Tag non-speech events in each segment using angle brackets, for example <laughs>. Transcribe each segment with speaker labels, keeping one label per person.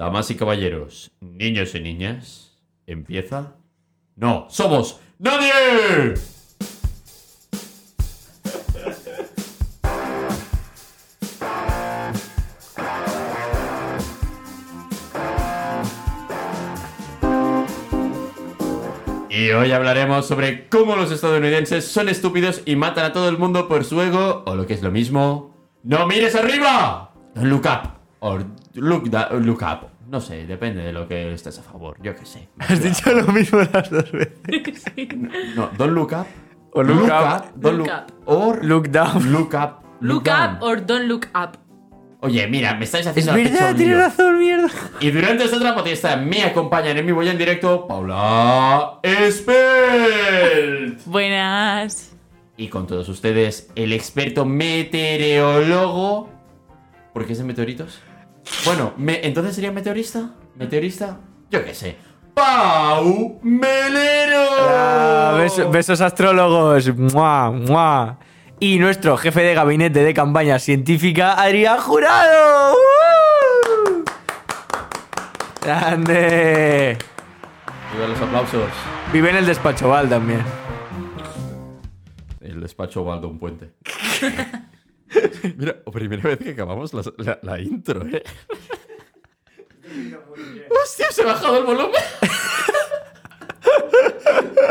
Speaker 1: Damas y caballeros, niños y niñas, empieza. No, somos nadie. Y hoy hablaremos sobre cómo los estadounidenses son estúpidos y matan a todo el mundo por su ego, o lo que es lo mismo. ¡No mires arriba! Look up. O look, da- look up. No sé, depende de lo que estés a favor, yo qué sé.
Speaker 2: Has dicho lo mismo las dos veces.
Speaker 3: Sí.
Speaker 1: No, don't look up.
Speaker 2: O look up.
Speaker 1: don't
Speaker 3: Look
Speaker 1: look
Speaker 3: up.
Speaker 1: Or
Speaker 2: Look down.
Speaker 1: look up.
Speaker 3: Look
Speaker 1: down.
Speaker 3: up or don't look up.
Speaker 1: Oye, mira, me estáis haciendo la
Speaker 2: Verdad,
Speaker 1: picha un
Speaker 2: tienes
Speaker 1: lío.
Speaker 2: razón, mierda.
Speaker 1: Y durante esta otra protesta me acompañan en mi voy en directo Paula Espelt.
Speaker 3: Buenas.
Speaker 1: Y con todos ustedes, el experto meteorólogo. ¿Por qué es de meteoritos? Bueno, me- entonces sería meteorista. ¿Meteorista? Yo qué sé. ¡Pau Melero!
Speaker 2: Ah, beso- besos astrólogos. Mua, mua. Y nuestro jefe de gabinete de campaña científica, Adrián Jurado. ¡Uh! ¡Grande!
Speaker 1: Viva los aplausos.
Speaker 2: Vive en el despacho Val también.
Speaker 1: El despacho Valdo un puente. <laughs> Mira, primera vez que acabamos la, la- la intro,
Speaker 3: <laughs>
Speaker 1: ¿eh? ¡Hostia, se ha bajado el volumen!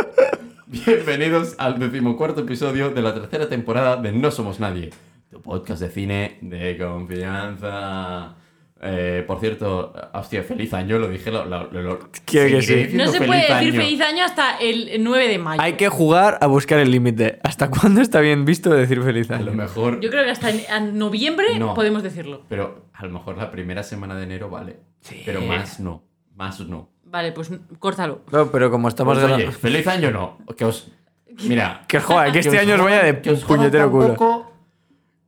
Speaker 1: <laughs> Bienvenidos al decimocuarto episodio de la tercera temporada de No Somos Nadie, tu podcast de cine de confianza. Eh, por cierto, hostia, feliz año, lo dije. Lo, lo- lo- lo-
Speaker 2: Quiero que
Speaker 1: seguiré
Speaker 2: sí.
Speaker 3: No
Speaker 1: diciendo
Speaker 3: se puede
Speaker 1: feliz
Speaker 3: decir
Speaker 1: año.
Speaker 3: feliz año hasta el 9 de mayo.
Speaker 2: Hay que jugar a buscar el límite. ¿Hasta cuándo está bien visto decir feliz
Speaker 1: A lo
Speaker 2: año?
Speaker 1: mejor.
Speaker 3: Yo creo que hasta en, a noviembre
Speaker 1: No.
Speaker 3: podemos decirlo.
Speaker 1: Pero a lo mejor la primera semana de enero vale.
Speaker 2: Sí.
Speaker 1: Pero más no. Más no.
Speaker 3: Vale, pues n- córtalo.
Speaker 2: No, pero como estamos
Speaker 1: Pues, oye,
Speaker 2: grabando-
Speaker 1: feliz año no. Que os. Mira.
Speaker 2: Que os jodan, que este año os vaya de
Speaker 1: que os jodan
Speaker 2: puñetero culo.
Speaker 1: tampoco-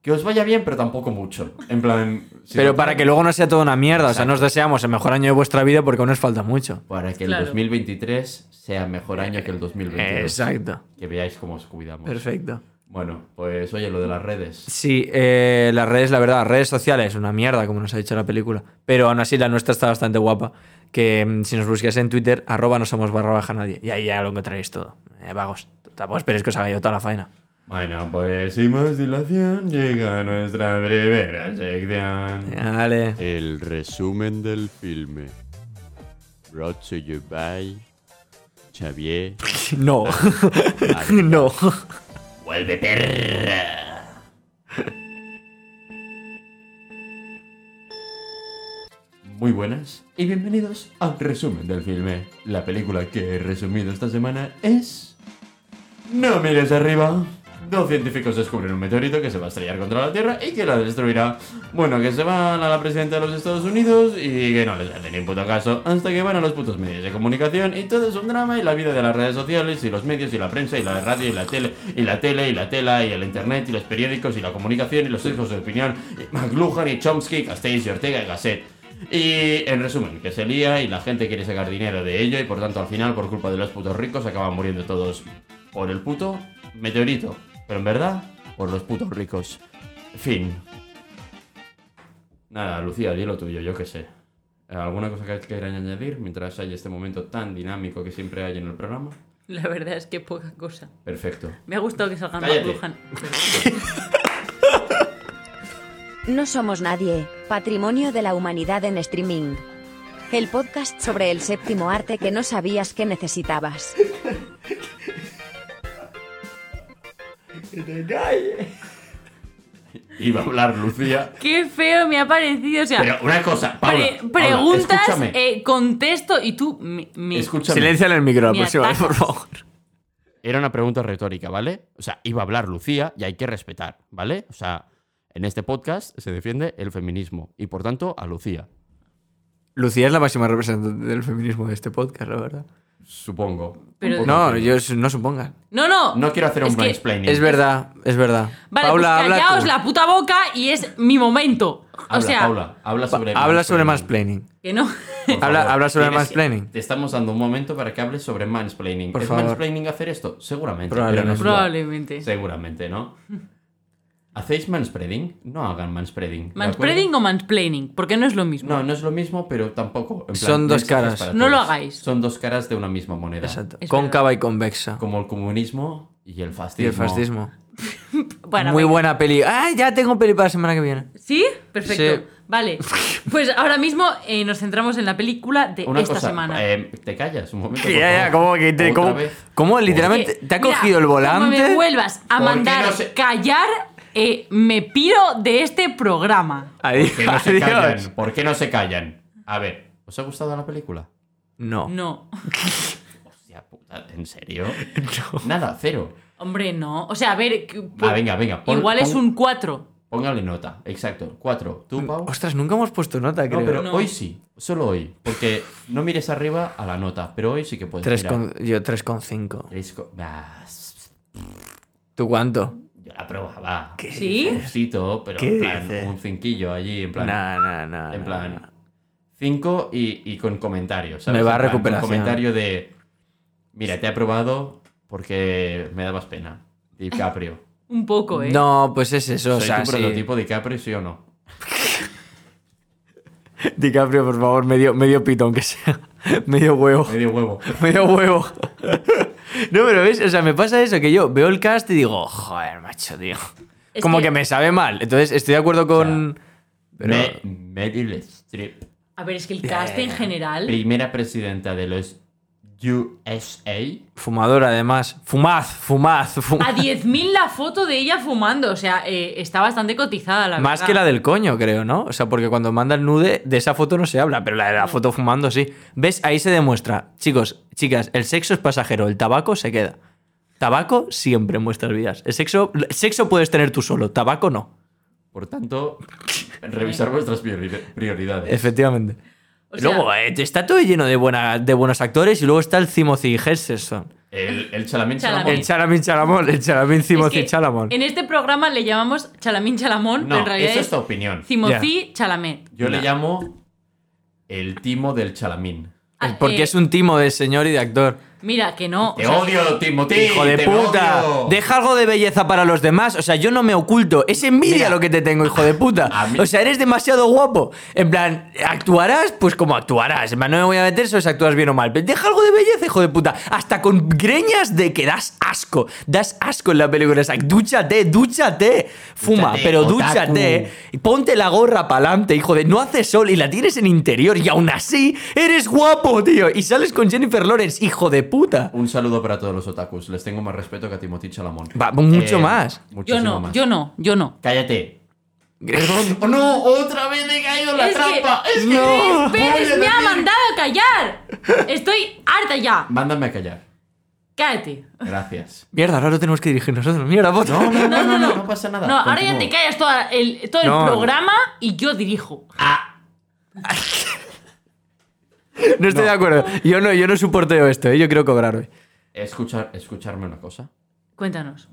Speaker 1: que os vaya bien, pero tampoco mucho. En plan. si
Speaker 2: Pero
Speaker 1: no-
Speaker 2: para que luego no sea toda una mierda, o sea, nos deseamos el mejor año de vuestra vida porque aún nos falta mucho.
Speaker 1: Para que el
Speaker 3: Claro.
Speaker 1: 2023 sea mejor año que el 2022.
Speaker 2: Exacto.
Speaker 1: Que veáis cómo os cuidamos.
Speaker 2: Perfecto.
Speaker 1: Bueno, pues oye, lo de las redes.
Speaker 2: Sí, eh, las redes, la verdad, redes sociales, una mierda, como nos ha dicho la película. Pero aún así, la nuestra está bastante guapa. Que mm, si nos buscáis en Twitter, arroba no somos barra baja nadie. Y ahí ya lo encontraréis todo. Eh, vagos, tampoco esperéis que os haga yo toda la faena.
Speaker 1: Bueno, pues sin más dilación llega nuestra primera sección. <laughs>
Speaker 2: Vale.
Speaker 4: El resumen del filme. Brought to you by Xavier.
Speaker 2: No. <laughs> no.
Speaker 1: ¡Vuelve, perra! Muy buenas y bienvenidos al resumen del filme. La película que he resumido esta semana es... No mires arriba. Dos científicos descubren un meteorito que se va a estrellar contra la Tierra y que la destruirá. Bueno, que se van a la presidenta de los Estados Unidos y que no les hacen ni un puto caso hasta que van a los putos medios de comunicación y todo es un drama y la vida de las redes sociales y los medios y la prensa y la radio y la tele y la tele y la tela y el internet y los periódicos y la comunicación y los hijos de opinión y McLuhan y Chomsky, Castells y Ortega y Gasset. Y en resumen, que se lía y la gente quiere sacar dinero de ello y por tanto al final, por culpa de los putos ricos, acaban muriendo todos por el puto meteorito. Pero en verdad, por los putos ricos. Fin. Nada, Lucía, di lo tuyo, yo qué sé. ¿Alguna cosa que quieran añadir mientras hay este momento tan dinámico que siempre hay en el programa?
Speaker 3: La verdad es que poca cosa.
Speaker 1: Perfecto.
Speaker 3: Me ha gustado que salgan
Speaker 1: Cállate.
Speaker 3: McLuhan.
Speaker 5: No somos nadie, patrimonio de la humanidad en streaming. El podcast sobre el séptimo arte que no sabías que necesitabas.
Speaker 1: Iba a hablar Lucía.
Speaker 3: Qué feo me ha parecido. O sea,
Speaker 1: Pero una cosa, Paula,
Speaker 3: pre-
Speaker 1: Paula,
Speaker 3: preguntas,
Speaker 1: escúchame.
Speaker 3: eh, contesto y tú me. me-
Speaker 1: escúchame.
Speaker 2: Silencia en el micro,
Speaker 3: Me
Speaker 2: por, si vale,
Speaker 3: atacas.
Speaker 2: por favor.
Speaker 1: Era una pregunta retórica, ¿vale? O sea, iba a hablar Lucía y hay que respetar, ¿vale? O sea, en este podcast se defiende el feminismo y por tanto a Lucía.
Speaker 2: Lucía es la máxima representante del feminismo de este podcast, la verdad.
Speaker 1: Supongo.
Speaker 3: Pero-
Speaker 1: Un poco
Speaker 2: No,
Speaker 1: entiendo.
Speaker 2: yo no supongan.
Speaker 3: No, no.
Speaker 1: no quiero hacer un
Speaker 3: Es que-
Speaker 1: mansplaining.
Speaker 2: Es verdad, es verdad.
Speaker 3: Vale,
Speaker 2: Paula,
Speaker 3: pues
Speaker 2: habla
Speaker 3: callaos
Speaker 2: tú.
Speaker 3: la puta boca y es mi momento.
Speaker 1: Habla,
Speaker 3: o sea,
Speaker 1: Paula, habla
Speaker 2: Pa-
Speaker 1: sobre
Speaker 2: habla sobre
Speaker 1: mansplaining.
Speaker 2: mansplaining.
Speaker 3: que no.
Speaker 1: Por
Speaker 2: Habla-
Speaker 1: favor,
Speaker 2: habla sobre
Speaker 1: tienes-
Speaker 2: mansplaining.
Speaker 1: Te estamos dando un momento para que hables sobre mansplaining.
Speaker 2: Por
Speaker 1: ¿Es
Speaker 2: favor.
Speaker 1: mansplaining hacer esto? Seguramente.
Speaker 2: Probablemente.
Speaker 1: pero no es-
Speaker 3: Probablemente.
Speaker 1: Seguramente, ¿no? ¿Hacéis manspreading? No hagan manspreading. ¿de
Speaker 3: ¿Manspreading o mansplaining? Porque no es lo
Speaker 1: acuerdo?
Speaker 3: mismo.
Speaker 1: No, no es lo mismo, pero tampoco. en plan,
Speaker 2: Son dos
Speaker 1: mensajes
Speaker 2: caras.
Speaker 1: para
Speaker 3: No lo
Speaker 1: todos.
Speaker 3: hagáis.
Speaker 1: Son dos caras de una misma moneda.
Speaker 2: Exacto.
Speaker 3: Es
Speaker 2: Cóncava y convexa.
Speaker 1: Como el comunismo y el fascismo.
Speaker 2: Y el fascismo.
Speaker 3: Bueno,
Speaker 2: Muy
Speaker 3: venga.
Speaker 2: buena peli. Ah, ya tengo peli para la semana que viene.
Speaker 3: ¿Sí? Perfecto.
Speaker 2: Sí. <laughs>
Speaker 3: Vale. Pues ahora mismo eh, nos centramos en la película de
Speaker 1: Una
Speaker 3: esta
Speaker 1: cosa,
Speaker 3: semana.
Speaker 1: eh, te callas un momento.
Speaker 2: <laughs> Ya,
Speaker 1: por
Speaker 2: ya,
Speaker 1: favor.
Speaker 2: como que te-
Speaker 1: Otra
Speaker 2: como-
Speaker 1: vez.
Speaker 2: como
Speaker 3: Que,
Speaker 2: literalmente te ha
Speaker 3: mira,
Speaker 2: cogido el
Speaker 3: Como me
Speaker 2: volante.
Speaker 3: vuelvas
Speaker 1: ¿Por
Speaker 3: a
Speaker 1: qué
Speaker 3: mandar
Speaker 1: no se-
Speaker 3: callar, eh, me piro de este programa.
Speaker 2: Adiós.
Speaker 1: Que no
Speaker 2: <laughs>
Speaker 1: se
Speaker 2: adiós.
Speaker 1: callan. ¿Por qué no se callan? A ver, ¿os ha gustado la película?
Speaker 2: No.
Speaker 3: No.
Speaker 1: Hostia puta, ¿en
Speaker 2: <laughs>
Speaker 1: serio? Nada, cero.
Speaker 3: Hombre, no. O sea, a ver. que- pues,
Speaker 1: Ah, venga, venga. pon-
Speaker 3: igual es
Speaker 1: pon-
Speaker 3: un 4.
Speaker 1: Póngale nota, exacto. Cuatro. ¿Tú, Pau?
Speaker 2: Ostras, nunca hemos puesto nota, Mm, creo.
Speaker 1: No, pero
Speaker 3: No.
Speaker 1: hoy sí. Solo hoy. Porque no mires arriba a la nota, pero hoy sí que puedes
Speaker 2: Tres
Speaker 1: mirar.
Speaker 2: con- yo 3,5.
Speaker 1: Tres con- Ah, s-
Speaker 2: ¿Tú cuánto?
Speaker 1: yo la probaba. ¿Qué?
Speaker 2: Eh,
Speaker 3: ¿Sí?
Speaker 1: pero
Speaker 2: ¿Qué
Speaker 1: en plan,
Speaker 2: dices?
Speaker 1: un cinquillo allí, en plan...
Speaker 2: No, no, no.
Speaker 1: En
Speaker 2: no,
Speaker 1: plan,
Speaker 2: no.
Speaker 1: cinco y, y con comentarios. ¿sabes?
Speaker 2: Me va
Speaker 1: En plan, con
Speaker 2: recuperación.
Speaker 1: comentario de, mira, te he aprobado porque me dabas pena. DiCaprio.
Speaker 3: Un poco, ¿eh?
Speaker 2: No, pues es eso.
Speaker 1: ¿Soy
Speaker 2: o sea,
Speaker 1: tu
Speaker 2: sí.
Speaker 1: prototipo DiCaprio, sí o no?
Speaker 2: DiCaprio, por favor, medio, medio pito, aunque sea. <laughs> medio huevo.
Speaker 1: Medio huevo.
Speaker 2: <laughs> Medio huevo. no, pero ves, o sea, me pasa eso, que yo veo el cast y digo, joder, macho, tío.
Speaker 3: Es
Speaker 2: Como que...
Speaker 3: que-
Speaker 2: me sabe mal. Entonces, estoy de acuerdo con. pero-
Speaker 1: Me- Meryl Streep,
Speaker 3: A ver, es que el cast
Speaker 2: Eh,
Speaker 3: en general.
Speaker 1: primera presidenta de los USA.
Speaker 2: Fumador, además. Fumad, fumad,
Speaker 3: A
Speaker 2: fumad.
Speaker 3: 10.000 la foto de ella fumando. O sea, eh, está bastante cotizada
Speaker 2: <laughs>
Speaker 3: la
Speaker 2: Más
Speaker 3: verdad.
Speaker 2: que la del coño, creo, ¿no? O sea, porque cuando manda el nude, de esa foto no se habla, pero la de la foto fumando sí. ¿Ves? Ahí se demuestra. Chicos, chicas, el sexo es pasajero, el tabaco se queda. Tabaco siempre en vuestras vidas. El sexo, el sexo puedes tener tú solo, tabaco no.
Speaker 1: Por tanto, revisar vuestras priori- prioridades.
Speaker 2: Efectivamente.
Speaker 3: O sea,
Speaker 2: luego, eh, está todo lleno de, buena, de buenos actores y luego está el Timothy Henderson.
Speaker 1: El, el Chalamet
Speaker 3: Chalamet.
Speaker 1: Chalamet.
Speaker 2: El Chalamin Chalamón, el Chalamin
Speaker 3: es
Speaker 2: Timothy
Speaker 3: que
Speaker 2: Chalamón.
Speaker 3: En este programa le llamamos Chalamín Chalamón, pero
Speaker 1: No,
Speaker 3: en realidad
Speaker 1: esa
Speaker 3: es
Speaker 1: es tu opinión.
Speaker 3: Timothy Chalamet.
Speaker 1: Yo le llamo el timo del Chalamín.
Speaker 3: Ah,
Speaker 2: Porque
Speaker 3: eh,
Speaker 2: es un timo de señor y de actor.
Speaker 3: Mira, que no.
Speaker 1: Te
Speaker 3: o sea,
Speaker 1: odio, Timothy.
Speaker 2: Hijo de
Speaker 1: te
Speaker 2: puta.
Speaker 1: odio.
Speaker 2: Deja algo de belleza para los demás. O sea, yo no me oculto. Es envidia
Speaker 1: Mira.
Speaker 2: lo que te tengo, hijo de puta.
Speaker 1: A mí-
Speaker 2: O sea, eres demasiado guapo. En plan, actuarás, pues como actuarás. En plan, no me voy a meter sobre si actúas bien o mal. Pero deja algo de belleza, hijo de puta. Hasta con greñas de que das asco. Das asco en la película. esa. dúchate, dúchate. Fuma,
Speaker 1: Dúchate,
Speaker 2: pero
Speaker 1: otaku.
Speaker 2: dúchate. Y Ponte la gorra pa'lante, hijo de. No hace sol y la tienes en interior. Y aún así, eres guapo, tío. Y sales con Jennifer Lawrence, hijo de puta.
Speaker 1: Un saludo para todos los otakus. Les tengo más respeto que a Timothy Chalamón. Eh,
Speaker 2: Va, mucho más.
Speaker 3: Yo
Speaker 1: muchísimo
Speaker 3: no,
Speaker 1: más.
Speaker 3: yo no,
Speaker 1: <laughs>
Speaker 3: yo no.
Speaker 1: Cállate. ¡Oh, <laughs> no! ¡Otra vez he caído en la
Speaker 3: Es que-
Speaker 1: trampa! ¡Es que
Speaker 2: No.
Speaker 1: voy a
Speaker 3: Pérez me ha
Speaker 1: decir-
Speaker 3: mandado a callar. Estoy harta ya.
Speaker 1: Mándame a callar.
Speaker 3: Cállate.
Speaker 1: Gracias.
Speaker 2: Mierda, ahora lo tenemos que dirigir nosotros. Mierda, puta.
Speaker 1: No, no, no,
Speaker 3: no,
Speaker 1: no,
Speaker 3: no.
Speaker 1: no, pasa nada.
Speaker 3: No, ahora ya
Speaker 1: Continúo.
Speaker 3: te callas toda el- todo el
Speaker 2: No.
Speaker 3: programa y yo dirijo.
Speaker 2: <laughs>
Speaker 1: Ah,
Speaker 2: No estoy de acuerdo. Yo no, yo no soporteo esto, ¿eh? yo quiero cobrar hoy.
Speaker 1: Escuchar, escucharme una cosa.
Speaker 3: Cuéntanos.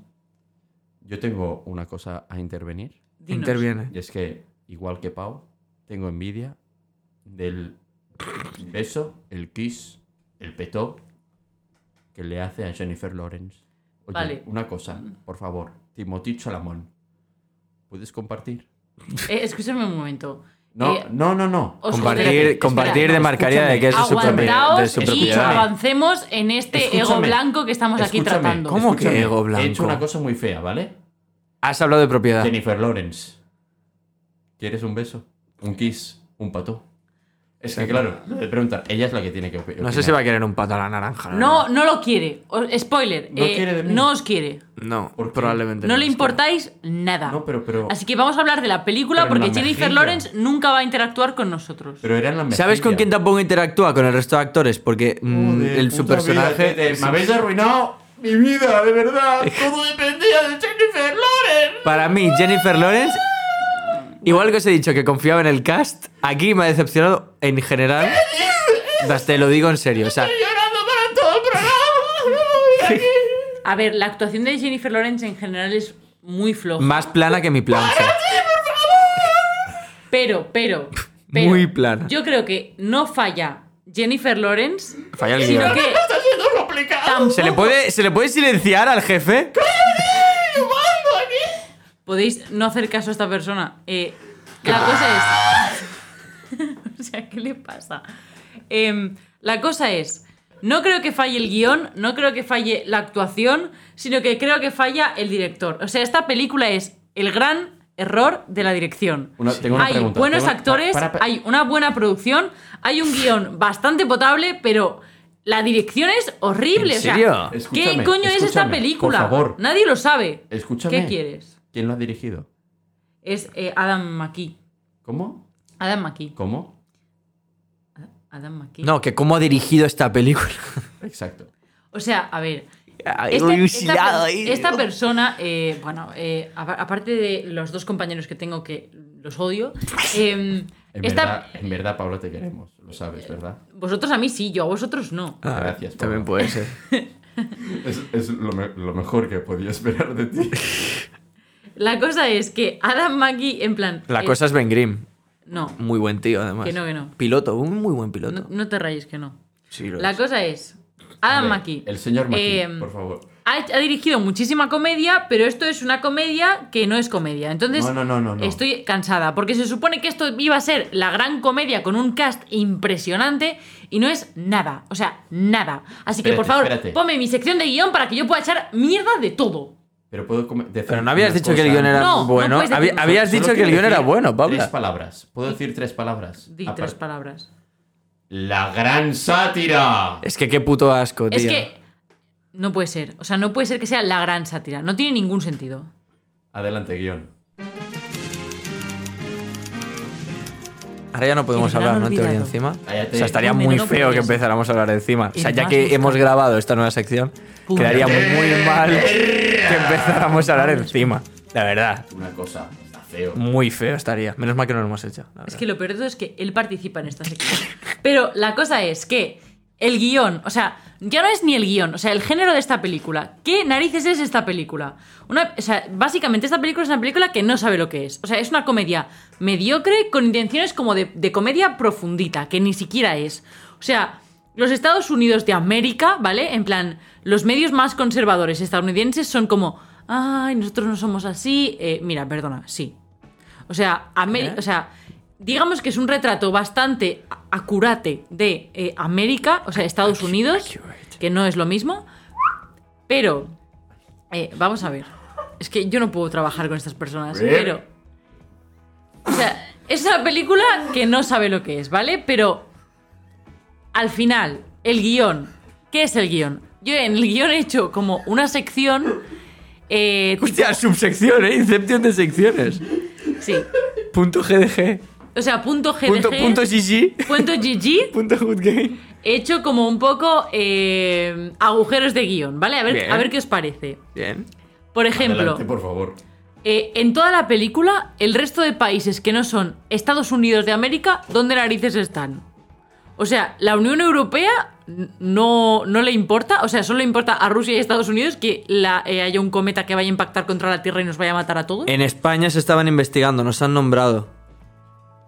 Speaker 1: Yo tengo una cosa a intervenir.
Speaker 3: Dinos.
Speaker 2: Interviene.
Speaker 1: Y es que, igual que Pau, tengo envidia del beso, el kiss, el petó que le hace a Jennifer Lawrence. Oye,
Speaker 3: Vale.
Speaker 1: una cosa, por favor. Timothy Chalamón. ¿Puedes compartir?
Speaker 3: Eh, escúchame un momento.
Speaker 1: No,
Speaker 3: Eh,
Speaker 1: no, no, no.
Speaker 3: os-
Speaker 2: Compartir,
Speaker 3: espera, espera,
Speaker 2: compartir
Speaker 3: no,
Speaker 2: demarcaría de que es de su propiedad. de
Speaker 3: Aguantaos
Speaker 2: su
Speaker 1: propia-
Speaker 3: y
Speaker 1: propiedad.
Speaker 3: avancemos en este ego
Speaker 1: Escúchame,
Speaker 3: blanco que estamos aquí
Speaker 1: escúchame,
Speaker 3: tratando.
Speaker 2: ¿Cómo que
Speaker 1: escúchame.
Speaker 2: ego blanco? Ah.
Speaker 1: He hecho una cosa muy fea, ¿vale?
Speaker 2: Has hablado de propiedad.
Speaker 1: Jennifer Lawrence. ¿Quieres un beso? ¿Un kiss? ¿Un pato? Es que claro, le preguntar, ella es la que tiene que opi- opinar.
Speaker 2: No sé si va a querer un pato a la naranja. la
Speaker 3: No, no lo quiere. O- spoiler.
Speaker 1: No
Speaker 3: eh,
Speaker 1: quiere de mí.
Speaker 3: No os quiere.
Speaker 2: verdad. No,
Speaker 1: ¿Por qué?
Speaker 2: probablemente.
Speaker 3: No le
Speaker 2: es que-
Speaker 3: importáis nada.
Speaker 1: No, pero, pero,
Speaker 3: Así que vamos a hablar de la película
Speaker 1: Pero en
Speaker 3: porque
Speaker 1: la
Speaker 3: Jennifer
Speaker 1: mejilla.
Speaker 3: Lawrence nunca va a interactuar con nosotros.
Speaker 1: pero era en la mejilla.
Speaker 2: ¿Sabes con quién tampoco interactúa? Con el resto de actores, porque mm,
Speaker 1: Joder,
Speaker 2: el, su
Speaker 1: puta
Speaker 2: personaje.
Speaker 1: vida, tete, me habéis arruinado mi vida, de verdad. Todo dependía de Jennifer Lawrence.
Speaker 2: Para mí, Jennifer Lawrence. Igual que os he dicho que confiaba en el cast, aquí me ha decepcionado en general. Te lo digo en serio. O sea,
Speaker 1: Llorando para todo el programa.
Speaker 3: A ver, la actuación de Jennifer Lawrence en general es muy floja.
Speaker 2: más plana que mi plancha.
Speaker 3: Pero,
Speaker 1: <laughs>
Speaker 3: pero, pero,
Speaker 2: Muy plana.
Speaker 3: Yo creo que no falla Jennifer Lawrence,
Speaker 2: Falla el
Speaker 3: sino
Speaker 2: guión.
Speaker 3: que
Speaker 1: Está siendo complicado.
Speaker 3: tampoco,
Speaker 2: ¿Se le, puede, ¿Se le puede silenciar al jefe?
Speaker 3: podéis no hacer caso a esta persona. Eh, la cosa es. <laughs> o sea, ¿qué le pasa? Em, la cosa es. No creo que falle el guión, no creo que falle la actuación, sino que creo que falla el director. O sea, esta película es el gran error de la dirección.
Speaker 1: Una- tengo una
Speaker 3: hay
Speaker 1: pregunta,
Speaker 3: buenos
Speaker 1: tengo-
Speaker 3: actores,
Speaker 1: para- para-
Speaker 3: hay una buena producción, hay un guión bastante potable, pero la dirección es horrible.
Speaker 2: ¿En
Speaker 3: o sea,
Speaker 2: serio?
Speaker 1: Escúchame,
Speaker 3: ¿Qué coño es esta
Speaker 1: escúchame,
Speaker 3: película?
Speaker 1: por favor.
Speaker 3: Nadie lo sabe.
Speaker 1: Escúchame.
Speaker 3: ¿Qué quieres?
Speaker 1: ¿Quién lo ha dirigido?
Speaker 3: Es eh, Adam McKee.
Speaker 1: ¿Cómo?
Speaker 3: Adam McKee.
Speaker 1: ¿Cómo?
Speaker 3: Adam McKee.
Speaker 2: No, que cómo ha dirigido esta película.
Speaker 1: Exacto.
Speaker 3: O sea, a ver.
Speaker 2: Ay,
Speaker 3: Este-
Speaker 2: ilusilado
Speaker 3: esta, per-
Speaker 2: ahí.
Speaker 3: esta persona, eh, bueno, eh, a- aparte de los dos compañeros que tengo que los odio,
Speaker 1: <laughs>
Speaker 3: eh,
Speaker 1: En,
Speaker 3: esta-
Speaker 1: verdad, en verdad, Pablo, te queremos. Lo sabes, ¿verdad?
Speaker 3: vosotros a mí sí, yo a vosotros no.
Speaker 2: Ah,
Speaker 1: Gracias, Pablo.
Speaker 2: También puede ser.
Speaker 1: Es, es lo, me- lo mejor que podía esperar de ti.
Speaker 3: La cosa es que Adam McKee, en plan.
Speaker 2: La
Speaker 3: eh,
Speaker 2: cosa es Ben Grimm.
Speaker 3: No,
Speaker 2: Muy buen tío, además.
Speaker 3: Que no, que no.
Speaker 2: Piloto, un muy buen
Speaker 3: no,
Speaker 2: piloto.
Speaker 3: no te rayes que no.
Speaker 2: Sí, lo
Speaker 3: La
Speaker 2: es.
Speaker 3: cosa es. Adam
Speaker 1: A ver,
Speaker 3: McKee.
Speaker 1: El señor Maki,
Speaker 3: Ah, eh,
Speaker 1: por favor.
Speaker 3: ha, ha dirigido muchísima comedia, pero esto es una comedia que no es comedia. Entonces,
Speaker 1: No, no, no, no, no.
Speaker 3: estoy cansada, porque se supone que esto iba a ser la gran comedia con un cast impresionante y no es nada, o sea, nada. Así que,
Speaker 1: Espérate,
Speaker 3: por favor,
Speaker 1: espérate.
Speaker 3: ponme mi sección de guión para que yo pueda echar mierda de todo.
Speaker 1: Pero puedo come- decir
Speaker 2: Pero no habías
Speaker 1: una
Speaker 2: dicho que el
Speaker 1: cosa.
Speaker 2: guión era
Speaker 3: No, no
Speaker 2: bueno.
Speaker 3: puedes
Speaker 2: Había-
Speaker 3: decir-
Speaker 2: habías
Speaker 1: Solo
Speaker 2: dicho que el
Speaker 1: quiero
Speaker 2: guión era
Speaker 1: decir
Speaker 2: bueno,
Speaker 1: Tres
Speaker 2: Pabla.
Speaker 1: palabras. Puedo decir tres palabras.
Speaker 3: Di
Speaker 1: Aparte-
Speaker 3: tres palabras.
Speaker 1: La gran sátira.
Speaker 2: Es que qué puto asco, tío.
Speaker 3: Es que no puede ser, o sea, no puede ser que sea la gran sátira, no tiene ningún sentido.
Speaker 1: Adelante, guión.
Speaker 2: Ahora ya no podemos
Speaker 3: Que me lo han
Speaker 2: hablar, ¿no? En teoría
Speaker 3: olvidado.
Speaker 2: encima.
Speaker 1: Cállate.
Speaker 2: O sea, estaría
Speaker 3: No, me
Speaker 2: muy
Speaker 3: lo
Speaker 2: feo que
Speaker 3: podrías.
Speaker 2: empezáramos a hablar encima. O sea,
Speaker 3: El
Speaker 2: ya
Speaker 3: más
Speaker 2: que
Speaker 3: buscado.
Speaker 2: hemos grabado esta nueva sección,
Speaker 3: Puta. <laughs>
Speaker 2: quedaría muy mal que empezáramos a hablar encima. La verdad,
Speaker 1: Una cosa. Está feo.
Speaker 2: muy feo estaría. Menos mal que no lo hemos hecho. la
Speaker 3: Es
Speaker 2: verdad.
Speaker 3: que lo peor de todo es que él participa en esta sección. Pero la cosa es que el guión, o sea, ya no es ni el guión, o sea, el género de esta película. ¿Qué narices es esta película? Una, o sea, básicamente esta película es una película que no sabe lo que es. O sea, es una comedia mediocre con intenciones como de, de comedia profundita, que ni siquiera es. O sea, los Estados Unidos de América, ¿vale? En plan, los medios más conservadores estadounidenses son como, ay, nosotros no somos así. Eh, mira, perdona, sí, o sea, Ameri-
Speaker 2: ¿Eh?
Speaker 3: o sea, digamos que es un retrato bastante a- acurate de eh, América, o sea, Estados Unidos,
Speaker 2: accurate.
Speaker 3: que no es lo mismo, pero eh, vamos a ver. Es que yo no puedo trabajar con estas personas,
Speaker 1: Rip.
Speaker 3: pero o sea, es una película que no sabe lo que es, ¿vale? Pero al final, el guión. ¿Qué es el guión? Yo en el guión he hecho como una sección. eh,
Speaker 2: <laughs>
Speaker 3: tipo-
Speaker 2: Hostia, subsección, ¿eh? Incepción de secciones.
Speaker 3: sí.
Speaker 2: Punto GDG.
Speaker 3: O sea, punto GDG.
Speaker 2: Punto, punto GG.
Speaker 3: Punto GG,
Speaker 2: Punto Good Game.
Speaker 3: he hecho como un poco eh, agujeros de guión, ¿vale? A ver,
Speaker 2: Bien.
Speaker 3: a ver qué os parece.
Speaker 2: Bien.
Speaker 3: Por ejemplo,
Speaker 1: Adelante, por favor.
Speaker 3: eh, en toda la película, el resto de países que no son Estados Unidos de América, ¿dónde narices están? O sea, la Unión Europea n- no, no le importa, o sea, solo le importa a Rusia y Estados Unidos que la- eh, haya un cometa que vaya a impactar contra la Tierra y nos vaya a matar a todos.
Speaker 2: En España se estaban investigando, nos han nombrado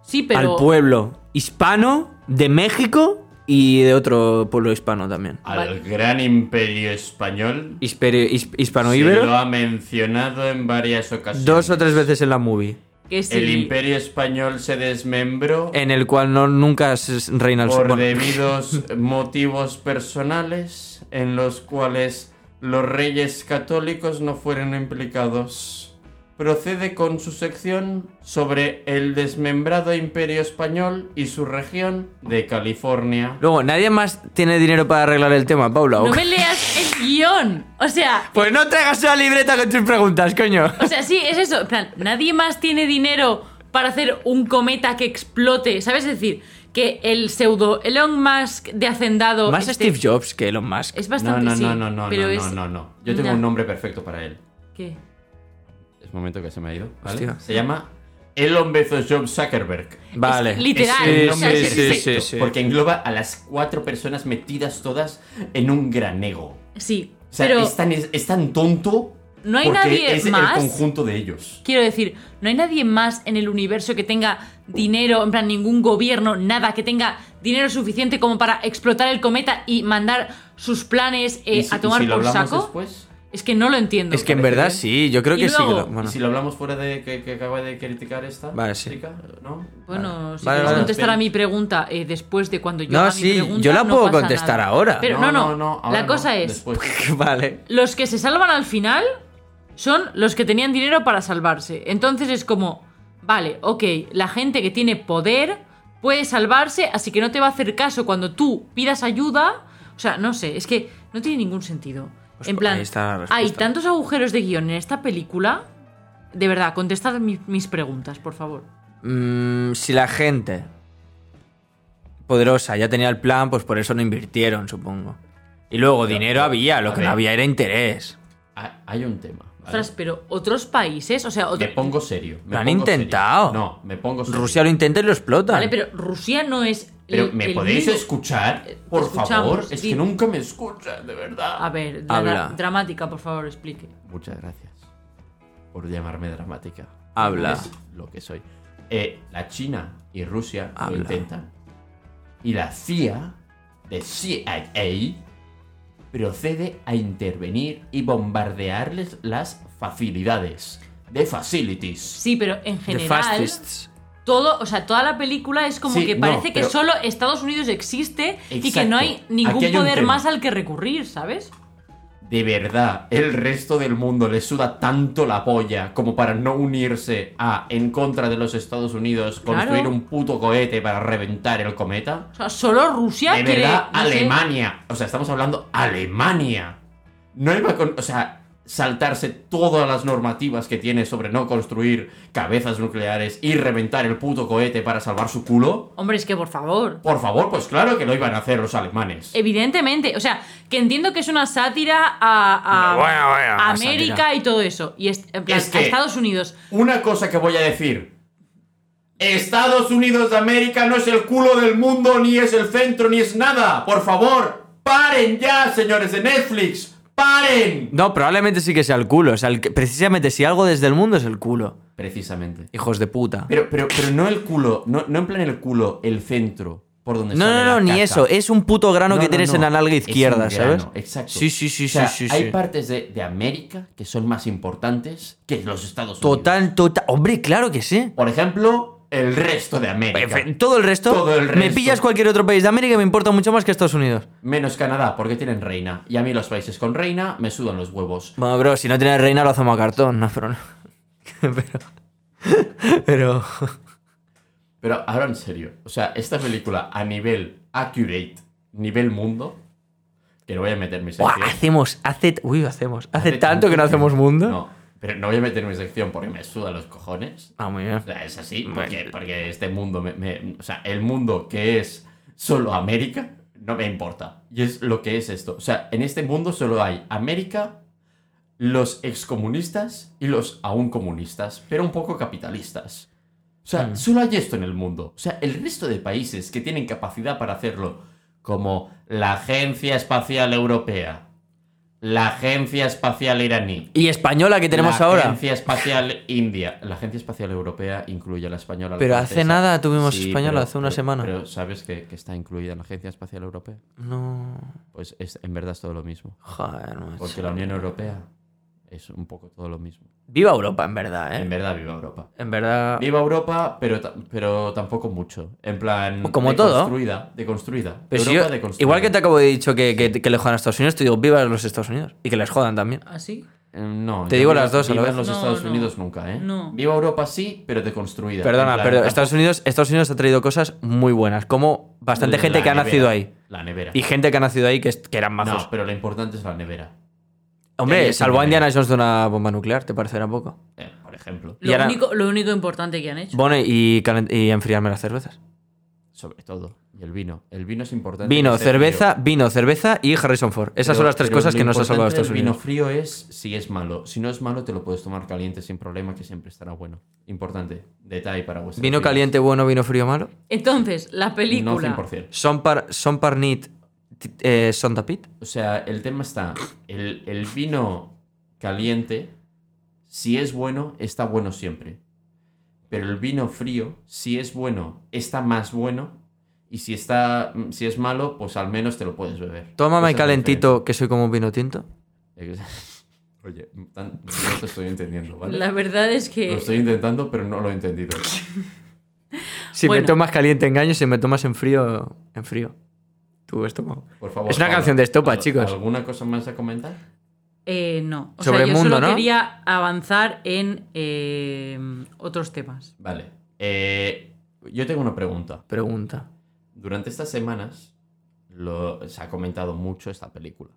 Speaker 3: sí, pero...
Speaker 2: al pueblo hispano de México y de otro pueblo hispano también.
Speaker 1: Al
Speaker 3: Vale.
Speaker 1: gran imperio español.
Speaker 2: Hispere- his-
Speaker 1: se
Speaker 2: Hispanoíbero.
Speaker 1: lo ha mencionado en varias ocasiones.
Speaker 2: Dos o tres veces en la movie.
Speaker 3: que sí.
Speaker 1: El imperio español se desmembró
Speaker 2: En el cual no, nunca se- reina el
Speaker 1: por
Speaker 2: bueno,
Speaker 1: debidos motivos personales en los cuales los reyes católicos no fueron implicados. Procede con su sección sobre el desmembrado imperio español y su región de California.
Speaker 2: Luego, ¿nadie más tiene dinero para arreglar el tema, Paula? ¿o
Speaker 3: No
Speaker 2: qué?
Speaker 3: me leas el guión. O sea,
Speaker 2: Pues no traigas una libreta con tus preguntas, coño.
Speaker 3: O sea, sí, es eso. En plan, nadie más tiene dinero para hacer un cometa que explote. ¿Sabes? Es decir, que el pseudo Elon Musk de Hacendado.
Speaker 2: Más
Speaker 3: este,
Speaker 2: Steve Jobs que Elon Musk.
Speaker 3: Es
Speaker 1: No,
Speaker 3: bastante.
Speaker 1: no,
Speaker 3: sí,
Speaker 1: no, no, no,
Speaker 3: pero
Speaker 1: no,
Speaker 3: es-
Speaker 1: no, no, no. Yo tengo
Speaker 3: Nah.
Speaker 1: un nombre perfecto para él.
Speaker 3: ¿Qué?
Speaker 1: Es momento que se me ha ido. ¿vale?
Speaker 2: Hostia.
Speaker 1: Se llama Elon Bezos Job Zuckerberg.
Speaker 2: Vale.
Speaker 3: es literal.
Speaker 1: Es el
Speaker 3: o sea,
Speaker 1: nombre
Speaker 3: es-
Speaker 2: Ah, sí,
Speaker 1: perfecto,
Speaker 2: sí, sí.
Speaker 1: Porque engloba a las cuatro personas metidas todas en un gran ego.
Speaker 3: sí,
Speaker 1: O sea,
Speaker 3: pero
Speaker 1: es, tan, es, es tan tonto.
Speaker 3: No hay
Speaker 1: porque
Speaker 3: nadie
Speaker 1: es
Speaker 3: más.
Speaker 1: el conjunto de ellos.
Speaker 3: quiero decir, no hay nadie más en el universo que tenga dinero, en plan, ningún gobierno, nada, que tenga dinero suficiente como para explotar el cometa y mandar sus planes eh,
Speaker 1: ¿Y si-
Speaker 3: a tomar
Speaker 1: y si lo
Speaker 3: por
Speaker 1: hablamos
Speaker 3: saco.
Speaker 1: después?
Speaker 3: Es que no lo entiendo.
Speaker 2: Es que en
Speaker 1: parece
Speaker 2: verdad
Speaker 1: bien.
Speaker 2: sí, yo creo
Speaker 3: Y
Speaker 2: que sí. que
Speaker 3: luego-
Speaker 2: lo- bueno.
Speaker 1: Y si lo hablamos fuera de que, que acaba de criticar esta
Speaker 2: Vale, sí.
Speaker 1: chica, ¿no?
Speaker 3: Bueno, si
Speaker 2: Vale,
Speaker 3: quieres
Speaker 2: vale.
Speaker 3: contestar a mi pregunta eh, después de cuando yo
Speaker 2: No,
Speaker 3: haga mi
Speaker 2: sí,
Speaker 3: pregunta,
Speaker 2: yo la
Speaker 3: no
Speaker 2: puedo
Speaker 3: pasa
Speaker 2: contestar
Speaker 3: nada.
Speaker 2: ahora.
Speaker 3: Pero no, no,
Speaker 1: ahora
Speaker 3: la cosa
Speaker 1: no,
Speaker 3: es,
Speaker 1: Después.
Speaker 2: <laughs> Vale.
Speaker 3: los que se salvan al final son los que tenían dinero para salvarse. Entonces es como, vale, ok, la gente que tiene poder puede salvarse, así que no te va a hacer caso cuando tú pidas ayuda. O sea, no sé, es que no tiene ningún sentido.
Speaker 2: Pues
Speaker 3: en plan,
Speaker 2: ahí está la respuesta.
Speaker 3: hay tantos agujeros de guión en esta película. De verdad, contestad mi- mis preguntas, por favor.
Speaker 2: Mm, si la gente poderosa ya tenía el plan, pues por eso no invirtieron, supongo. Y luego dinero había, lo
Speaker 1: a
Speaker 2: que
Speaker 1: ver.
Speaker 2: no había era interés.
Speaker 1: Ha- Ah, Hay un tema. ¿vale?
Speaker 3: Ostras, pero otros países, o sea, otro-
Speaker 1: Me pongo serio. me
Speaker 2: Lo han
Speaker 1: pongo serio.
Speaker 2: intentado.
Speaker 1: No, me pongo serio.
Speaker 2: Rusia lo intenta y lo explota.
Speaker 3: Vale, pero Rusia no es.
Speaker 1: Pero,
Speaker 3: el-
Speaker 1: ¿me
Speaker 3: el
Speaker 1: podéis
Speaker 3: mundo.
Speaker 1: escuchar?
Speaker 3: Eh,
Speaker 1: Por
Speaker 3: escuchamos,
Speaker 1: favor, es
Speaker 3: sí.
Speaker 1: que nunca me escuchan, de verdad.
Speaker 3: A ver,
Speaker 2: Habla.
Speaker 3: dra- dramática, por favor, explique.
Speaker 1: Muchas gracias por llamarme dramática.
Speaker 2: Habla.
Speaker 1: Es lo que soy. Eh, la China y Rusia
Speaker 2: Habla.
Speaker 1: lo intentan. Y la CIA, de CIA, procede a intervenir y bombardearles las facilidades. De facilities.
Speaker 3: Sí, pero en
Speaker 2: The
Speaker 3: general.
Speaker 2: fascists.
Speaker 3: Todo, o sea, toda la película es como
Speaker 1: Sí,
Speaker 3: que
Speaker 1: no,
Speaker 3: parece que
Speaker 1: pero-
Speaker 3: solo Estados Unidos existe y que
Speaker 1: Exacto.
Speaker 3: no hay ningún
Speaker 1: Aquí hay un
Speaker 3: poder
Speaker 1: tema.
Speaker 3: más al que recurrir, ¿sabes?
Speaker 1: De verdad, el resto del mundo le suda tanto la polla como para no unirse a, en contra de los Estados Unidos,
Speaker 3: Claro.
Speaker 1: construir un puto cohete para reventar el cometa.
Speaker 3: O sea, solo Rusia
Speaker 1: De
Speaker 3: quiere-
Speaker 1: verdad,
Speaker 3: no sé.
Speaker 1: Alemania. O sea, estamos hablando Alemania. No iba con. O sea, saltarse todas las normativas que tiene sobre no construir cabezas nucleares y reventar el puto cohete para salvar su culo.
Speaker 3: Hombre, es que por favor.
Speaker 1: Por favor, pues claro que lo iban a hacer los
Speaker 3: Eh.
Speaker 1: alemanes.
Speaker 3: Evidentemente, o sea, que entiendo que es una sátira a, a-
Speaker 2: No, bueno, bueno,
Speaker 3: a
Speaker 2: una
Speaker 3: América
Speaker 2: sátira.
Speaker 3: y todo eso. Y es, en plan,
Speaker 1: Es que-
Speaker 3: a Estados Unidos.
Speaker 1: Una cosa que voy a decir. Estados Unidos de América no es el culo del mundo, ni es el centro, ni es nada. Por favor, paren ya, señores de Netflix. ¡Paren!
Speaker 2: No, probablemente sí que sea el culo. O sea, el que- precisamente si algo desde el mundo es el culo.
Speaker 1: Precisamente.
Speaker 2: Hijos de puta.
Speaker 1: Pero, pero, pero no el culo, no, no en plan el culo, el centro, por donde
Speaker 2: no,
Speaker 1: sale
Speaker 2: no,
Speaker 1: la
Speaker 2: no, ni
Speaker 1: caca.
Speaker 2: eso. Es un puto grano
Speaker 1: No,
Speaker 2: que
Speaker 1: no,
Speaker 2: tienes
Speaker 1: no.
Speaker 2: en la nalga
Speaker 1: Es un
Speaker 2: izquierda,
Speaker 1: grano,
Speaker 2: ¿sabes?
Speaker 1: Exacto.
Speaker 2: Sí, sí, sí,
Speaker 1: O sea,
Speaker 2: sí, sí.
Speaker 1: Hay
Speaker 2: sí.
Speaker 1: partes de, de América que son más importantes que los Estados Unidos.
Speaker 2: Total, total. Hombre, claro que sí.
Speaker 1: Por ejemplo, el resto de América.
Speaker 2: Efe- Todo el resto.
Speaker 1: Todo el
Speaker 2: Me
Speaker 1: resto.
Speaker 2: pillas cualquier otro país de América y me importa mucho más que Estados Unidos.
Speaker 1: Menos Canadá, porque tienen reina. Y a mí los países con reina me sudan los huevos.
Speaker 2: Bueno, bro, si no tienes reina lo hacemos a cartón, no, <laughs> pero no. pero. Pero.
Speaker 1: Pero ahora en serio, o sea, esta película a nivel accurate, nivel mundo, que no voy a meter mi
Speaker 2: Buah,
Speaker 1: sección.
Speaker 2: hacemos. Hace. Uy, hacemos. Hace, tanto que no hacemos mundo.
Speaker 1: No, pero no voy a meter mi sección porque me suda los cojones.
Speaker 2: Ah, muy bien.
Speaker 1: O sea, es así, porque, porque este mundo, me- me- o sea, el mundo que es solo América, no me importa. Y es lo que es esto. O sea, en este mundo solo hay América, los excomunistas y los aún comunistas, pero un poco capitalistas. O sea, solo hay esto en el mundo. O sea, el resto de países que tienen capacidad para hacerlo, como la Agencia Espacial Europea, la Agencia Espacial Iraní,
Speaker 2: Y española que tenemos
Speaker 1: la
Speaker 2: ahora.
Speaker 1: Agencia Espacial India. La Agencia Espacial Europea incluye a la española. a la
Speaker 2: Pero hace
Speaker 1: francesa.
Speaker 2: nada tuvimos española,
Speaker 1: pero-
Speaker 2: hace una
Speaker 1: pero-
Speaker 2: semana.
Speaker 1: Pero ¿sabes que, que está incluida en la Agencia Espacial Europea?
Speaker 2: No.
Speaker 1: Pues es, en verdad es todo lo mismo.
Speaker 2: Joder,
Speaker 1: Porque
Speaker 2: macho.
Speaker 1: la Unión Europea es un poco todo lo mismo.
Speaker 2: Viva Europa, en verdad,
Speaker 1: En
Speaker 2: eh.
Speaker 1: verdad, viva Europa.
Speaker 2: En verdad.
Speaker 1: Viva Europa, pero, ta- pero tampoco mucho. En plan.
Speaker 2: Pues Como
Speaker 1: deconstruida, Deconstruida.
Speaker 2: Pero si
Speaker 1: Europa
Speaker 2: yo-
Speaker 1: deconstruida.
Speaker 2: igual que te acabo de dicho que, que, que le jodan a Estados Unidos, te digo, viva los Estados Unidos. Y que les jodan también.
Speaker 3: ¿Así?
Speaker 1: Eh, No.
Speaker 2: Te
Speaker 1: yo
Speaker 2: digo
Speaker 1: viva-
Speaker 2: las dos a
Speaker 1: viva
Speaker 2: la vez.
Speaker 1: en los
Speaker 3: No,
Speaker 1: Estados
Speaker 3: no.
Speaker 1: Unidos nunca, ¿eh?
Speaker 3: No.
Speaker 1: Viva Europa sí, pero deconstruida.
Speaker 2: Perdona,
Speaker 1: En plan,
Speaker 2: pero
Speaker 1: tampoco-
Speaker 2: Estados Unidos, Estados Unidos ha traído cosas muy buenas. Como bastante gente
Speaker 1: La
Speaker 2: que ha
Speaker 1: nevera,
Speaker 2: nacido ahí.
Speaker 1: La nevera.
Speaker 2: Y gente que ha nacido ahí que, es- que eran mazos.
Speaker 1: No, pero lo importante es la nevera.
Speaker 2: Hombre,
Speaker 1: Eh,
Speaker 2: salvó a
Speaker 1: también.
Speaker 2: Indiana Jones de una bomba nuclear, ¿te parecerá poco?
Speaker 1: Eh, por ejemplo.
Speaker 2: Y
Speaker 3: Lo,
Speaker 2: ahora-
Speaker 3: único, lo único importante que han hecho.
Speaker 2: Bueno, y, calen- y enfriarme las cervezas.
Speaker 1: Sobre todo. Y el vino. El vino es importante.
Speaker 2: Vino,
Speaker 1: que esté frío.
Speaker 2: cerveza, vino, cerveza y Harrison Ford. Esas
Speaker 1: Pero-
Speaker 2: son las tres
Speaker 1: pero
Speaker 2: cosas
Speaker 1: lo
Speaker 2: que nos ha salvado
Speaker 1: importante
Speaker 2: Estados
Speaker 1: del vino
Speaker 2: Unidos.
Speaker 1: frío es si es malo. Si no es malo, te lo puedes tomar caliente sin problema, que siempre estará bueno. Importante. Detalle para vuestros
Speaker 2: Vino
Speaker 1: vinos.
Speaker 2: caliente bueno, vino frío malo.
Speaker 3: Entonces, la
Speaker 1: No
Speaker 3: película.
Speaker 1: 100%.
Speaker 2: Son par, son par nit, ti- eh, son tapit.
Speaker 1: O sea, el tema está. El, el vino caliente, si es bueno, está bueno siempre. Pero el vino frío, si es bueno, está más bueno. Y si está. Si es malo, pues al menos te lo puedes beber.
Speaker 2: Tómame
Speaker 1: Esa es la
Speaker 2: calentito, que soy como un vino tinto.
Speaker 1: diferencia. Oye, tan- no te estoy entendiendo, ¿vale?
Speaker 3: La verdad es
Speaker 1: Lo
Speaker 3: que.
Speaker 1: estoy intentando, pero no lo he entendido.
Speaker 2: Si
Speaker 3: Bueno.
Speaker 2: me tomas caliente engaño, si me tomas en frío, en frío. Tu estómago.
Speaker 1: Por favor.
Speaker 2: Es una
Speaker 1: Pablo,
Speaker 2: canción de estopa,
Speaker 1: ¿al-
Speaker 2: chicos.
Speaker 1: ¿Alguna cosa más a comentar?
Speaker 3: eh, no. O
Speaker 2: Sobre
Speaker 3: sea, yo
Speaker 2: el mundo,
Speaker 3: solo
Speaker 2: ¿no?
Speaker 3: quería avanzar en eh, otros temas.
Speaker 1: Vale. Eh, yo tengo una pregunta.
Speaker 2: Pregunta.
Speaker 1: Durante estas semanas lo- se ha comentado mucho esta película.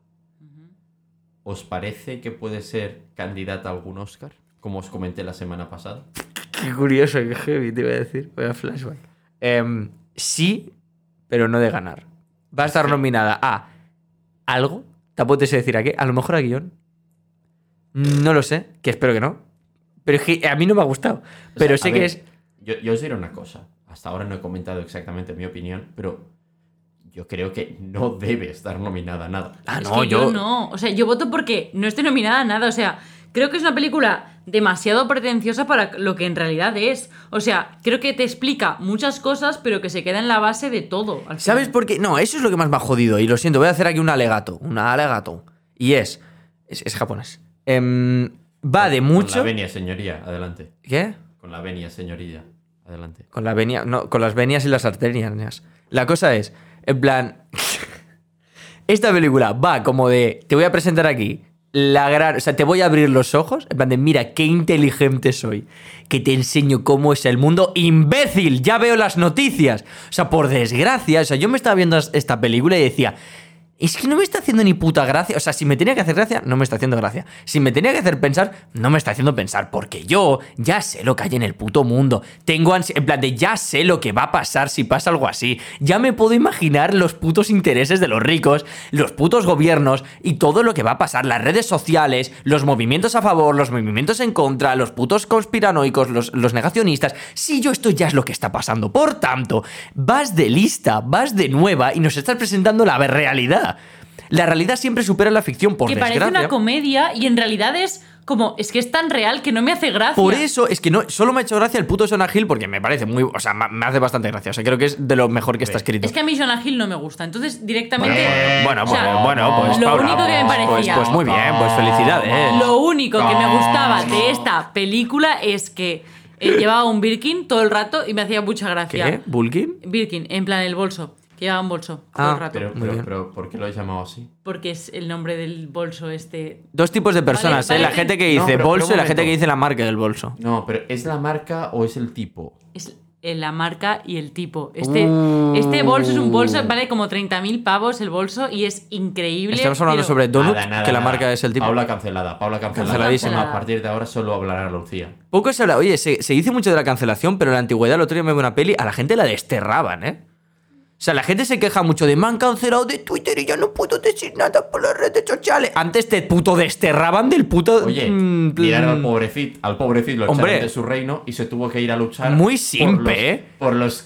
Speaker 1: ¿Os parece que puede ser candidata a algún Oscar? Como os comenté la semana pasada.
Speaker 2: Qué curioso, qué heavy, te iba a decir. Voy a flashback. Em, sí, pero no de ganar. Va a estar nominada a algo. Tampoco te sé decir a qué. A lo mejor a guión. Mm, No lo sé, que espero que no. Pero es que a mí no me ha gustado.
Speaker 1: O
Speaker 2: Pero
Speaker 1: sea,
Speaker 2: sé
Speaker 1: a
Speaker 2: que
Speaker 1: ver,
Speaker 2: es.
Speaker 1: Yo, yo os diré una cosa. Hasta ahora no he comentado exactamente mi opinión, pero yo creo que no debe estar nominada a nada.
Speaker 2: Ah,
Speaker 3: Es
Speaker 2: no,
Speaker 3: que
Speaker 2: yo.
Speaker 3: no. O sea, yo voto porque no estoy nominada a nada. O sea, creo que es una película demasiado pretenciosa para lo que en realidad es. O sea, creo que te explica muchas cosas, pero que se queda en la base de todo. al final.
Speaker 2: ¿Sabes por qué? No, eso es lo que más me ha jodido. Y lo siento, voy a hacer aquí un alegato. Un alegato. Y es. Es, es japonés. Em, va de
Speaker 1: Con la
Speaker 2: mucho.
Speaker 1: venia, señoría. Adelante.
Speaker 2: ¿Qué?
Speaker 1: Con la venia, señoría. Adelante.
Speaker 2: Con la venia, no, con las venias y las arterias. La cosa es, en plan, <laughs> esta película va como de, te voy a presentar aquí la gran, o sea, te voy a abrir los ojos, en plan de, mira qué inteligente soy, que te enseño cómo es el mundo, imbécil, ya veo las noticias. O sea, por desgracia, o sea, yo me estaba viendo esta película y decía, es que no me está haciendo ni puta gracia. O sea, si me tenía que hacer gracia, no me está haciendo gracia. Si me tenía que hacer pensar, no me está haciendo pensar. Porque yo ya sé lo que hay en el puto mundo. Tengo ansiedad. En plan de ya sé lo que va a pasar si pasa algo así. Ya me puedo imaginar los putos intereses de los ricos, los putos gobiernos y todo lo que va a pasar. Las redes sociales, los movimientos a favor, los movimientos en contra, los putos conspiranoicos, los, los negacionistas. Si yo esto ya es lo que está pasando. Por tanto, vas de lista, vas de nueva y nos estás presentando la realidad. La realidad siempre supera la ficción, por
Speaker 3: que parece
Speaker 2: desgracia.
Speaker 3: una comedia y en realidad es como, es que es tan real que no me hace gracia.
Speaker 2: Por eso es que no, solo me ha hecho gracia el puto Jonah Hill porque me parece muy. O sea, ma- me hace bastante gracia. O sea, creo que es de lo mejor que está escrito.
Speaker 3: Es que a mí Jonah Hill no me gusta. Entonces, directamente.
Speaker 2: Bueno,
Speaker 3: o sea,
Speaker 2: bueno, bueno, pues.
Speaker 3: lo
Speaker 2: Paula,
Speaker 3: único que me
Speaker 2: pues-
Speaker 3: parecía-
Speaker 2: Pues, muy bien, pues felicidades.
Speaker 3: Lo único que me gustaba de esta película es que eh, llevaba un Birkin todo el rato y me hacía mucha
Speaker 2: ¿Qué?
Speaker 3: gracia.
Speaker 2: ¿Bulkin?
Speaker 3: Birkin, en plan el bolso. Que llevaba un bolso todo
Speaker 2: Ah,
Speaker 3: el rato.
Speaker 1: Pero,
Speaker 2: Muy
Speaker 1: pero,
Speaker 2: bien.
Speaker 1: pero, ¿por qué lo he llamado así?
Speaker 3: Porque es el nombre del bolso este.
Speaker 2: Dos tipos de personas,
Speaker 3: Vale,
Speaker 2: ¿eh? La
Speaker 3: vale.
Speaker 2: gente que
Speaker 1: No,
Speaker 2: dice
Speaker 1: pero- pero
Speaker 2: bolso
Speaker 1: un
Speaker 2: y la gente
Speaker 1: momento.
Speaker 2: que dice la marca del bolso.
Speaker 1: No, pero ¿es la marca o es el tipo?
Speaker 3: Es la marca y el tipo. Este,
Speaker 2: Uh.
Speaker 3: este bolso es un bolso, vale como 30.000 pavos el bolso y es increíble.
Speaker 2: Estamos hablando
Speaker 3: pero-
Speaker 2: sobre Donut,
Speaker 1: Nada, nada,
Speaker 2: que la
Speaker 1: nada.
Speaker 2: marca es el tipo.
Speaker 1: Paula cancelada, Paula cancelada.
Speaker 2: Canceladísima. Mm,
Speaker 1: A partir de ahora solo hablará Lucía.
Speaker 2: Poco se habla. Oye, se, se dice mucho de la cancelación, pero en la antigüedad, el otro día me vi una peli, a la gente la desterraban, ¿eh? O sea, la gente se queja mucho de me han cancelado de Twitter y yo no puedo decir nada por las redes sociales. Antes te puto desterraban del puto.
Speaker 1: Oye,
Speaker 2: mm,
Speaker 1: mirar al
Speaker 2: mm,
Speaker 1: pobrecito, al pobrecito lo
Speaker 2: Hombre.
Speaker 1: echaron de su reino y se tuvo que ir a luchar.
Speaker 2: Muy
Speaker 1: por
Speaker 2: simple,
Speaker 1: los-
Speaker 2: ¿eh?
Speaker 1: Por los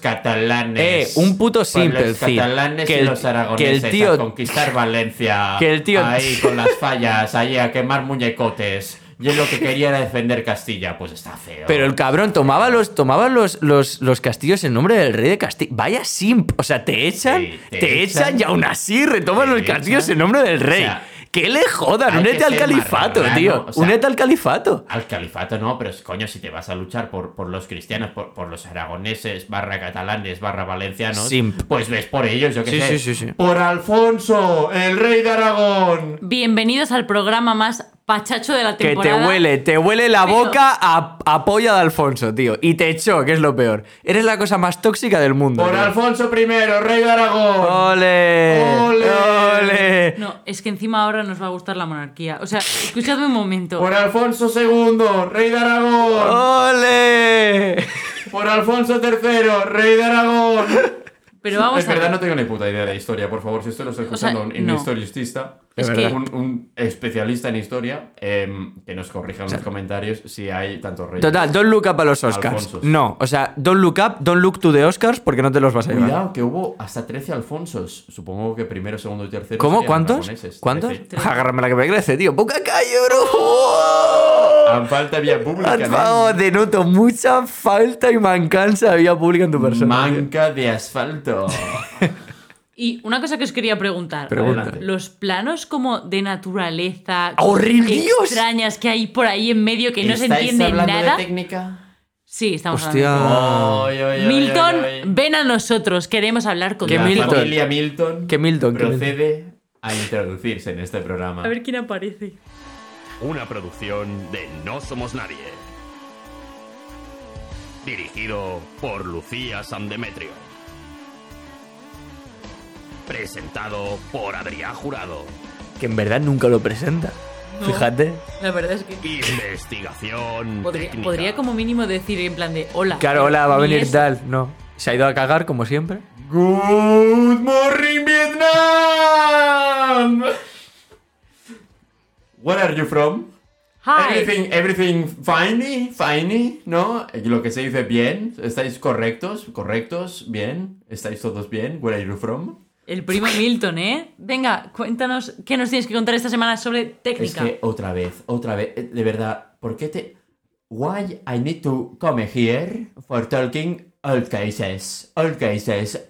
Speaker 1: catalanes.
Speaker 2: Eh, un puto simple,
Speaker 1: Por los
Speaker 2: Cid.
Speaker 1: catalanes
Speaker 2: Que
Speaker 1: y
Speaker 2: el-
Speaker 1: los aragoneses
Speaker 2: que el tío-
Speaker 1: a conquistar Valencia.
Speaker 2: que el tío-
Speaker 1: Ahí con las fallas, ahí a quemar muñecotes. Y él lo que quería era defender Castilla. Pues está feo.
Speaker 2: Pero el cabrón tomaba los, tomaba los, los, los castillos en nombre del rey de Castilla. Vaya simp. O sea, te echan,
Speaker 1: Sí,
Speaker 2: te,
Speaker 1: te
Speaker 2: echan,
Speaker 1: echan.
Speaker 2: y aún así retoman
Speaker 1: Te
Speaker 2: los castillos
Speaker 1: echan.
Speaker 2: en nombre del rey.
Speaker 1: sea,
Speaker 2: que le jodan.
Speaker 1: hay que
Speaker 2: Únete al
Speaker 1: ser
Speaker 2: califato,
Speaker 1: marrano,
Speaker 2: tío.
Speaker 1: o sea,
Speaker 2: únete al califato.
Speaker 1: Al califato no, pero es coño, si te vas a luchar por, por los cristianos, por, por los aragoneses, barra catalanes, barra valencianos,
Speaker 2: Simp.
Speaker 1: pues ves por ellos, yo qué
Speaker 2: Sí,
Speaker 1: sé.
Speaker 2: sí, sí, sí.
Speaker 1: Por Alfonso, el rey de Aragón.
Speaker 3: Bienvenidos al programa más pachacho de la
Speaker 2: Que
Speaker 3: temporada.
Speaker 2: te huele, te huele la
Speaker 3: Pero-
Speaker 2: boca a, a polla de Alfonso, tío. Y te echó, que es lo peor. Eres la cosa más tóxica del mundo.
Speaker 1: Por
Speaker 2: tío.
Speaker 1: Alfonso I, rey de
Speaker 2: Ah.
Speaker 1: Aragón.
Speaker 2: ¡Ole!
Speaker 1: ¡Ole!
Speaker 2: ¡Ole!
Speaker 3: No, es que encima ahora nos va a gustar la monarquía. O sea, escuchadme un momento.
Speaker 1: Por Alfonso II, rey de
Speaker 2: Ah.
Speaker 1: Aragón.
Speaker 2: ¡Ole!
Speaker 1: Por Alfonso III, rey de Aragón.
Speaker 3: Pero vamos
Speaker 1: es
Speaker 3: a ver.
Speaker 1: verdad, no tengo ni puta idea de historia, por favor. Si esto lo está escuchando un, un
Speaker 3: no.
Speaker 1: historicista,
Speaker 3: Es Es que- verdad.
Speaker 1: un, un especialista en historia, em, que nos corrija en los comentarios si hay tantos reyes.
Speaker 2: Total, don't look up a los Oscars.
Speaker 1: Alfonsos.
Speaker 2: No, o sea, don't look up, don't look to the Oscars porque no te los vas a llevar.
Speaker 1: Cuidado, que hubo hasta 13 Alfonsos. Supongo que primero, segundo y tercero.
Speaker 2: ¿Cómo?
Speaker 1: serían
Speaker 2: ¿Cuántos?
Speaker 1: aragoneses.
Speaker 2: ¿Cuántos?
Speaker 1: 13.
Speaker 2: Agárrame la que me crece, tío. Poca calle, bro.
Speaker 1: En falta vía pública.
Speaker 2: Por favor, denoto mucha falta y mancanza de vida pública en tu
Speaker 1: ¿no?
Speaker 2: persona. tío.
Speaker 1: Manca de asfalto.
Speaker 3: Y una cosa que os quería preguntar.
Speaker 2: Pregunta. ¡Ah,
Speaker 1: Adelante.
Speaker 3: Los planos como de naturaleza
Speaker 2: ¡Horrible, Dios!
Speaker 3: extrañas que hay por ahí en medio que no se entiende nada.
Speaker 1: técnica?
Speaker 3: Sí, estamos hablando.
Speaker 2: Hostia.
Speaker 3: de- Milton, ven a nosotros, queremos hablar con
Speaker 2: ¿Qué
Speaker 1: La
Speaker 3: Milton.
Speaker 2: Milton?
Speaker 1: familia Milton,
Speaker 2: ¿Qué Milton? ¿Qué Milton?
Speaker 1: procede a introducirse en este programa.
Speaker 3: A ver quién aparece.
Speaker 6: Una producción de No Somos Nadie. Dirigido por Lucía Sandemetrio. Presentado por Adrián Jurado.
Speaker 2: Que en verdad nunca lo presenta.
Speaker 3: No.
Speaker 2: Fíjate.
Speaker 3: La verdad es que
Speaker 6: Investigación.
Speaker 3: podría,
Speaker 6: técnica.
Speaker 3: podría como mínimo decir en plan de hola.
Speaker 2: Claro, hola, va a
Speaker 3: Ni
Speaker 2: venir
Speaker 3: eso.
Speaker 2: tal. No. Se ha ido a cagar, como siempre.
Speaker 1: Good morning, Vietnam! Where are you from?
Speaker 3: Hi.
Speaker 1: Everything, everything fine, fine, ¿no? Lo que se dice bien. ¿Estáis correctos? ¿Correctos? ¿Bien? ¿Estáis todos bien? ¿Where are you from?
Speaker 3: El
Speaker 1: <laughs>
Speaker 3: primo Milton, ¿eh? Venga, cuéntanos qué nos tienes que contar esta semana sobre
Speaker 1: Es
Speaker 3: técnica.
Speaker 1: que otra vez, otra vez, eh, de verdad, ¿por qué te... Why I need to come here for talking old cases, old cases.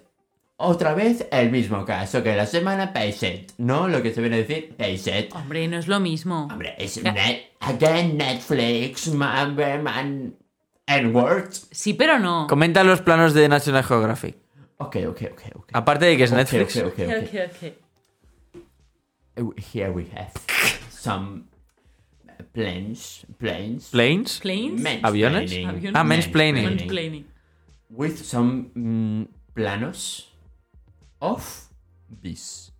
Speaker 1: Otra vez el mismo caso que la semana patient, ¿no? Lo que se viene a decir patient.
Speaker 3: Hombre, no es lo mismo.
Speaker 1: Hombre, es net, again Netflix, man, man, and word.
Speaker 3: Sí, pero no.
Speaker 2: Comenta los planos de National Geographic.
Speaker 1: Ok, ok, ok, ok.
Speaker 2: Aparte de que es
Speaker 1: Ok,
Speaker 2: Netflix.
Speaker 1: ok, ok, ok.
Speaker 3: Ok, ok.
Speaker 1: Uh, Here we have some planes, planes,
Speaker 2: Planes.
Speaker 3: Planes.
Speaker 1: men's
Speaker 2: ¿Aviones?
Speaker 1: planning.
Speaker 3: Aviones.
Speaker 2: Ah, mansplaining.
Speaker 1: Mansplaining.
Speaker 3: Mansplaining.
Speaker 1: with some mm, planos of bees.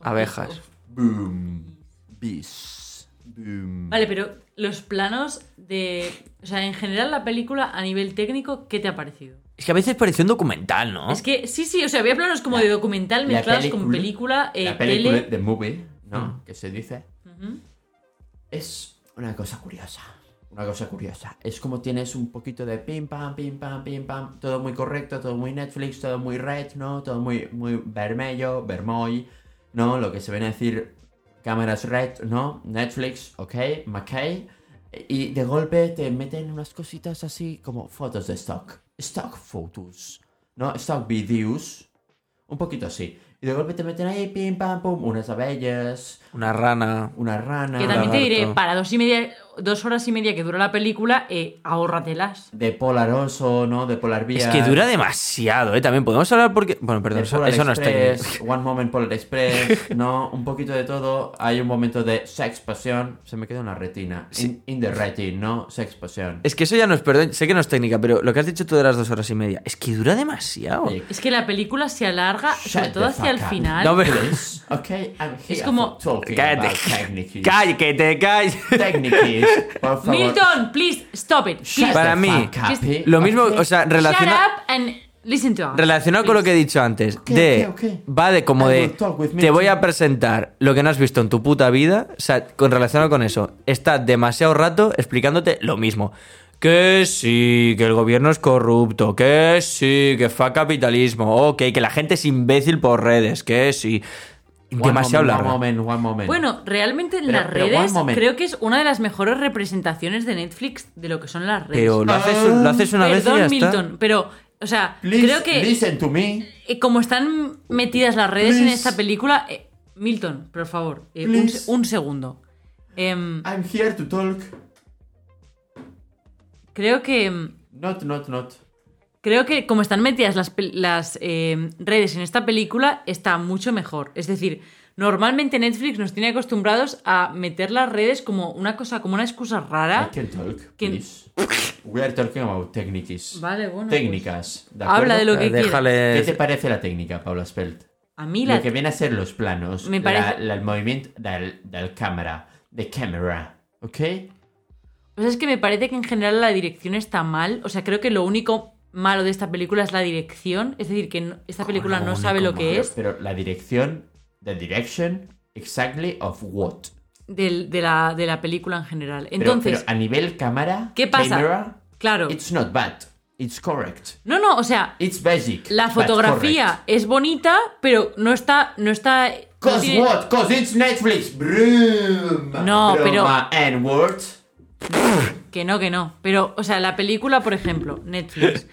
Speaker 2: Abejas.
Speaker 1: Boom. Bees. Boom.
Speaker 3: Vale, pero los planos de. O sea, en general la película a nivel técnico, ¿qué te ha parecido?
Speaker 2: Es que a veces pareció un documental, ¿no?
Speaker 3: Es que sí, sí, o sea, había planos como
Speaker 1: La-
Speaker 3: de documental
Speaker 1: la
Speaker 3: mezclados con película, eh,
Speaker 1: la película
Speaker 3: tele.
Speaker 1: de movie, ¿no?
Speaker 2: Mm.
Speaker 1: Que se dice.
Speaker 3: Ujú.
Speaker 1: Es una cosa curiosa. Una cosa curiosa. Es como tienes un poquito de pim pam, pim pam, pim pam. Todo muy correcto, todo muy Netflix, todo muy red, ¿no? Todo muy, muy vermelho, vermoy, ¿no? Lo que se viene a decir cámaras red, ¿no? Netflix, ok, McKay. Y de golpe te meten unas cositas así como fotos de stock. Stock photos, ¿no? Stock videos. Un poquito así. Y de golpe te meten ahí, pim pam, pum, unas abellas,
Speaker 2: Una rana.
Speaker 1: una rana.
Speaker 3: Que también te diré,
Speaker 2: lagarto.
Speaker 3: para dos y media, dos horas y media que dura la película, eh, ahórratelas.
Speaker 1: De Polar Oso, ¿no? De Polar Vía.
Speaker 2: Es que dura demasiado, ¿eh? También podemos hablar porque... Bueno,
Speaker 1: De
Speaker 2: perdón, eso,
Speaker 1: Polar
Speaker 2: eso no es técnico.
Speaker 1: Express, One Moment Polar Express, ¿no? Un poquito de todo. Hay un momento de sex, pasión. Se me queda una retina. In, in the retina, ¿no? Sex, pasión.
Speaker 2: Es que eso ya no es... Perdón, sé que no es técnica, pero lo que has dicho tú de las dos horas y media, es que dura demasiado.
Speaker 1: Oye,
Speaker 3: Es que la película se alarga,
Speaker 1: Shut
Speaker 3: sobre todo
Speaker 1: the
Speaker 3: hacia el
Speaker 1: fuck up.
Speaker 3: final.
Speaker 2: No, pero...
Speaker 1: please. Ok,
Speaker 2: <laughs>
Speaker 1: I'm here
Speaker 3: como-
Speaker 1: for talking
Speaker 2: Cállate.
Speaker 1: about techniques.
Speaker 2: ¡Calla, que te calles!
Speaker 3: <laughs>
Speaker 1: Techniques, por favor.
Speaker 3: Milton, please, stop it.
Speaker 1: Shut the
Speaker 3: Please.
Speaker 2: Para mí,
Speaker 1: fuck up, eh.
Speaker 2: Lo mismo,
Speaker 1: Ok.
Speaker 2: o sea, relaciona...
Speaker 3: Shut up and listen to us.
Speaker 2: Relacionado con lo que he dicho antes,
Speaker 1: Ok,
Speaker 2: de.
Speaker 1: ok, ok.
Speaker 2: Va de como
Speaker 1: I
Speaker 2: de.
Speaker 1: will talk with me
Speaker 2: Te voy a
Speaker 1: too.
Speaker 2: presentar lo que no has visto en tu puta vida. O sea, con, relacionado con eso. Está demasiado rato explicándote lo mismo. Que sí, que el gobierno es corrupto. Que sí, que fa capitalismo. Ok, que la gente es imbécil por redes. Que sí.
Speaker 1: One
Speaker 2: Demasiado
Speaker 1: moment,
Speaker 2: largo.
Speaker 1: One moment, one moment.
Speaker 3: Bueno, realmente en
Speaker 1: Pero-
Speaker 3: las
Speaker 1: pero
Speaker 3: redes
Speaker 1: one moment.
Speaker 3: creo que es una de las mejores representaciones de Netflix de lo que son las redes.
Speaker 2: Pero lo haces, lo haces una vez y
Speaker 3: Perdón,
Speaker 2: ya está.
Speaker 3: Milton, pero, o sea,
Speaker 1: Please,
Speaker 3: creo que
Speaker 1: Listen to me.
Speaker 3: eh, como están metidas las redes en
Speaker 1: Please.
Speaker 3: esta película, eh, Milton, por favor, eh, un,
Speaker 1: Please.
Speaker 3: un segundo. Em,
Speaker 1: I'm here to talk.
Speaker 3: creo que em,
Speaker 1: Not, not, not.
Speaker 3: creo que como están metidas las, pel- las, em, redes en esta película, está mucho mejor. Es decir, normalmente Netflix nos tiene acostumbrados a meter las redes como una cosa, como una excusa
Speaker 1: I
Speaker 3: rara.
Speaker 1: can talk,
Speaker 3: Can-
Speaker 1: please. We are talking about techniques.
Speaker 3: Vale, bueno. pues-
Speaker 1: Técnicas. ¿de
Speaker 3: Habla
Speaker 1: acuerdo?
Speaker 3: de lo que
Speaker 2: Déjale.
Speaker 1: ¿Qué te parece la técnica, Paula Spelt?
Speaker 3: A mí la
Speaker 1: Lo que viene a ser los planos.
Speaker 3: Me
Speaker 1: la-
Speaker 3: parece-
Speaker 1: la- el movimiento del, del cámara. De cámara. ¿Ok?
Speaker 3: Pues es que me parece que en general la dirección está mal. O sea, creo que lo único malo de esta película es la dirección. Es decir, que no- esta película
Speaker 2: lo
Speaker 3: no
Speaker 2: único
Speaker 3: sabe lo que
Speaker 2: malo?
Speaker 3: es
Speaker 1: Pero la dirección. The direction exactly of what.
Speaker 3: del- de, la, de la película en general.
Speaker 1: Pero-
Speaker 3: Entonces,
Speaker 1: pero a nivel cámara.
Speaker 3: ¿qué pasa?
Speaker 1: camera,
Speaker 3: claro.
Speaker 1: it's not bad. It's correct.
Speaker 3: No, no, o sea,
Speaker 1: It's basic.
Speaker 3: la
Speaker 1: but
Speaker 3: fotografía
Speaker 1: correct.
Speaker 3: es bonita, pero no está. No está. no
Speaker 1: Cause
Speaker 3: tiene-
Speaker 1: what? Cause it's Netflix. uh, Broom.
Speaker 3: No, pero-
Speaker 1: Broma and word.
Speaker 3: Que no, que no. Pero, o sea, la película, por ejemplo, Netflix.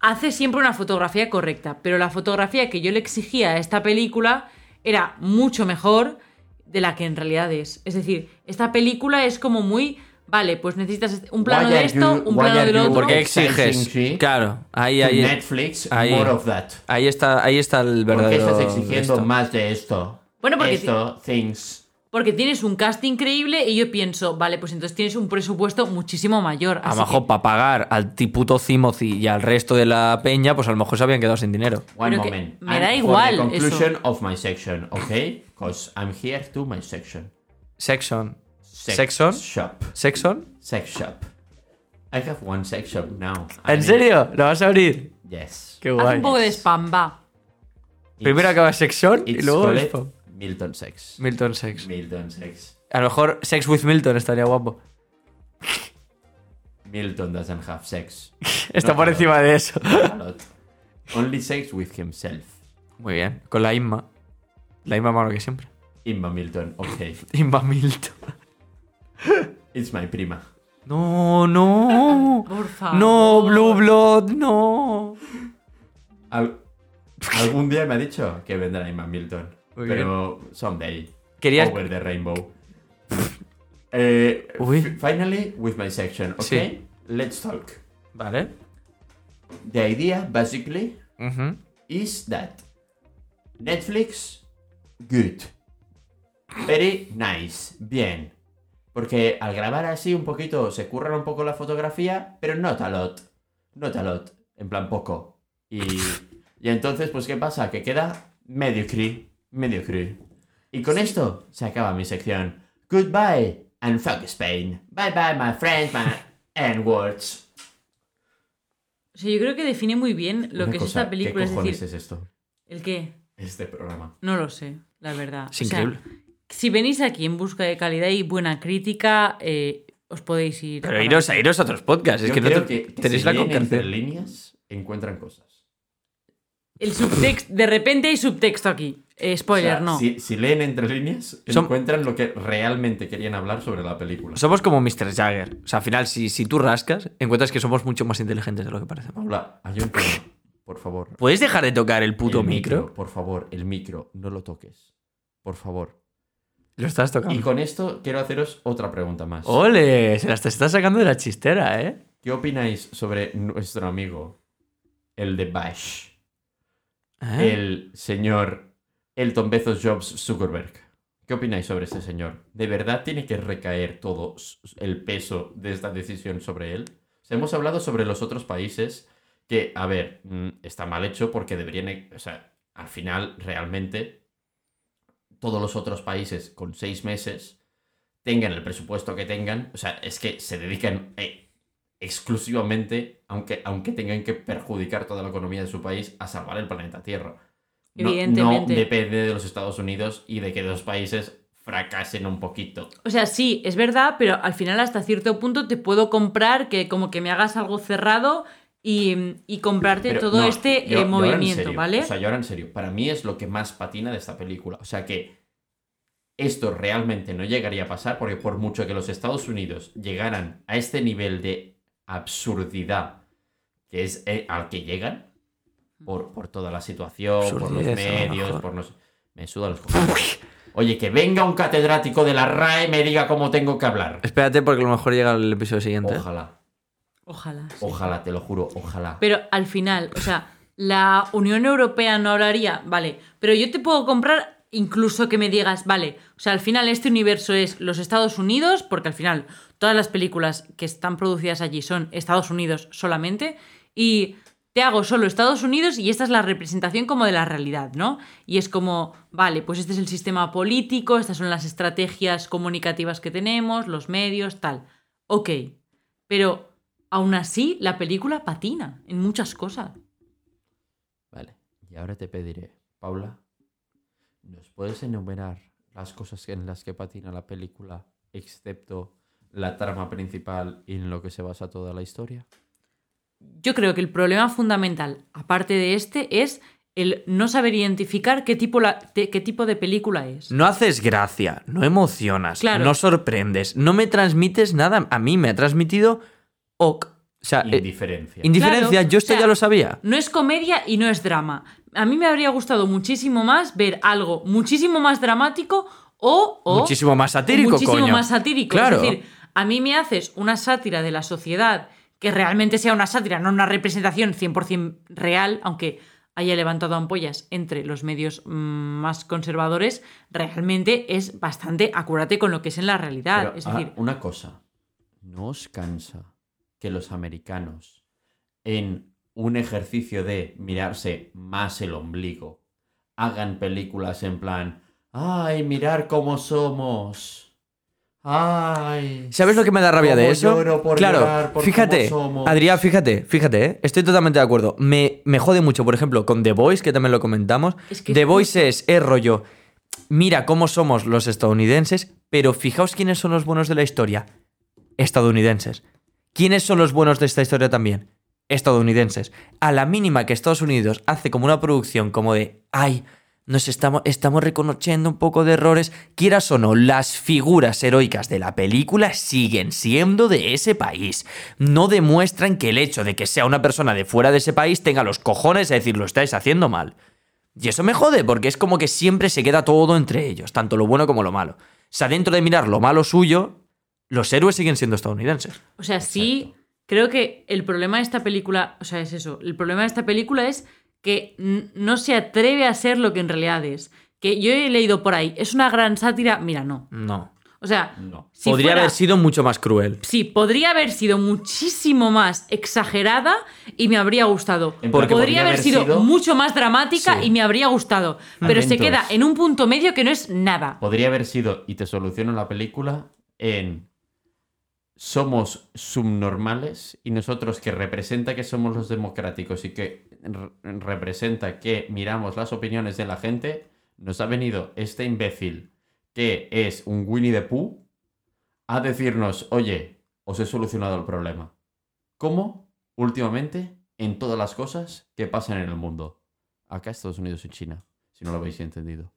Speaker 3: hace siempre una fotografía correcta, pero la fotografía que yo le exigía a esta película era mucho mejor de la que en realidad es. Es decir, esta película es como muy, vale, pues necesitas un plano
Speaker 1: Why
Speaker 3: de
Speaker 1: are
Speaker 3: esto,
Speaker 1: you-
Speaker 3: un
Speaker 1: why
Speaker 3: plano
Speaker 1: are
Speaker 3: del
Speaker 1: you-
Speaker 3: otro.
Speaker 2: ¿Por qué
Speaker 1: Exciting, sí.
Speaker 2: exiges? Claro, ahí,
Speaker 1: To
Speaker 2: ahí,
Speaker 1: Netflix,
Speaker 2: ahí-
Speaker 1: more of that.
Speaker 2: ahí está, ahí está el
Speaker 1: ¿Por qué
Speaker 2: verdadero.
Speaker 1: estás exigiendo
Speaker 2: esto.
Speaker 1: más de esto?
Speaker 3: Bueno, porque
Speaker 1: Esto, things.
Speaker 3: Porque tienes un cast increíble y yo pienso, vale, pues entonces tienes un presupuesto muchísimo mayor.
Speaker 2: A
Speaker 3: así
Speaker 2: lo mejor
Speaker 3: que-
Speaker 2: para pagar al tiputo Cimoci y al resto de la peña, pues a lo mejor se habían quedado sin dinero.
Speaker 1: One
Speaker 3: Pero que
Speaker 1: moment.
Speaker 3: me da
Speaker 1: I'm
Speaker 3: igual
Speaker 1: For the conclusion of my section, okay? Because I'm here to my section.
Speaker 2: Sexon.
Speaker 1: Sex
Speaker 2: Section?
Speaker 1: shop.
Speaker 2: ¿Sexon?
Speaker 1: Sex shop. I have one sex shop now. I
Speaker 2: ¿En
Speaker 1: need-
Speaker 2: serio? ¿Lo vas a abrir?
Speaker 1: Yes.
Speaker 2: Qué
Speaker 3: Haz
Speaker 2: guay.
Speaker 3: un poco de spam, va.
Speaker 2: Primero acaba Sexon y
Speaker 1: It's
Speaker 2: luego.
Speaker 1: called
Speaker 2: esto.
Speaker 1: Milton Sex.
Speaker 2: Milton Sex.
Speaker 1: Milton Sex.
Speaker 2: A lo mejor Sex with Milton estaría guapo.
Speaker 1: Milton doesn't have sex.
Speaker 2: Está
Speaker 1: No,
Speaker 2: por
Speaker 1: claro.
Speaker 2: encima de eso.
Speaker 1: A lot. Only sex with himself.
Speaker 2: Muy bien. Con la Inma. La Inma mano que siempre. <laughs>
Speaker 1: Inma Milton, okay.
Speaker 2: Inma Milton.
Speaker 1: It's my prima.
Speaker 2: No, no.
Speaker 3: Por favor.
Speaker 2: No, Blue Blood, no.
Speaker 1: Al- algún día me ha dicho que vendrá Inma Milton.
Speaker 2: Muy
Speaker 1: pero someday.
Speaker 2: Querías-
Speaker 1: Over the rainbow. Eh,
Speaker 2: Uy.
Speaker 1: fi- finally, with my section, okay? Let's talk.
Speaker 2: Vale.
Speaker 1: The idea, basically,
Speaker 2: Ujú.
Speaker 1: is that Netflix, good, very nice, bien. Porque al grabar así un poquito se curra un poco la fotografía, pero no a lot, not a lot, en plan poco. Y, y entonces, pues, ¿qué pasa? Que queda mediocre, mediocre. Y con esto se acaba mi sección. Goodbye and fuck Spain. Bye bye, my friends, my <laughs> and words.
Speaker 3: O sea, yo creo que define muy bien lo
Speaker 1: Una
Speaker 3: que
Speaker 1: cosa,
Speaker 3: es esta película.
Speaker 1: ¿Qué
Speaker 3: Es
Speaker 1: cojones
Speaker 3: decir,
Speaker 1: es esto?
Speaker 3: ¿el qué?
Speaker 1: Este programa.
Speaker 3: No lo sé, la verdad.
Speaker 2: Es
Speaker 3: O sea,
Speaker 2: increíble.
Speaker 3: si venís aquí en busca de calidad y buena crítica, eh, os podéis ir.
Speaker 2: Pero iros, a- iros a otros podcasts. Es
Speaker 1: Yo
Speaker 2: que, no
Speaker 1: creo
Speaker 2: te-
Speaker 1: que- que
Speaker 2: tenéis
Speaker 1: si
Speaker 2: la
Speaker 1: leen entre
Speaker 2: concatenación.
Speaker 1: líneas encuentran cosas.
Speaker 3: El subtexto. De repente hay subtexto aquí. Eh,
Speaker 1: O sea,
Speaker 3: spoiler, no.
Speaker 1: si, si leen entre líneas
Speaker 2: Son-
Speaker 1: encuentran lo que realmente querían hablar sobre la película.
Speaker 2: Somos como Mr. Jagger. O sea, al final, si, si tú rascas, encuentras que somos mucho más inteligentes de lo que parecemos.
Speaker 1: Paula, hay un tema, por favor.
Speaker 2: ¿Puedes dejar de tocar el puto
Speaker 1: El
Speaker 2: micro?
Speaker 1: Por favor, el micro, no lo toques. Por favor.
Speaker 2: Lo estás
Speaker 1: Y
Speaker 2: tocando.
Speaker 1: con esto quiero haceros otra pregunta más.
Speaker 2: ¡Ole! Se las te estás sacando de la chistera, ¿eh?
Speaker 1: ¿Qué opináis sobre nuestro amigo, el de Bash,
Speaker 2: ¿Eh?
Speaker 1: el señor Elton Bezos Jobs Zuckerberg? ¿Qué opináis sobre este señor? ¿De verdad tiene que recaer todo s- el peso de esta decisión sobre él? O sea, hemos hablado sobre los otros países que, a ver, mm, está mal hecho porque deberían, e, o sea, al final realmente todos los otros países con seis meses tengan el presupuesto que tengan, o sea, es que se dedican eh, exclusivamente, aunque, aunque tengan que perjudicar toda la economía de su país, a salvar el planeta Tierra. No- No,
Speaker 3: Evidentemente.
Speaker 1: depende de los Estados Unidos y de que dos países fracasen un poquito.
Speaker 3: O sea, sí, es verdad, pero al final hasta cierto punto te puedo comprar que como que me hagas algo cerrado y, y comprarte
Speaker 1: Pero
Speaker 3: todo
Speaker 1: no, yo-
Speaker 3: este eh,
Speaker 1: yo ahora en
Speaker 3: movimiento,
Speaker 1: serio,
Speaker 3: ¿vale?
Speaker 1: O sea, yo ahora en serio, para mí es lo que más patina de esta película. O sea que esto realmente no llegaría a pasar porque por mucho que los Estados Unidos llegaran a este nivel de absurdidad que es eh, al que llegan,
Speaker 3: Mm.
Speaker 1: por, por toda la situación, por los
Speaker 2: Absurdez, a lo
Speaker 1: medios,
Speaker 2: mejor.
Speaker 1: por los... Me suda los cojones. Oye, que venga un catedrático de la RAE y me diga cómo tengo que hablar.
Speaker 2: Espérate porque a lo mejor llega el episodio siguiente. ¿eh?
Speaker 1: Ojalá,
Speaker 3: Ojalá. sí.
Speaker 1: ojalá, te lo juro, ojalá.
Speaker 3: Pero al final, o sea, la Unión Europea no hablaría, vale, pero yo te puedo comprar incluso que me digas, vale, o sea, al final este universo es los Estados Unidos, porque al final todas las películas que están producidas allí son Estados Unidos solamente, y te hago solo Estados Unidos y esta es la representación como de la realidad, ¿no? Y es como, vale, pues este es el sistema político, estas son las estrategias comunicativas que tenemos, los medios, tal. Ok, pero Aún así, la película patina en muchas cosas.
Speaker 1: Vale, y ahora te pediré, Paula, ¿nos puedes enumerar las cosas en las que patina la película, excepto la trama principal y en lo que se basa toda la historia?
Speaker 3: Yo creo que el problema fundamental, aparte de este, es el no saber identificar qué tipo, la- te- qué tipo de película es.
Speaker 2: No haces gracia, no emocionas,
Speaker 3: Claro.
Speaker 2: no sorprendes, no me transmites nada. A mí me ha transmitido ok. O
Speaker 1: Ah,
Speaker 2: sea, eh,
Speaker 1: Indiferencia.
Speaker 2: indiferencia,
Speaker 3: Claro,
Speaker 2: yo esto
Speaker 3: o sea,
Speaker 2: ya lo sabía.
Speaker 3: No es comedia y no es drama. A mí me habría gustado muchísimo más ver algo muchísimo más dramático o. o-
Speaker 2: Muchísimo más satírico,
Speaker 3: Muchísimo
Speaker 2: coño.
Speaker 3: más satírico.
Speaker 2: Claro.
Speaker 3: Es decir, a mí me haces una sátira de la sociedad que realmente sea una sátira, no una representación 100% real, aunque haya levantado ampollas entre los medios mm, más conservadores, realmente es bastante acurate con lo que es en la realidad.
Speaker 1: Pero,
Speaker 3: es
Speaker 1: ah,
Speaker 3: decir,
Speaker 1: una cosa. ¿No os cansa que los americanos, en un ejercicio de mirarse más el ombligo, hagan películas en plan, ay, mirar cómo somos? Ay.
Speaker 2: ¿Sabes lo que me da rabia de
Speaker 1: cómo
Speaker 2: eso?
Speaker 1: lloro por
Speaker 2: claro,
Speaker 1: llorar, por
Speaker 2: fíjate,
Speaker 1: cómo somos.
Speaker 2: Adrián, fíjate, fíjate, ¿eh? estoy totalmente de acuerdo. Me, me jode mucho, por ejemplo, con The Voice, que también lo comentamos.
Speaker 3: Es que-
Speaker 2: The Voice es, es rollo, mira cómo somos los estadounidenses, pero fijaos quiénes son los buenos de la historia. Estadounidenses. ¿Quiénes son los buenos de esta historia también? Estadounidenses. A la mínima que Estados Unidos hace como una producción como de, ay, nos estamos, estamos reconociendo un poco de errores, quieras o no, las figuras heroicas de la película siguen siendo de ese país. No demuestran que el hecho de que sea una persona de fuera de ese país tenga los cojones a decir, lo estáis haciendo mal. Y eso me jode, porque es como que siempre se queda todo entre ellos, tanto lo bueno como lo malo. O sea, dentro de mirar lo malo suyo, los héroes siguen siendo estadounidenses.
Speaker 3: O sea, sí, creo que el problema de esta película, o sea, es eso, el problema de esta película es que n- no se atreve a ser lo que en realidad es. Que yo he leído por ahí, es una gran sátira, mira, no.
Speaker 2: No.
Speaker 3: O sea,
Speaker 1: No.
Speaker 3: si
Speaker 2: Podría
Speaker 3: fuera-
Speaker 2: haber sido mucho más cruel.
Speaker 3: Sí, podría haber sido muchísimo más exagerada y me habría gustado.
Speaker 1: En plan,
Speaker 2: Porque
Speaker 3: podría haber sido, mucho más dramática
Speaker 2: Sí.
Speaker 3: y me habría gustado. Pero se
Speaker 1: Momentos.
Speaker 3: queda en un punto medio que no es nada.
Speaker 1: Podría haber sido, y te soluciono la película, en somos subnormales y nosotros que representa que somos los democráticos y que re- representa que miramos las opiniones de la gente, nos ha venido este imbécil que es un Winnie the Pooh a decirnos, oye, os he solucionado el problema. ¿Cómo? Últimamente, en todas las cosas que pasan en el mundo. Acá Estados Unidos y China, si no lo habéis entendido.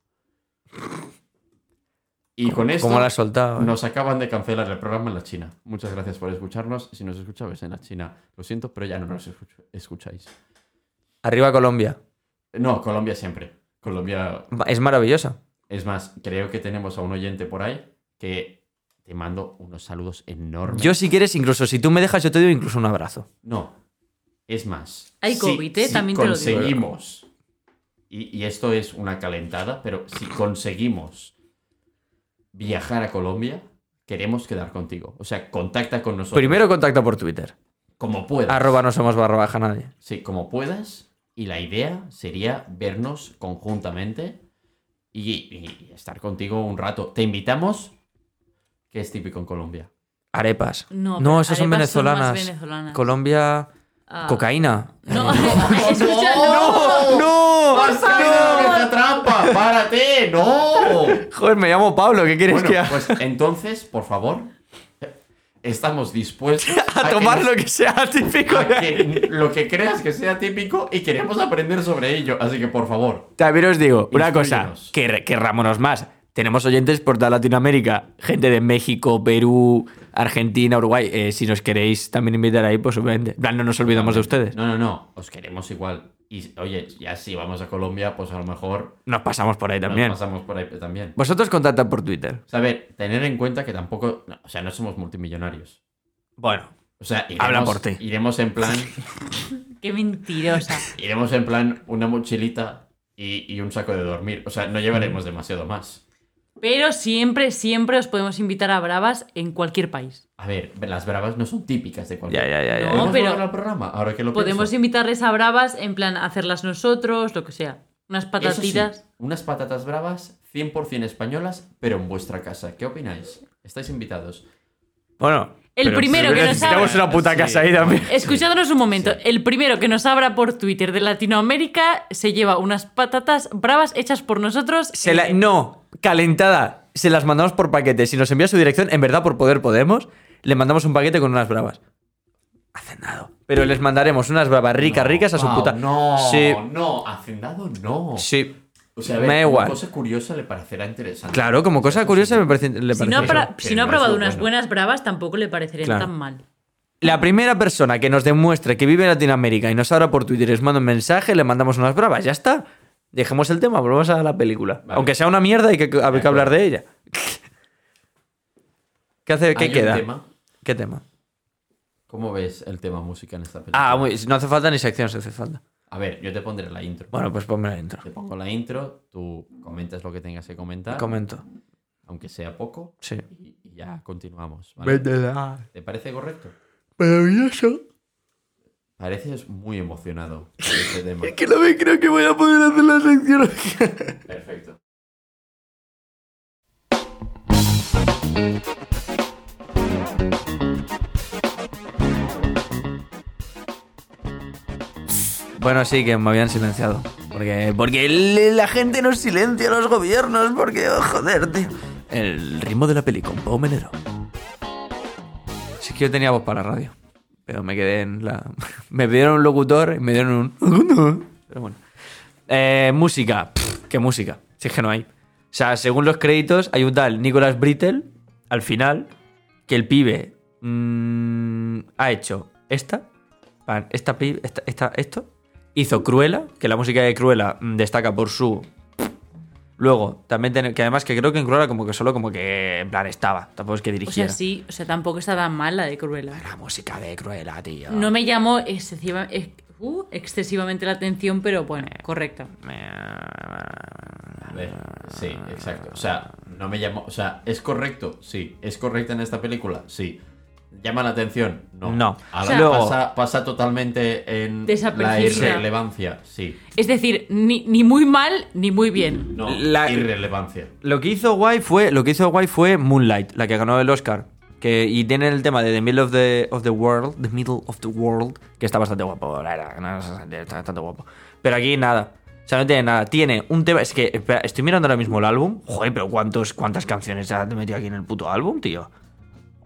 Speaker 1: Y con esto...
Speaker 2: Como la has soltado. eh?
Speaker 1: Nos acaban de cancelar el programa en la China. Muchas gracias por escucharnos. Si nos escuchabais en la China, lo siento, pero ya no nos escuch- escucháis.
Speaker 2: Arriba Colombia.
Speaker 1: No, Colombia siempre. Colombia.
Speaker 2: Es maravillosa.
Speaker 1: Es más, creo que tenemos a un oyente por ahí que te mando unos saludos enormes.
Speaker 2: Yo si quieres, incluso si tú me dejas, yo te doy incluso un abrazo.
Speaker 1: No. Es más.
Speaker 3: Hay
Speaker 1: si-
Speaker 3: COVID, ¿eh?
Speaker 1: si
Speaker 3: También te lo digo.
Speaker 1: conseguimos. Y, y esto es una calentada, pero si conseguimos viajar a Colombia, queremos quedar contigo. O sea, contacta con nosotros.
Speaker 2: Primero contacta por Twitter.
Speaker 1: como puedas.
Speaker 2: Arroba no somos barra baja nadie.
Speaker 1: Sí, como puedas. Y la idea sería vernos conjuntamente y, y estar contigo un rato. Te invitamos, que es típico en
Speaker 7: <laughs>
Speaker 1: Colombia.
Speaker 2: Arepas.
Speaker 3: No,
Speaker 2: no
Speaker 3: pero
Speaker 2: esas son
Speaker 3: arepas son más
Speaker 2: venezolanas.
Speaker 3: venezolanas.
Speaker 2: Colombia.
Speaker 3: Ah.
Speaker 2: Cocaína.
Speaker 3: No, <laughs> escucha, no.
Speaker 2: ¡No!
Speaker 1: ¡Esta trampa! ¡Párate! ¡No!
Speaker 2: Joder, me llamo Pablo, ¿qué quieres que
Speaker 1: Bueno,
Speaker 2: haga?
Speaker 1: pues entonces, por favor, estamos dispuestos
Speaker 2: <laughs> A
Speaker 1: que
Speaker 2: tomar
Speaker 1: nos-
Speaker 2: lo que sea típico.
Speaker 1: a que lo que creas que sea típico y queremos aprender sobre ello. Así que, por favor,
Speaker 2: También os digo una cosa,
Speaker 1: Instrúyenos.
Speaker 2: que re- querrámonos más. Tenemos oyentes por toda Latinoamérica, gente de México, Perú, Argentina, Uruguay. Eh, si nos queréis también invitar ahí, pues obviamente. En plan, no nos olvidamos de ustedes.
Speaker 1: no, no, no, os queremos igual. Y oye, ya si vamos a Colombia, pues a lo mejor
Speaker 2: Nos pasamos por ahí
Speaker 1: Nos
Speaker 2: también.
Speaker 1: pasamos por ahí pues, también.
Speaker 2: Vosotros contactad por Twitter.
Speaker 1: O sea, a ver, tener en cuenta que tampoco. no, o sea, no somos multimillonarios.
Speaker 2: Bueno,
Speaker 1: O sea, iremos,
Speaker 2: Habla por ti.
Speaker 1: iremos en
Speaker 2: <laughs>
Speaker 1: plan.
Speaker 3: Qué mentirosa.
Speaker 1: iremos en plan una mochilita y, y un saco de dormir. O sea, no llevaremos demasiado más.
Speaker 3: Pero siempre, siempre os podemos invitar a Bravas en cualquier país.
Speaker 1: A ver, las bravas no son típicas de cualquier.
Speaker 2: ya, ya, ya. ya.
Speaker 3: No,
Speaker 1: ¿Podemos
Speaker 3: pero-
Speaker 1: volver al programa? Ahora que lo
Speaker 3: Podemos
Speaker 1: pienso.
Speaker 3: invitarles a Bravas en plan hacerlas nosotros, lo que sea. Unas
Speaker 1: Eso sí,
Speaker 3: patatitas.
Speaker 1: unas patatas bravas, 100% españolas, pero en vuestra casa. ¿Qué opináis? Estáis invitados.
Speaker 2: Bueno.
Speaker 3: El
Speaker 2: pero
Speaker 3: primero que nos
Speaker 2: Necesitamos
Speaker 3: abra.
Speaker 2: una puta casa ahí también.
Speaker 3: Escuchadnos un momento. El primero que nos abra por Twitter de Latinoamérica se lleva unas patatas bravas hechas por nosotros. Eh,
Speaker 2: Se la- no, calentada. Se las mandamos por paquete. Si nos envía su dirección, en verdad por poder podemos, le mandamos un paquete con unas bravas. Hacendado. Pero les mandaremos unas bravas ricas, ricas a su
Speaker 1: Pau,
Speaker 2: puta.
Speaker 1: No,
Speaker 2: Sí,
Speaker 1: no, hacendado no.
Speaker 2: sí.
Speaker 1: O sea, a ver,
Speaker 2: me da
Speaker 1: como
Speaker 2: igual.
Speaker 1: cosa curiosa le parecerá interesante.
Speaker 2: Claro, como cosa curiosa me parece. le
Speaker 3: Si
Speaker 2: parece
Speaker 3: no, ha
Speaker 2: eso.
Speaker 3: pra- si
Speaker 1: Pero
Speaker 3: no ha
Speaker 1: no es
Speaker 3: probado
Speaker 1: lo
Speaker 3: unas
Speaker 1: bueno.
Speaker 3: buenas bravas, tampoco le parecerían
Speaker 2: Claro.
Speaker 3: tan mal.
Speaker 2: La primera persona que nos demuestre que vive en Latinoamérica y nos habla por Twitter y nos manda un mensaje, le mandamos unas bravas, ya está. Dejemos el tema, volvemos a la película. Aunque sea una mierda, hay que, hay que hablar de ella. <laughs> ¿Qué, hace,
Speaker 1: Hay
Speaker 2: ¿qué
Speaker 1: un
Speaker 2: queda?
Speaker 1: tema.
Speaker 2: ¿Qué tema?
Speaker 1: ¿Cómo ves el tema música en esta película?
Speaker 2: Ah, muy- no hace falta ni sección, se hace falta.
Speaker 1: A ver, yo te pondré la intro.
Speaker 2: Bueno, pues ponme la intro.
Speaker 1: Te pongo la intro, tú comentas lo que tengas que comentar,
Speaker 2: Comento.
Speaker 1: aunque sea poco,
Speaker 2: Sí.
Speaker 1: y, y ya continuamos. ¿vale?
Speaker 2: Ah.
Speaker 1: ¿Te parece correcto?
Speaker 2: Maravilloso.
Speaker 1: Pareces muy
Speaker 2: <laughs>
Speaker 1: emocionado por este tema.
Speaker 2: Que no me creo que voy a poder hacer la sección.
Speaker 1: Perfecto.
Speaker 2: Bueno, sí, que me habían silenciado. Porque, porque el- la gente nos silencia a los gobiernos, porque, oh, joder, tío. El ritmo de la peli con Pau Menero. Sí que yo tenía voz para la radio, pero me quedé en la... <laughs> Me pidieron un locutor y me dieron un... Pero bueno. Eh, música. Pff, ¿Qué música? Si es que no hay. O sea, según los créditos, hay un tal Nicolas Brittle, al final, que el pibe mm, ha hecho esta, pan, esta, pi- esta, esta- esto, hizo Cruella, que la música de Cruella mm, destaca por su... Luego, también tiene- que además que creo que en Cruella como que solo como que en plan estaba, tampoco es que
Speaker 3: O
Speaker 2: dirigiera.
Speaker 3: sea, sí, o sea, tampoco está tan mal la de Cruella.
Speaker 2: La música de Cruella, tío.
Speaker 3: No me llamó excesiva- ex- uh, excesivamente la atención, pero bueno, correcto.
Speaker 1: A ver, sí, exacto. O sea, no me llamó. O sea, ¿es correcto? Sí. ¿Es correcta en esta película? Sí. ¿Llama la atención? No.
Speaker 2: No.
Speaker 1: A la-
Speaker 3: O sea,
Speaker 2: Luego-
Speaker 1: pasa, pasa totalmente en la
Speaker 3: Desapercibida.
Speaker 1: irrelevancia. Sí.
Speaker 3: Es decir, ni, ni muy mal ni muy bien.
Speaker 1: No,
Speaker 2: La-
Speaker 1: irrelevancia.
Speaker 2: Lo que hizo guay fue, lo que hizo guay fue Moonlight, la que ganó el Oscar. Que, y tiene el tema de The Middle of the, of the World, The Middle of the World, que está bastante guapo, la verdad, no, está bastante guapo. Pero aquí nada, o sea, no tiene nada. Tiene un tema, es que espera, estoy mirando ahora mismo el álbum. Joder, pero ¿cuántos, ¿cuántas canciones has metido aquí en el puto álbum, tío?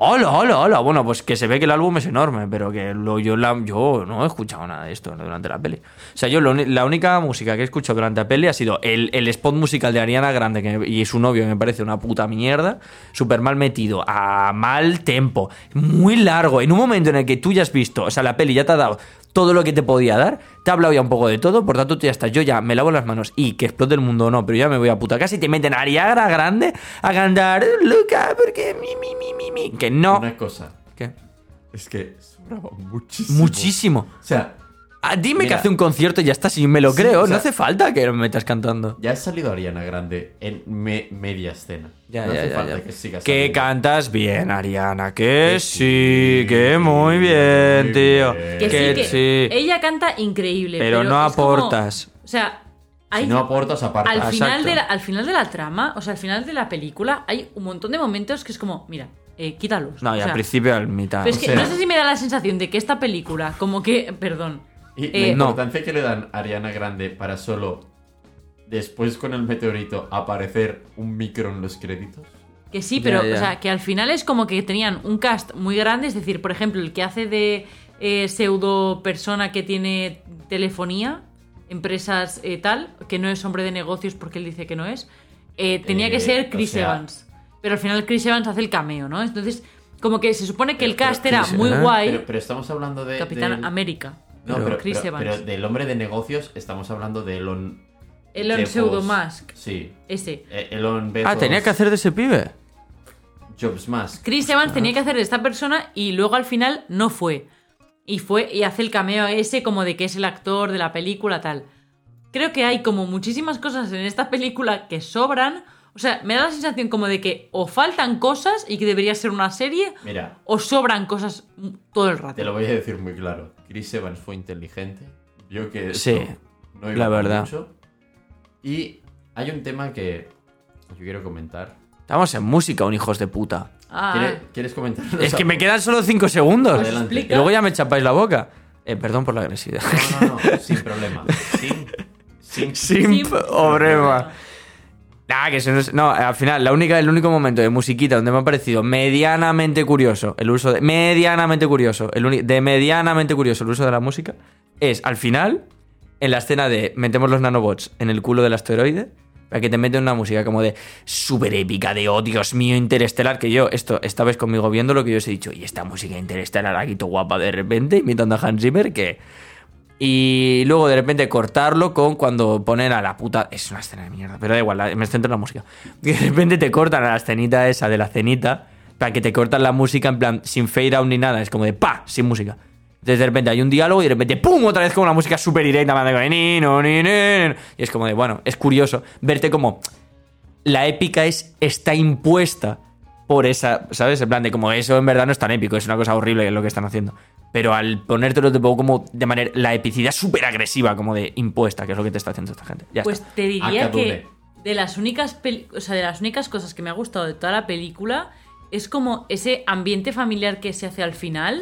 Speaker 2: Hola, hola, hola. Bueno, pues que se ve que el álbum es enorme, pero que lo, yo, la- yo no he escuchado nada de esto durante la peli. O sea, yo lo uni- la única música que he escuchado durante la peli ha sido el, el spot musical de Ariana Grande que, y su novio, que me parece una puta mierda. Súper mal metido, a mal tempo, muy largo. En un momento en el que tú ya has visto, o sea, la peli ya te ha dado todo lo que te podía dar, te ha hablado ya un poco de todo, por tanto tú ya estás, yo ya me lavo las manos y que explote el mundo o no, pero ya me voy a puta casa y te meten a Ariana Grande a cantar Luca, porque mi, mi, mi, mi, mi, que no.
Speaker 1: Una cosa.
Speaker 2: ¿Qué?
Speaker 1: Es que sobraba muchísimo.
Speaker 2: Muchísimo.
Speaker 1: O sea,
Speaker 2: Ah, dime que
Speaker 1: pues. Mira.
Speaker 2: hace un concierto y ya está, si me lo
Speaker 1: Sí,
Speaker 2: creo.
Speaker 1: o sea-
Speaker 2: no hace falta que me metas cantando.
Speaker 1: ya ha salido Ariana Grande en me- media escena.
Speaker 2: Ya,
Speaker 1: no
Speaker 2: ya,
Speaker 1: hace
Speaker 2: ya,
Speaker 1: falta
Speaker 2: ya.
Speaker 1: que sigas.
Speaker 2: Que cantas bien, Ariana. Que sí, que muy bien, tío.
Speaker 3: Que,
Speaker 2: Que
Speaker 3: sí, que
Speaker 2: sí.
Speaker 3: ella canta increíble.
Speaker 2: Pero
Speaker 3: Pero,
Speaker 2: no
Speaker 3: es como-
Speaker 2: aportas.
Speaker 3: o sea, hay,
Speaker 1: Si no aportas, apartas.
Speaker 3: al, final
Speaker 2: Exacto.
Speaker 3: de la, al final de la trama, o sea, al final de la película, hay un montón de momentos que es como, mira, eh, quítalos.
Speaker 2: No, y
Speaker 3: O
Speaker 2: al
Speaker 3: sea,
Speaker 2: principio al mitad.
Speaker 3: pero es
Speaker 2: o
Speaker 3: que
Speaker 2: sea,
Speaker 3: no sé si me da la sensación de que esta película, como que, perdón,
Speaker 1: Y
Speaker 3: Eh,
Speaker 1: la importancia que le dan a Ariana Grande para solo después con el meteorito aparecer un micro en los créditos.
Speaker 3: Que sí,
Speaker 2: Ya,
Speaker 3: pero
Speaker 2: ya.
Speaker 3: o sea, que al final es como que tenían un cast muy grande, es decir, por ejemplo, el que hace de eh, pseudo persona que tiene telefonía, empresas eh, tal, que no es hombre de negocios porque él dice que no es, eh, tenía
Speaker 1: Eh,
Speaker 3: que ser
Speaker 1: o
Speaker 3: Chris
Speaker 1: sea-
Speaker 3: Evans. Pero al final Chris Evans hace el cameo, ¿no? Entonces, como que se supone que el
Speaker 1: Pero-
Speaker 3: cast
Speaker 1: pero
Speaker 3: era
Speaker 1: Chris-
Speaker 3: muy
Speaker 2: ¿eh?
Speaker 3: guay,
Speaker 1: Pero, pero estamos hablando de.
Speaker 3: Capitán
Speaker 1: del-
Speaker 3: América.
Speaker 1: No, pero,
Speaker 3: Chris
Speaker 1: pero-
Speaker 3: Evans.
Speaker 1: pero del hombre de negocios estamos hablando de Elon.
Speaker 3: Elon
Speaker 1: Jeffos-
Speaker 3: Pseudomusk.
Speaker 1: Sí.
Speaker 3: Ese.
Speaker 1: Eh, Elon Bezos.
Speaker 2: Ah, tenía que hacer de ese pibe.
Speaker 1: Jobs Musk.
Speaker 3: Chris Evans tenía que hacer de esta persona y luego al final no fue. Y fue y hace el cameo ese como de que es el actor de la película tal. Creo que hay como muchísimas cosas en esta película que sobran. O sea, me da la sensación como de que o faltan cosas y que debería ser una serie
Speaker 1: Mira,
Speaker 3: o sobran cosas todo el
Speaker 1: te
Speaker 3: rato.
Speaker 1: lo voy a decir muy claro. Chris Evans fue inteligente. Vio que. esto
Speaker 2: Sí,
Speaker 1: no iba
Speaker 2: la
Speaker 1: para
Speaker 2: verdad.
Speaker 1: mucho. Y hay un tema que yo quiero comentar.
Speaker 2: Estamos en música, un hijos de puta.
Speaker 3: Ah,
Speaker 1: ¿Quieres, ¿quieres comentar?
Speaker 2: Es que me quedan solo 5 segundos.
Speaker 1: Adelante.
Speaker 2: Y luego ya me chapáis la boca. Eh, perdón por la agresividad.
Speaker 1: No, no, no, sin
Speaker 2: <laughs>
Speaker 1: problema. Sin, sin-
Speaker 2: Simp
Speaker 3: sí.
Speaker 2: o brema. Nah, Ah, que eso no, es- no, al final, la única, el único momento de musiquita donde me ha parecido medianamente curioso el uso de. Medianamente curioso. El uni- de medianamente curioso el uso de la música. Es al final, en la escena de metemos los nanobots en el culo del asteroide. Para que te meten una música como de súper épica, de oh Dios mío, interestelar. Que yo, esto, esta vez conmigo viendo lo que yo os he dicho, y esta música interestelar aquí, todo guapa de repente, imitando a Hans Zimmer, que. Y luego de repente cortarlo con cuando ponen a la puta. Es una escena de mierda, pero da igual, la- me centro en la música. <laughs> Y de repente te cortan a la escenita esa de la cenita, para que te cortan la música en plan sin fade out ni nada, es como de pa, sin música. Entonces de repente hay un diálogo y de repente ¡pum! otra vez con una música súper directa, en plan de ni, no, ni, ni, ni. Y es como de, bueno, es curioso verte como la épica es está impuesta por esa, ¿sabes? En plan de como eso en verdad no es tan épico, es una cosa horrible lo que están haciendo. Pero al ponértelo te pongo como de manera la epicidad súper agresiva, como de impuesta, que es lo que te está haciendo esta gente. Ya
Speaker 3: Pues
Speaker 2: está.
Speaker 3: te diría
Speaker 7: Acabé.
Speaker 3: que de las únicas peli- o sea, de las únicas cosas que me ha gustado de toda la película es como ese ambiente familiar que se hace al final.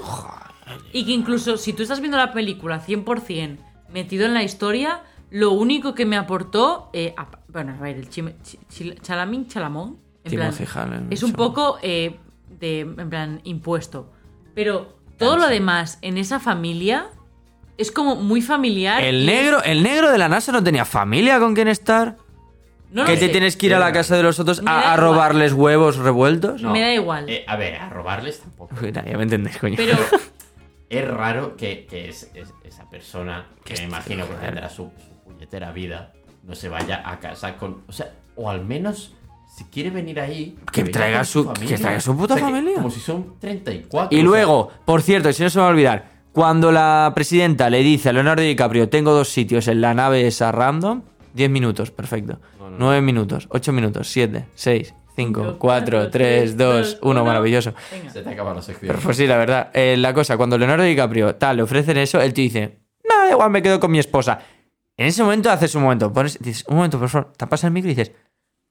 Speaker 3: Y que incluso si tú estás viendo la película 100% metido en la historia, lo único que me aportó eh, a- bueno, a ver, el chim- chi- chil- Chalamín Chalamón en plan,
Speaker 2: Timothy Chalamet,
Speaker 3: es un
Speaker 2: Chalamón.
Speaker 3: poco eh, de en plan impuesto, pero todo lo demás en esa familia es como muy familiar.
Speaker 2: El negro, el negro de la NASA no tenía familia con quien estar.
Speaker 3: No eh, lo
Speaker 2: que te
Speaker 3: sé.
Speaker 2: tienes que ir a la casa de los otros
Speaker 3: Me da
Speaker 2: a, a
Speaker 3: igual.
Speaker 2: robarles huevos revueltos.
Speaker 3: Me da igual.
Speaker 7: Eh, a ver, a robarles tampoco.
Speaker 2: <laughs> Uy, nah, ya me entendés, coño.
Speaker 3: Pero <laughs>
Speaker 7: Es raro que, que es- es- esa persona, que
Speaker 2: Este
Speaker 7: me imagino
Speaker 2: eh.
Speaker 7: que tendrá su, su puñetera vida, no se vaya a casa con. O sea, o al menos, si quiere venir ahí.
Speaker 2: Que
Speaker 7: venga
Speaker 2: traiga
Speaker 7: con
Speaker 2: su- que traiga su puta familia.
Speaker 7: como si son 34.
Speaker 2: Y
Speaker 7: o sea,
Speaker 2: luego, por cierto, y si no se me va a olvidar, cuando la presidenta le dice a Leonardo DiCaprio, tengo dos sitios en la nave esa random, 10 minutos, perfecto. 9 minutos, 8 minutos, 7, 6, 5,
Speaker 7: <laughs>
Speaker 2: 4, 3, 2, 1, maravilloso.
Speaker 3: Venga.
Speaker 7: se te acaba la sección.
Speaker 2: Pero pues sí, la verdad, eh, la cosa, cuando Leonardo DiCaprio tal, le ofrecen eso, el tío dice, no, da igual, me quedo con mi esposa. En ese momento haces un momento, pones, dices, un momento, por favor, tapas el micro y dices,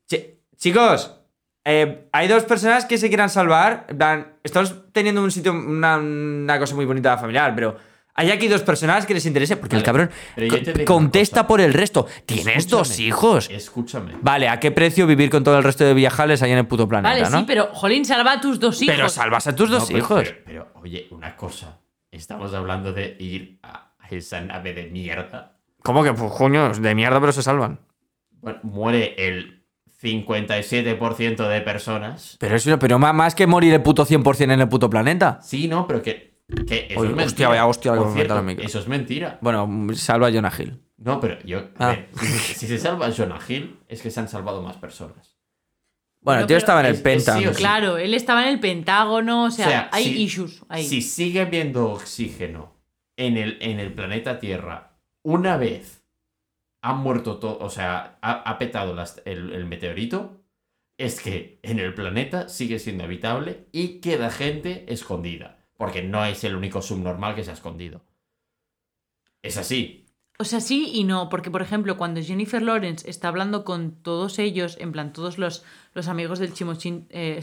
Speaker 2: "Chi- chicos, eh, hay dos personas que se quieran salvar. En plan, estamos teniendo un sitio, una, una cosa muy bonita familiar, pero hay aquí dos personas que les interese, porque el cabrón
Speaker 7: pero yo
Speaker 2: co-
Speaker 7: te digo una
Speaker 2: contesta
Speaker 7: cosa.
Speaker 2: por el resto. Tienes dos
Speaker 7: Escúchame.
Speaker 2: hijos.
Speaker 7: Escúchame.
Speaker 2: Vale, ¿a qué precio vivir con todo el resto de viajales ahí en el puto planeta,
Speaker 3: Vale,
Speaker 2: no?
Speaker 3: sí, pero Jolín, salva a tus dos hijos.
Speaker 2: Pero salvas a tus
Speaker 7: No, pues,
Speaker 2: dos
Speaker 7: pero-
Speaker 2: hijos.
Speaker 7: Pero, pero, oye, una cosa. Estamos hablando de ir a a esa nave de mierda.
Speaker 2: ¿Cómo que, pues, coño, de mierda, pero se salvan?
Speaker 7: Bueno, muere el 57% de personas.
Speaker 2: Pero es una, pero más, más que morir el puto 100% en el puto planeta.
Speaker 7: Sí, no, pero que. que eso
Speaker 2: Oye,
Speaker 7: es mentira.
Speaker 2: hostia, vaya hostia,
Speaker 7: Por
Speaker 2: voy a
Speaker 7: cierto,
Speaker 2: meter al micro.
Speaker 7: Eso es mentira.
Speaker 2: Bueno, mm, salva a Jonah Hill.
Speaker 7: No, pero yo.
Speaker 2: Ah.
Speaker 7: a ver, si, si se salva Jonah Hill, es que se han salvado más personas.
Speaker 2: Bueno, el
Speaker 3: No,
Speaker 2: tío
Speaker 3: pero
Speaker 2: estaba en el
Speaker 7: es- es
Speaker 2: Penta.
Speaker 7: sí o sí.
Speaker 3: Claro, él estaba en el Pentágono, o sea,
Speaker 7: O sea,
Speaker 3: hay
Speaker 7: si-
Speaker 3: issues ahí.
Speaker 7: Si sigue habiendo oxígeno en el, en el planeta Tierra, una vez ha muerto todo, o sea, ha, ha petado las- el, el meteorito, es que en el planeta sigue siendo habitable y queda gente escondida. Porque no es el único subnormal que se ha escondido. Es así.
Speaker 3: O sea, sí y no, porque por ejemplo, cuando Jennifer Lawrence está hablando con todos ellos, en plan, todos los, los amigos del Chimochín, eh,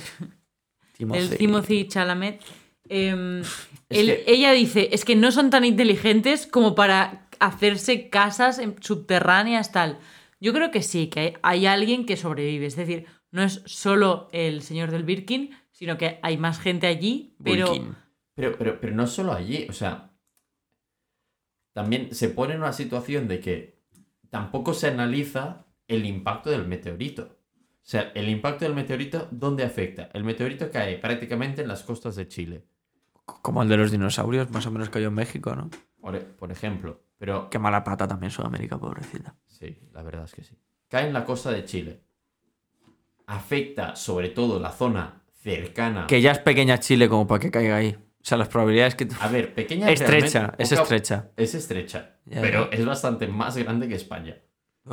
Speaker 3: del Timothy Chalamet, em, él- ella dice, es que no son tan inteligentes como para hacerse casas en- subterráneas tal. Yo creo que sí, que hay, hay alguien que sobrevive. Es decir, no es solo el señor del Birkin, sino que hay más gente allí, pero...
Speaker 7: Pero, pero, pero no solo allí, o sea, también se pone en una situación de que tampoco se analiza el impacto del meteorito. O sea, el impacto del meteorito, ¿dónde afecta? El meteorito cae prácticamente en las costas de Chile,
Speaker 2: Como el de los dinosaurios, más o menos cayó en México, ¿no?
Speaker 7: por, e- por ejemplo. Pero,
Speaker 2: Qué mala pata también Sudamérica, pobrecita.
Speaker 7: sí, la verdad es que sí. Cae en la costa de Chile. Afecta sobre todo la zona cercana.
Speaker 2: Que ya es pequeña Chile como para que caiga ahí. O sea, las probabilidades que...
Speaker 7: A ver, pequeña...
Speaker 2: Estrecha,
Speaker 7: realmente,
Speaker 2: es
Speaker 7: poca-
Speaker 2: estrecha.
Speaker 7: Es estrecha,
Speaker 2: Ya,
Speaker 7: pero
Speaker 2: ya.
Speaker 7: es bastante más grande que España.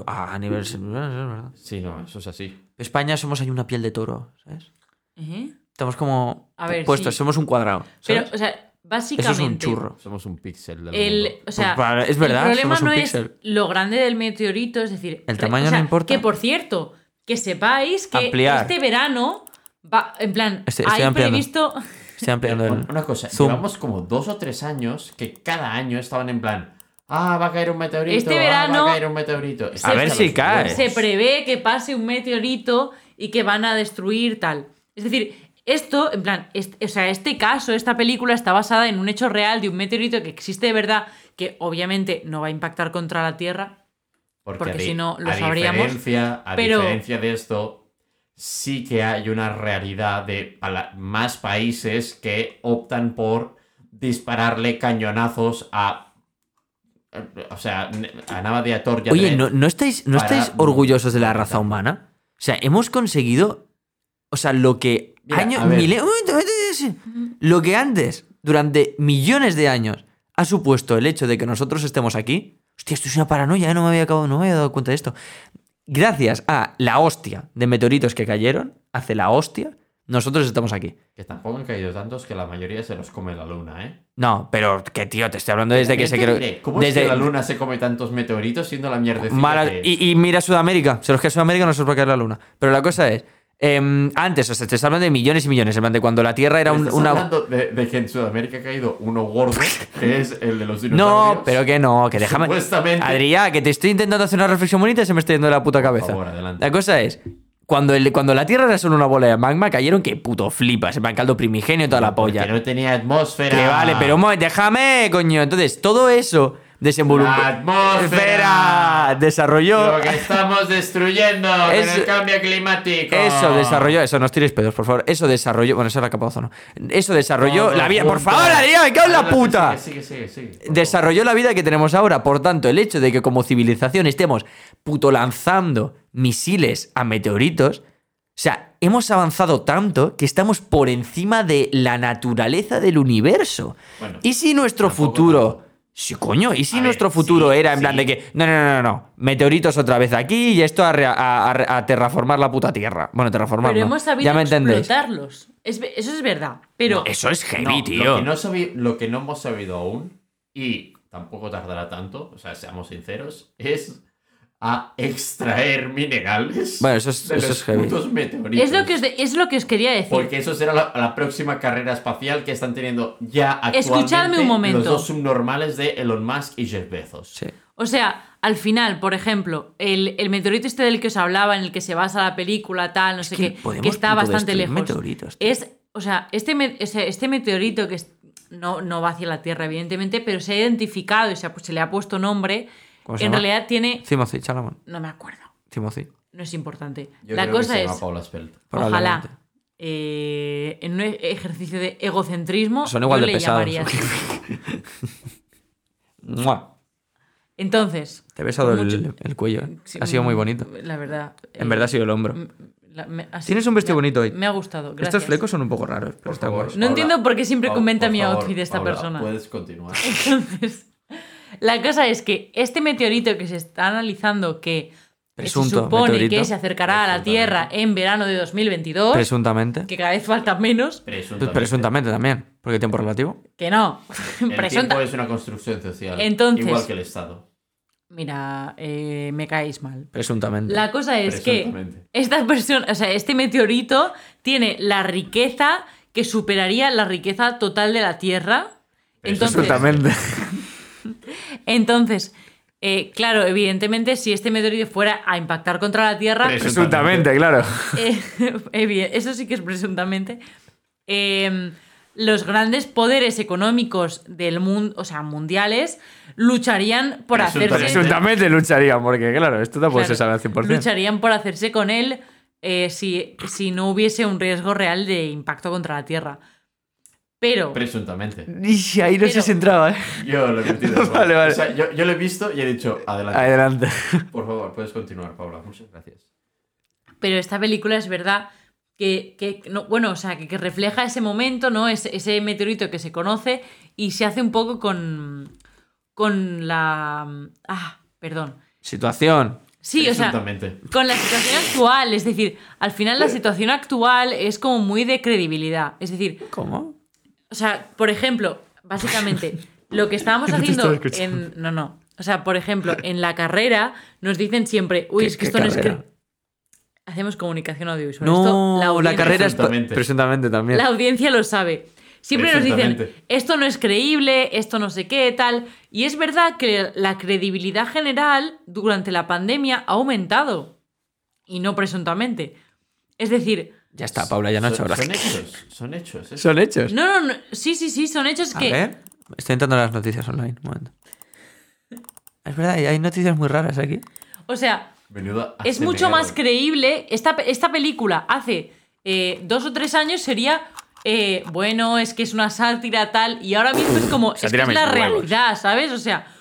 Speaker 2: Ah, a nivel... es verdad.
Speaker 7: Sí, no, eso es así.
Speaker 2: España somos ahí una piel de toro, ¿sabes?
Speaker 3: ¿Eh?
Speaker 2: Estamos como
Speaker 3: A ver,
Speaker 2: puestos,
Speaker 3: sí.
Speaker 2: somos un cuadrado.
Speaker 3: Pero,
Speaker 2: ¿sabes?
Speaker 3: o sea, básicamente...
Speaker 2: Eso es un churro.
Speaker 7: Somos un píxel del
Speaker 3: El,
Speaker 7: mundo.
Speaker 3: o sea,
Speaker 2: Pues para- es verdad,
Speaker 3: el problema
Speaker 2: somos un
Speaker 3: no
Speaker 2: píxel.
Speaker 3: es lo grande del meteorito, es decir,
Speaker 2: El
Speaker 3: re-
Speaker 2: tamaño
Speaker 3: o sea,
Speaker 2: no importa.
Speaker 3: Que por cierto, que sepáis que
Speaker 2: Ampliar.
Speaker 3: este verano va, en plan,
Speaker 2: Estoy- estoy
Speaker 3: hay
Speaker 2: ampliando.
Speaker 3: previsto
Speaker 2: Estoy ampliando el...
Speaker 7: Bueno, Una cosa,
Speaker 2: Zoom.
Speaker 7: llevamos como dos o tres años que cada año estaban en plan, ah, va a caer un meteorito,
Speaker 3: Este
Speaker 7: ah,
Speaker 3: verano-
Speaker 7: va a caer un meteorito.
Speaker 2: A ver si cae.
Speaker 3: se prevé que pase un meteorito y que van a destruir tal. Es decir, esto, en plan, este, o sea, este caso, esta película está basada en un hecho real de un meteorito que existe de verdad, que obviamente no va a impactar contra la Tierra,
Speaker 1: Porque,
Speaker 3: Porque
Speaker 1: a
Speaker 3: si no, lo
Speaker 1: a
Speaker 3: sabríamos,
Speaker 1: Diferencia, a
Speaker 3: pero-
Speaker 1: diferencia de esto, sí que hay una realidad de pala- más países que optan por dispararle cañonazos a. O sea, a Nava de Ator ya
Speaker 2: Oye,
Speaker 1: tenés-
Speaker 2: ¿no, no estáis, ¿no
Speaker 1: para-
Speaker 2: estáis orgullosos de la raza humana? O sea, hemos conseguido. O sea, lo que.
Speaker 1: Mira,
Speaker 2: años,
Speaker 1: a ver.
Speaker 2: mile- un momento, un momento, sí. Lo que antes, durante millones de años, ha supuesto el hecho de que nosotros estemos aquí. Hostia, esto es una paranoia, ¿eh? no me había, acabado, no me había dado cuenta de esto. Gracias a la hostia de meteoritos que cayeron, hace la hostia, nosotros estamos aquí.
Speaker 1: Que tampoco han caído tantos que la mayoría se los come la luna, ¿eh?
Speaker 2: No, pero que tío, te estoy hablando desde que
Speaker 1: Yo
Speaker 2: se
Speaker 1: te
Speaker 2: creó.
Speaker 1: diré, ¿Cómo
Speaker 2: desde
Speaker 1: es que la luna se come tantos meteoritos siendo la mierdecita
Speaker 2: Mala-
Speaker 1: que es?
Speaker 2: y, y mira Sudamérica. Se los que a Sudamérica no se os va a caer la luna. Pero la cosa es. em, antes, o sea, te hablando de millones y millones. En plan, de cuando la Tierra era
Speaker 1: Pero
Speaker 2: un-
Speaker 1: estás
Speaker 2: una.
Speaker 1: hablando de, de que en Sudamérica ha caído uno gordo, que es el de los dinosaurios.
Speaker 2: No, pero que no, que déjame.
Speaker 1: Supuestamente.
Speaker 2: Adrián, que te estoy intentando hacer una reflexión bonita y se me está yendo de la puta cabeza.
Speaker 1: favor, adelante.
Speaker 2: La cosa es. Cuando, el, cuando la Tierra era solo una bola de magma, cayeron que puto flipas. En plan, caldo primigenio y toda la
Speaker 1: Porque
Speaker 2: polla.
Speaker 1: no tenía atmósfera.
Speaker 2: Que vale, pero un momento, déjame, coño. Entonces, todo eso desenvolucó.
Speaker 1: La atmósfera.
Speaker 2: Desarrolló.
Speaker 1: Lo que estamos destruyendo
Speaker 2: Es-
Speaker 1: con el cambio climático.
Speaker 2: Eso desarrolló, eso, no os tiréis pedos, por favor. Eso desarrolló, bueno, eso era capa de ozono. Eso desarrolló
Speaker 1: Todo
Speaker 2: la vida, por
Speaker 1: junto.
Speaker 2: favor, Adrián, me cago en la
Speaker 1: Adelante,
Speaker 2: puta.
Speaker 1: Sigue, sigue, sigue. sigue.
Speaker 2: Desarrolló la vida que tenemos ahora, por tanto, el hecho de que como civilización estemos puto lanzando misiles a meteoritos, o sea, hemos avanzado tanto que estamos por encima de la naturaleza del universo.
Speaker 1: Bueno,
Speaker 2: ¿Y si nuestro
Speaker 1: tampoco
Speaker 2: futuro...
Speaker 1: tanto.
Speaker 2: Sí, coño, ¿y
Speaker 1: A
Speaker 2: si
Speaker 1: ver,
Speaker 2: nuestro futuro
Speaker 1: sí,
Speaker 2: era en plan
Speaker 1: sí.
Speaker 2: de que, no, no, no, no, no, meteoritos otra vez aquí y esto a, re- a- a- a terraformar la puta Tierra? Bueno, terraformar
Speaker 3: Pero
Speaker 2: no.
Speaker 3: hemos sabido
Speaker 2: ya me entendéis.
Speaker 3: explotarlos. Es ve- eso es verdad. Pero
Speaker 2: Eso es heavy,
Speaker 1: No, Lo
Speaker 2: tío.
Speaker 1: que, no sabi- lo que no hemos sabido aún, y tampoco tardará tanto, o sea, seamos sinceros, es a extraer minerales
Speaker 2: Bueno, eso es-
Speaker 1: de
Speaker 2: eso
Speaker 1: los
Speaker 2: es heavy.
Speaker 1: putos meteoritos.
Speaker 3: es lo, que os de- es lo que os quería decir.
Speaker 1: Porque eso será la, la próxima carrera espacial que están teniendo ya actualmente
Speaker 3: Escuchadme un momento.
Speaker 1: los dos subnormales de Elon Musk y Jeff Bezos.
Speaker 2: Sí.
Speaker 3: O sea, al final, por ejemplo, el, el meteorito este del que os hablaba, en el que se basa la película, tal, no sé
Speaker 2: que
Speaker 3: qué,
Speaker 2: podemos
Speaker 3: que está
Speaker 2: puto
Speaker 3: bastante
Speaker 2: destruir
Speaker 3: lejos.
Speaker 2: meteoritos, tío.
Speaker 3: Es, o sea, este, me- o sea, este meteorito que es- no, no va hacia la Tierra, evidentemente, pero se ha identificado y se, ha- se le ha puesto nombre.
Speaker 2: ¿Cómo se
Speaker 3: En
Speaker 2: llama?
Speaker 3: realidad tiene.
Speaker 2: Timothy Chalamet,
Speaker 3: No me acuerdo.
Speaker 2: Timothy.
Speaker 3: No es importante.
Speaker 1: Yo
Speaker 3: la
Speaker 1: creo que
Speaker 3: cosa
Speaker 1: se
Speaker 3: es.
Speaker 1: llama Paula Spelt.
Speaker 2: probablemente.
Speaker 3: Ojalá. eh, en un e- ejercicio de egocentrismo.
Speaker 2: Son igual
Speaker 3: yo
Speaker 2: de
Speaker 3: le
Speaker 2: pesados.
Speaker 3: llamaría así.
Speaker 2: <laughs> ¡Mua!
Speaker 3: Entonces.
Speaker 2: Te he besado
Speaker 3: mucho-
Speaker 2: el, el cuello. eh.
Speaker 3: sí,
Speaker 2: ha sido muy bonito.
Speaker 3: La verdad.
Speaker 2: En
Speaker 3: eh,
Speaker 2: verdad ha sido el hombro.
Speaker 3: M- la- me- así-
Speaker 2: Tienes un vestido
Speaker 3: me-
Speaker 2: bonito hoy.
Speaker 3: Me ha gustado, gracias.
Speaker 2: Estos flecos son un poco raros, pero están
Speaker 1: favor.
Speaker 2: guays.
Speaker 1: Paula,
Speaker 3: No entiendo por qué siempre
Speaker 1: Pa-
Speaker 3: comenta
Speaker 1: por
Speaker 3: mi
Speaker 1: favor,
Speaker 3: outfit esta
Speaker 1: Paula, pues-
Speaker 3: persona.
Speaker 1: Puedes
Speaker 3: <laughs>
Speaker 1: continuar.
Speaker 3: Entonces, la cosa es que este meteorito que se está analizando que se
Speaker 2: Presunto
Speaker 3: supone
Speaker 2: meteorito.
Speaker 3: que se acercará a la Tierra en verano de 2022,
Speaker 2: Presuntamente.
Speaker 3: que cada vez faltan menos,
Speaker 2: Pues
Speaker 1: Presuntamente.
Speaker 2: presuntamente también, porque tiempo relativo.
Speaker 3: que no,
Speaker 1: <laughs> El tiempo
Speaker 3: presunta.
Speaker 1: es una construcción social.
Speaker 3: Entonces-
Speaker 1: igual que el Estado.
Speaker 3: Mira, eh, me caéis mal.
Speaker 2: Presuntamente.
Speaker 3: La cosa es que
Speaker 1: Presuntamente.
Speaker 3: esta persona, o sea, este meteorito tiene la riqueza que superaría la riqueza total de la Tierra. Entonces,
Speaker 2: Presuntamente.
Speaker 3: Entonces, eh, claro, evidentemente, si este meteorito fuera a impactar contra la Tierra,
Speaker 2: Presuntamente, claro.
Speaker 3: <laughs> eh, evi- eso sí que es presuntamente, eh, los grandes poderes económicos del mundo, o sea, mundiales, lucharían por
Speaker 1: Presuntamente.
Speaker 3: hacerse.
Speaker 2: Presuntamente lucharían, porque claro, esto tampoco se sabe al
Speaker 3: Claro,
Speaker 2: 100%.
Speaker 3: Lucharían por hacerse con él eh, si, si no hubiese un riesgo real de impacto contra la Tierra. Pero.
Speaker 1: Presuntamente.
Speaker 2: Y ahí no sé
Speaker 3: Pero-
Speaker 2: si entraba, ¿eh?
Speaker 1: Yo lo he
Speaker 2: <laughs>
Speaker 1: metido.
Speaker 2: Vale, vale.
Speaker 1: O sea, yo, yo lo he visto y he dicho, adelante.
Speaker 2: Adelante.
Speaker 1: Por favor, puedes continuar, Paula. Muchas gracias.
Speaker 3: pero esta película es verdad que, que- no, bueno, o sea, que, que refleja ese momento, ¿no? Ese, ese meteorito que se conoce y se hace un poco con. con la. Ah, perdón.
Speaker 2: Situación.
Speaker 3: Sí, o sea,
Speaker 1: Presuntamente.
Speaker 3: con la situación actual. Es decir, al final la situación actual es como muy de credibilidad. Es decir,
Speaker 2: ¿Cómo?
Speaker 3: o sea, por ejemplo, básicamente, lo que
Speaker 2: <laughs>
Speaker 3: estábamos haciendo en. No, no. O sea, por ejemplo, en la carrera nos dicen siempre, uy,
Speaker 2: ¿Qué-
Speaker 3: es que
Speaker 2: qué
Speaker 3: esto no es.
Speaker 2: carrera?
Speaker 3: cre- Hacemos comunicación audiovisual.
Speaker 2: No,
Speaker 3: Esto,
Speaker 2: la,
Speaker 3: audiencia-
Speaker 2: carrera es. pa-
Speaker 1: Presuntamente.
Speaker 2: Presuntamente también.
Speaker 3: la audiencia lo sabe. Siempre nos dicen,
Speaker 1: Presuntamente.
Speaker 3: esto no es creíble, esto no sé qué, tal. Y es verdad que la credibilidad general durante la pandemia ha aumentado. Y no presuntamente. Es decir,
Speaker 2: Ya está, Paula, ya no ha hecho
Speaker 1: son,
Speaker 2: ahora.
Speaker 1: son hechos, son hechos. ¿eh?
Speaker 2: Son hechos.
Speaker 3: no, no, no, sí, sí, sí, son hechos
Speaker 2: A
Speaker 3: que...
Speaker 2: ver. Estoy entrando en las noticias online. Un momento. Es verdad, y hay noticias muy raras aquí.
Speaker 3: O sea,
Speaker 1: Menuda
Speaker 2: Ah,
Speaker 3: es mucho
Speaker 1: ASMR.
Speaker 3: más creíble. Esta, pe- esta película hace eh, dos o tres años sería. eh, bueno, es que es una sátira tal. Y ahora mismo es como. Es, que
Speaker 6: Sátira
Speaker 3: es la
Speaker 6: mis huevos.
Speaker 3: realidad, ¿sabes? O sea,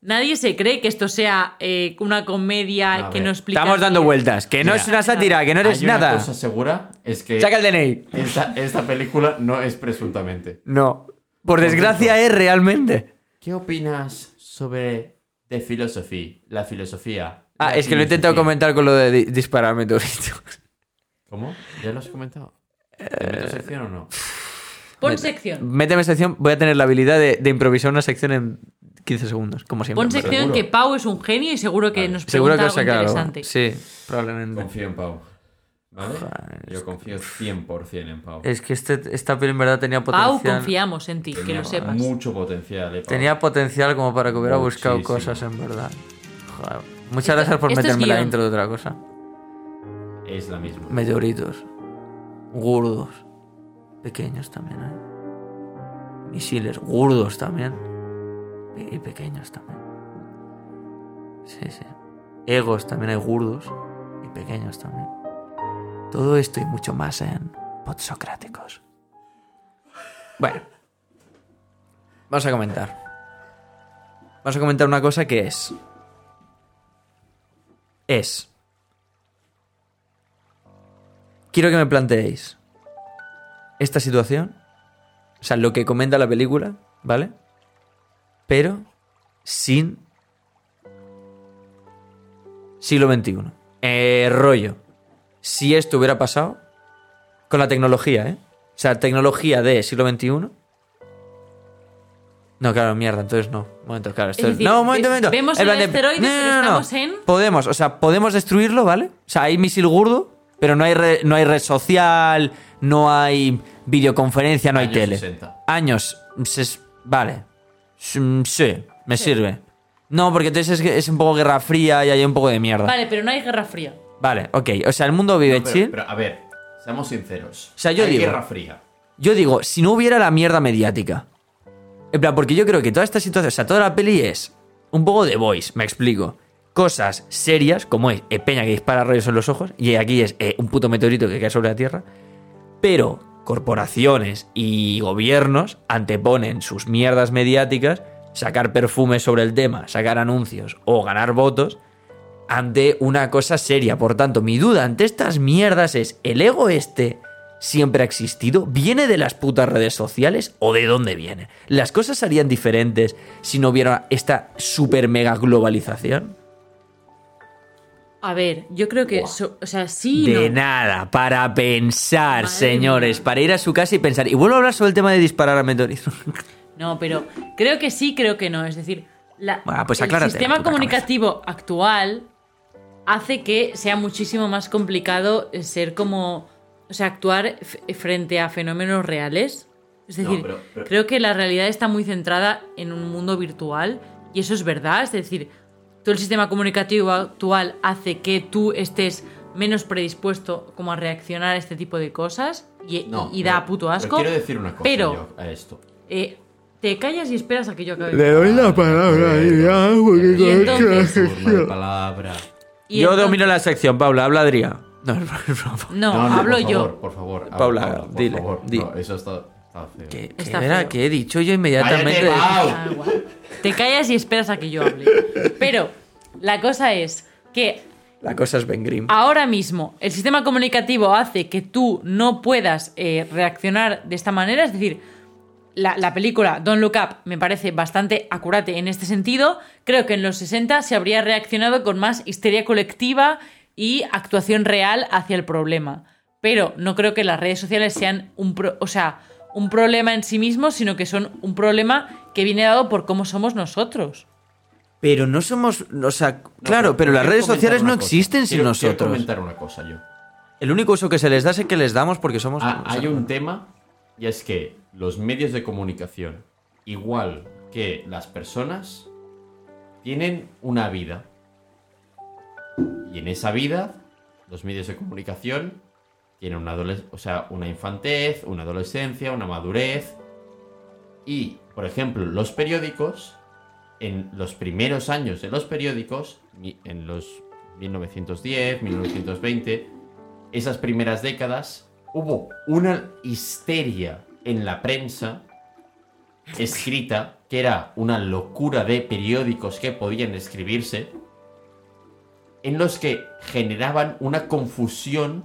Speaker 3: nadie se cree que esto sea eh, una comedia
Speaker 1: A
Speaker 3: que
Speaker 1: ver,
Speaker 3: no explica.
Speaker 2: Estamos dando vueltas. Que no
Speaker 1: Mira,
Speaker 2: es una sátira, que no eres
Speaker 1: Hay una
Speaker 2: nada.
Speaker 1: cosa segura es que
Speaker 2: Saca el DNI.
Speaker 1: esta, esta película no es presuntamente.
Speaker 2: No. Por desgracia es realmente.
Speaker 1: ¿Qué opinas sobre The Philosophy? La filosofía.
Speaker 2: Ah,
Speaker 1: La
Speaker 2: es que lo he intentado
Speaker 1: filosofía.
Speaker 2: comentar con lo de di- disparar meteoritos.
Speaker 1: ¿Cómo? ¿Ya lo has comentado? ¿Te
Speaker 2: Eh,
Speaker 1: meto sección o
Speaker 2: <laughs>
Speaker 1: no?
Speaker 3: Pon
Speaker 2: <laughs>
Speaker 3: sección.
Speaker 2: Méteme sección, voy a tener la habilidad de, de improvisar una sección en 15 segundos, como siempre.
Speaker 3: Pon sección
Speaker 1: seguro.
Speaker 3: que Pau es un genio y seguro que nos
Speaker 2: Seguro
Speaker 3: pregunta
Speaker 2: que os
Speaker 3: algo
Speaker 2: saca algo.
Speaker 3: interesante.
Speaker 2: Sí, probablemente.
Speaker 1: Confío en Pau. ¿Vale? Yo confío 100% en Pau.
Speaker 2: Es que este, esta peli en verdad tenía
Speaker 3: Pau,
Speaker 2: potencial.
Speaker 3: confiamos en ti, que
Speaker 1: Tenía
Speaker 3: lo sepas.
Speaker 1: Mucho potencial, eh, Pau.
Speaker 2: Tenía potencial como para que hubiera buscado
Speaker 1: Muchísimo.
Speaker 2: cosas en verdad. Joder. Muchas
Speaker 3: Esto-
Speaker 2: gracias por
Speaker 3: esto es
Speaker 2: meterme la
Speaker 3: guión.
Speaker 2: intro de otra cosa.
Speaker 1: Es la misma.
Speaker 2: Meteoritos. Gordos. Pequeños también hay. Misiles. Gordos también. Pe- Y pequeños también. Sí, sí. Egos también hay gordos. Y pequeños también. Todo esto y mucho más en Podsocráticos. Bueno. Vamos a comentar. Vamos a comentar una cosa que es. Es. Quiero que me planteéis esta situación, o sea, lo que comenta la película, ¿vale? Pero sin siglo XXI. Eh, rollo. Si esto hubiera pasado con la tecnología, ¿eh? O sea, tecnología de siglo XXI. No, claro, mierda, entonces no. Un momento, claro. Esto
Speaker 3: Es
Speaker 2: es-
Speaker 3: decir,
Speaker 2: no, un momento,
Speaker 3: ve-
Speaker 2: un momento.
Speaker 3: vemos
Speaker 2: En
Speaker 3: el
Speaker 2: plan de-
Speaker 3: asteroide,
Speaker 2: no,
Speaker 3: pero
Speaker 2: no, no, no.
Speaker 3: estamos en-
Speaker 2: Podemos, o sea, podemos destruirlo, ¿vale? O sea, hay misil gordo, pero no hay, re- no hay red social, no hay videoconferencia, no hay
Speaker 1: Años
Speaker 2: tele.
Speaker 1: 60.
Speaker 2: Años. ses- vale. S- mm, Sí, me sirve. No, porque entonces es, que es un poco guerra fría y hay un poco de mierda. Vale,
Speaker 3: Vale, pero no hay guerra fría.
Speaker 2: ok. O sea, el mundo vive
Speaker 1: No, pero,
Speaker 2: chill.
Speaker 1: pero, a ver, seamos sinceros.
Speaker 2: O sea, yo
Speaker 1: Hay
Speaker 2: digo-
Speaker 1: Guerra Fría.
Speaker 2: Yo digo, si no hubiera la mierda mediática. En plan, porque yo creo que toda esta situación, o sea, toda la peli es un poco de voice, me explico. Cosas serias, como es eh, Peña que dispara rayos en los ojos, y aquí es eh, un puto meteorito que cae sobre la Tierra. Pero corporaciones y gobiernos anteponen sus mierdas mediáticas, sacar perfumes sobre el tema, sacar anuncios o ganar votos, ante una cosa seria. Por tanto, mi duda ante estas mierdas es, ¿el ego este siempre ha existido? ¿Viene de las putas redes sociales o de dónde viene? ¿Las cosas serían diferentes si no hubiera esta super mega globalización?
Speaker 3: A ver, yo creo que. so- o sea, sí. y
Speaker 2: de
Speaker 3: no.
Speaker 2: nada, para pensar,
Speaker 3: Madre
Speaker 2: señores,
Speaker 3: mía.
Speaker 2: para ir a su casa y pensar. Y vuelvo a hablar sobre el tema de disparar a meteoritos.
Speaker 3: No, pero creo que sí, creo que no. Es decir, la-
Speaker 2: Bueno, pues
Speaker 3: el
Speaker 2: aclárate la
Speaker 3: sistema
Speaker 2: puta
Speaker 3: comunicativo actual hace que sea muchísimo más complicado eh, ser como. O sea, actuar f- frente a fenómenos reales. Es decir,
Speaker 1: pero- pero-
Speaker 3: creo que la realidad está muy centrada en un mundo virtual y eso es verdad. Es decir, todo el sistema comunicativo actual hace que tú estés menos predispuesto como a reaccionar a este tipo de cosas y,
Speaker 1: No,
Speaker 3: y da
Speaker 1: pero-
Speaker 3: puto
Speaker 1: pero
Speaker 3: asco.
Speaker 1: quiero decir una cosa
Speaker 3: pero-
Speaker 1: yo a esto.
Speaker 3: Eh, te callas y esperas a que yo acabe.
Speaker 1: doy la palabra
Speaker 3: Y entonces-
Speaker 1: palabra.
Speaker 3: <laughs> Y
Speaker 2: Yo
Speaker 3: entonces-
Speaker 2: domino la sección, Paula, habla Adrián. No, no, no.
Speaker 3: No,
Speaker 1: No, no,
Speaker 3: hablo
Speaker 1: por
Speaker 3: yo.
Speaker 1: favor, por favor. habla,
Speaker 2: Paula,
Speaker 1: por
Speaker 2: dile,
Speaker 1: favor.
Speaker 2: di.
Speaker 1: No, eso está, está feo.
Speaker 2: <laughs> ¿Qué, qué
Speaker 3: Está
Speaker 2: era?
Speaker 3: feo.
Speaker 2: ¿Qué he dicho yo
Speaker 1: ¡Cállate,
Speaker 2: inmediatamente?
Speaker 1: Pau!
Speaker 3: Ah, guau. Te callas y esperas a que yo hable. Pero la cosa es que
Speaker 2: La cosa es Ben Grimm.
Speaker 3: ahora mismo el sistema comunicativo hace que tú no puedas eh, reaccionar de esta manera. Es decir, la, la película Don't Look Up me parece bastante acurate en este sentido. Creo que en los 60 se habría reaccionado con más histeria colectiva y actuación real hacia el problema. Pero no creo que las redes sociales sean un, pro- o sea, un problema en sí mismo, sino que son un problema que viene dado por cómo somos nosotros.
Speaker 2: Pero no somos, o sea, claro,
Speaker 1: No,
Speaker 2: pero las
Speaker 1: quiero
Speaker 2: redes
Speaker 1: comentar
Speaker 2: sociales
Speaker 1: una
Speaker 2: no
Speaker 1: cosa.
Speaker 2: existen sin
Speaker 1: Quiero-
Speaker 2: nosotros.
Speaker 1: Quiero comentar una cosa yo.
Speaker 2: El único uso que se les da es el que les damos porque somos...
Speaker 1: Ah,
Speaker 2: o sea,
Speaker 1: hay un tema y es que los medios de comunicación, igual que las personas, tienen una vida. Y en esa vida, los medios de comunicación tienen una, adoles- o sea, una infantez, una adolescencia, una madurez. Y, por ejemplo, los periódicos en los primeros años de los periódicos, mi- en los 1910, 1920, esas primeras décadas, hubo una histeria en la prensa escrita, que era una locura de periódicos que podían escribirse, en los que generaban una confusión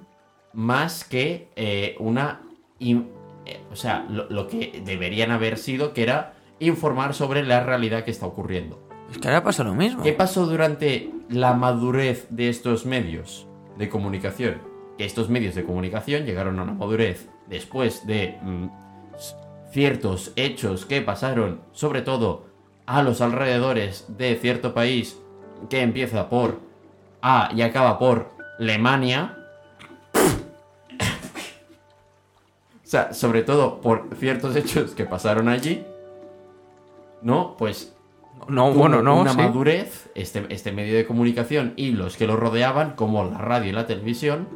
Speaker 1: más que eh, una... in- eh, o sea, lo, lo que deberían haber sido, que era informar sobre la realidad que está ocurriendo.
Speaker 2: Es que ahora pasa lo mismo.
Speaker 1: ¿Qué pasó durante la madurez de estos medios de comunicación? Que estos medios de comunicación llegaron a una madurez después de mm, s- ciertos hechos que pasaron, sobre todo a los alrededores de cierto país que empieza por A y acaba por Alemania. O sea, sobre todo por ciertos hechos que pasaron allí. ¿No? Pues
Speaker 2: No,
Speaker 1: tuvo
Speaker 2: bueno, no,
Speaker 1: una
Speaker 2: sí.
Speaker 1: madurez, este, este medio de comunicación y los que lo rodeaban, como la radio y la televisión,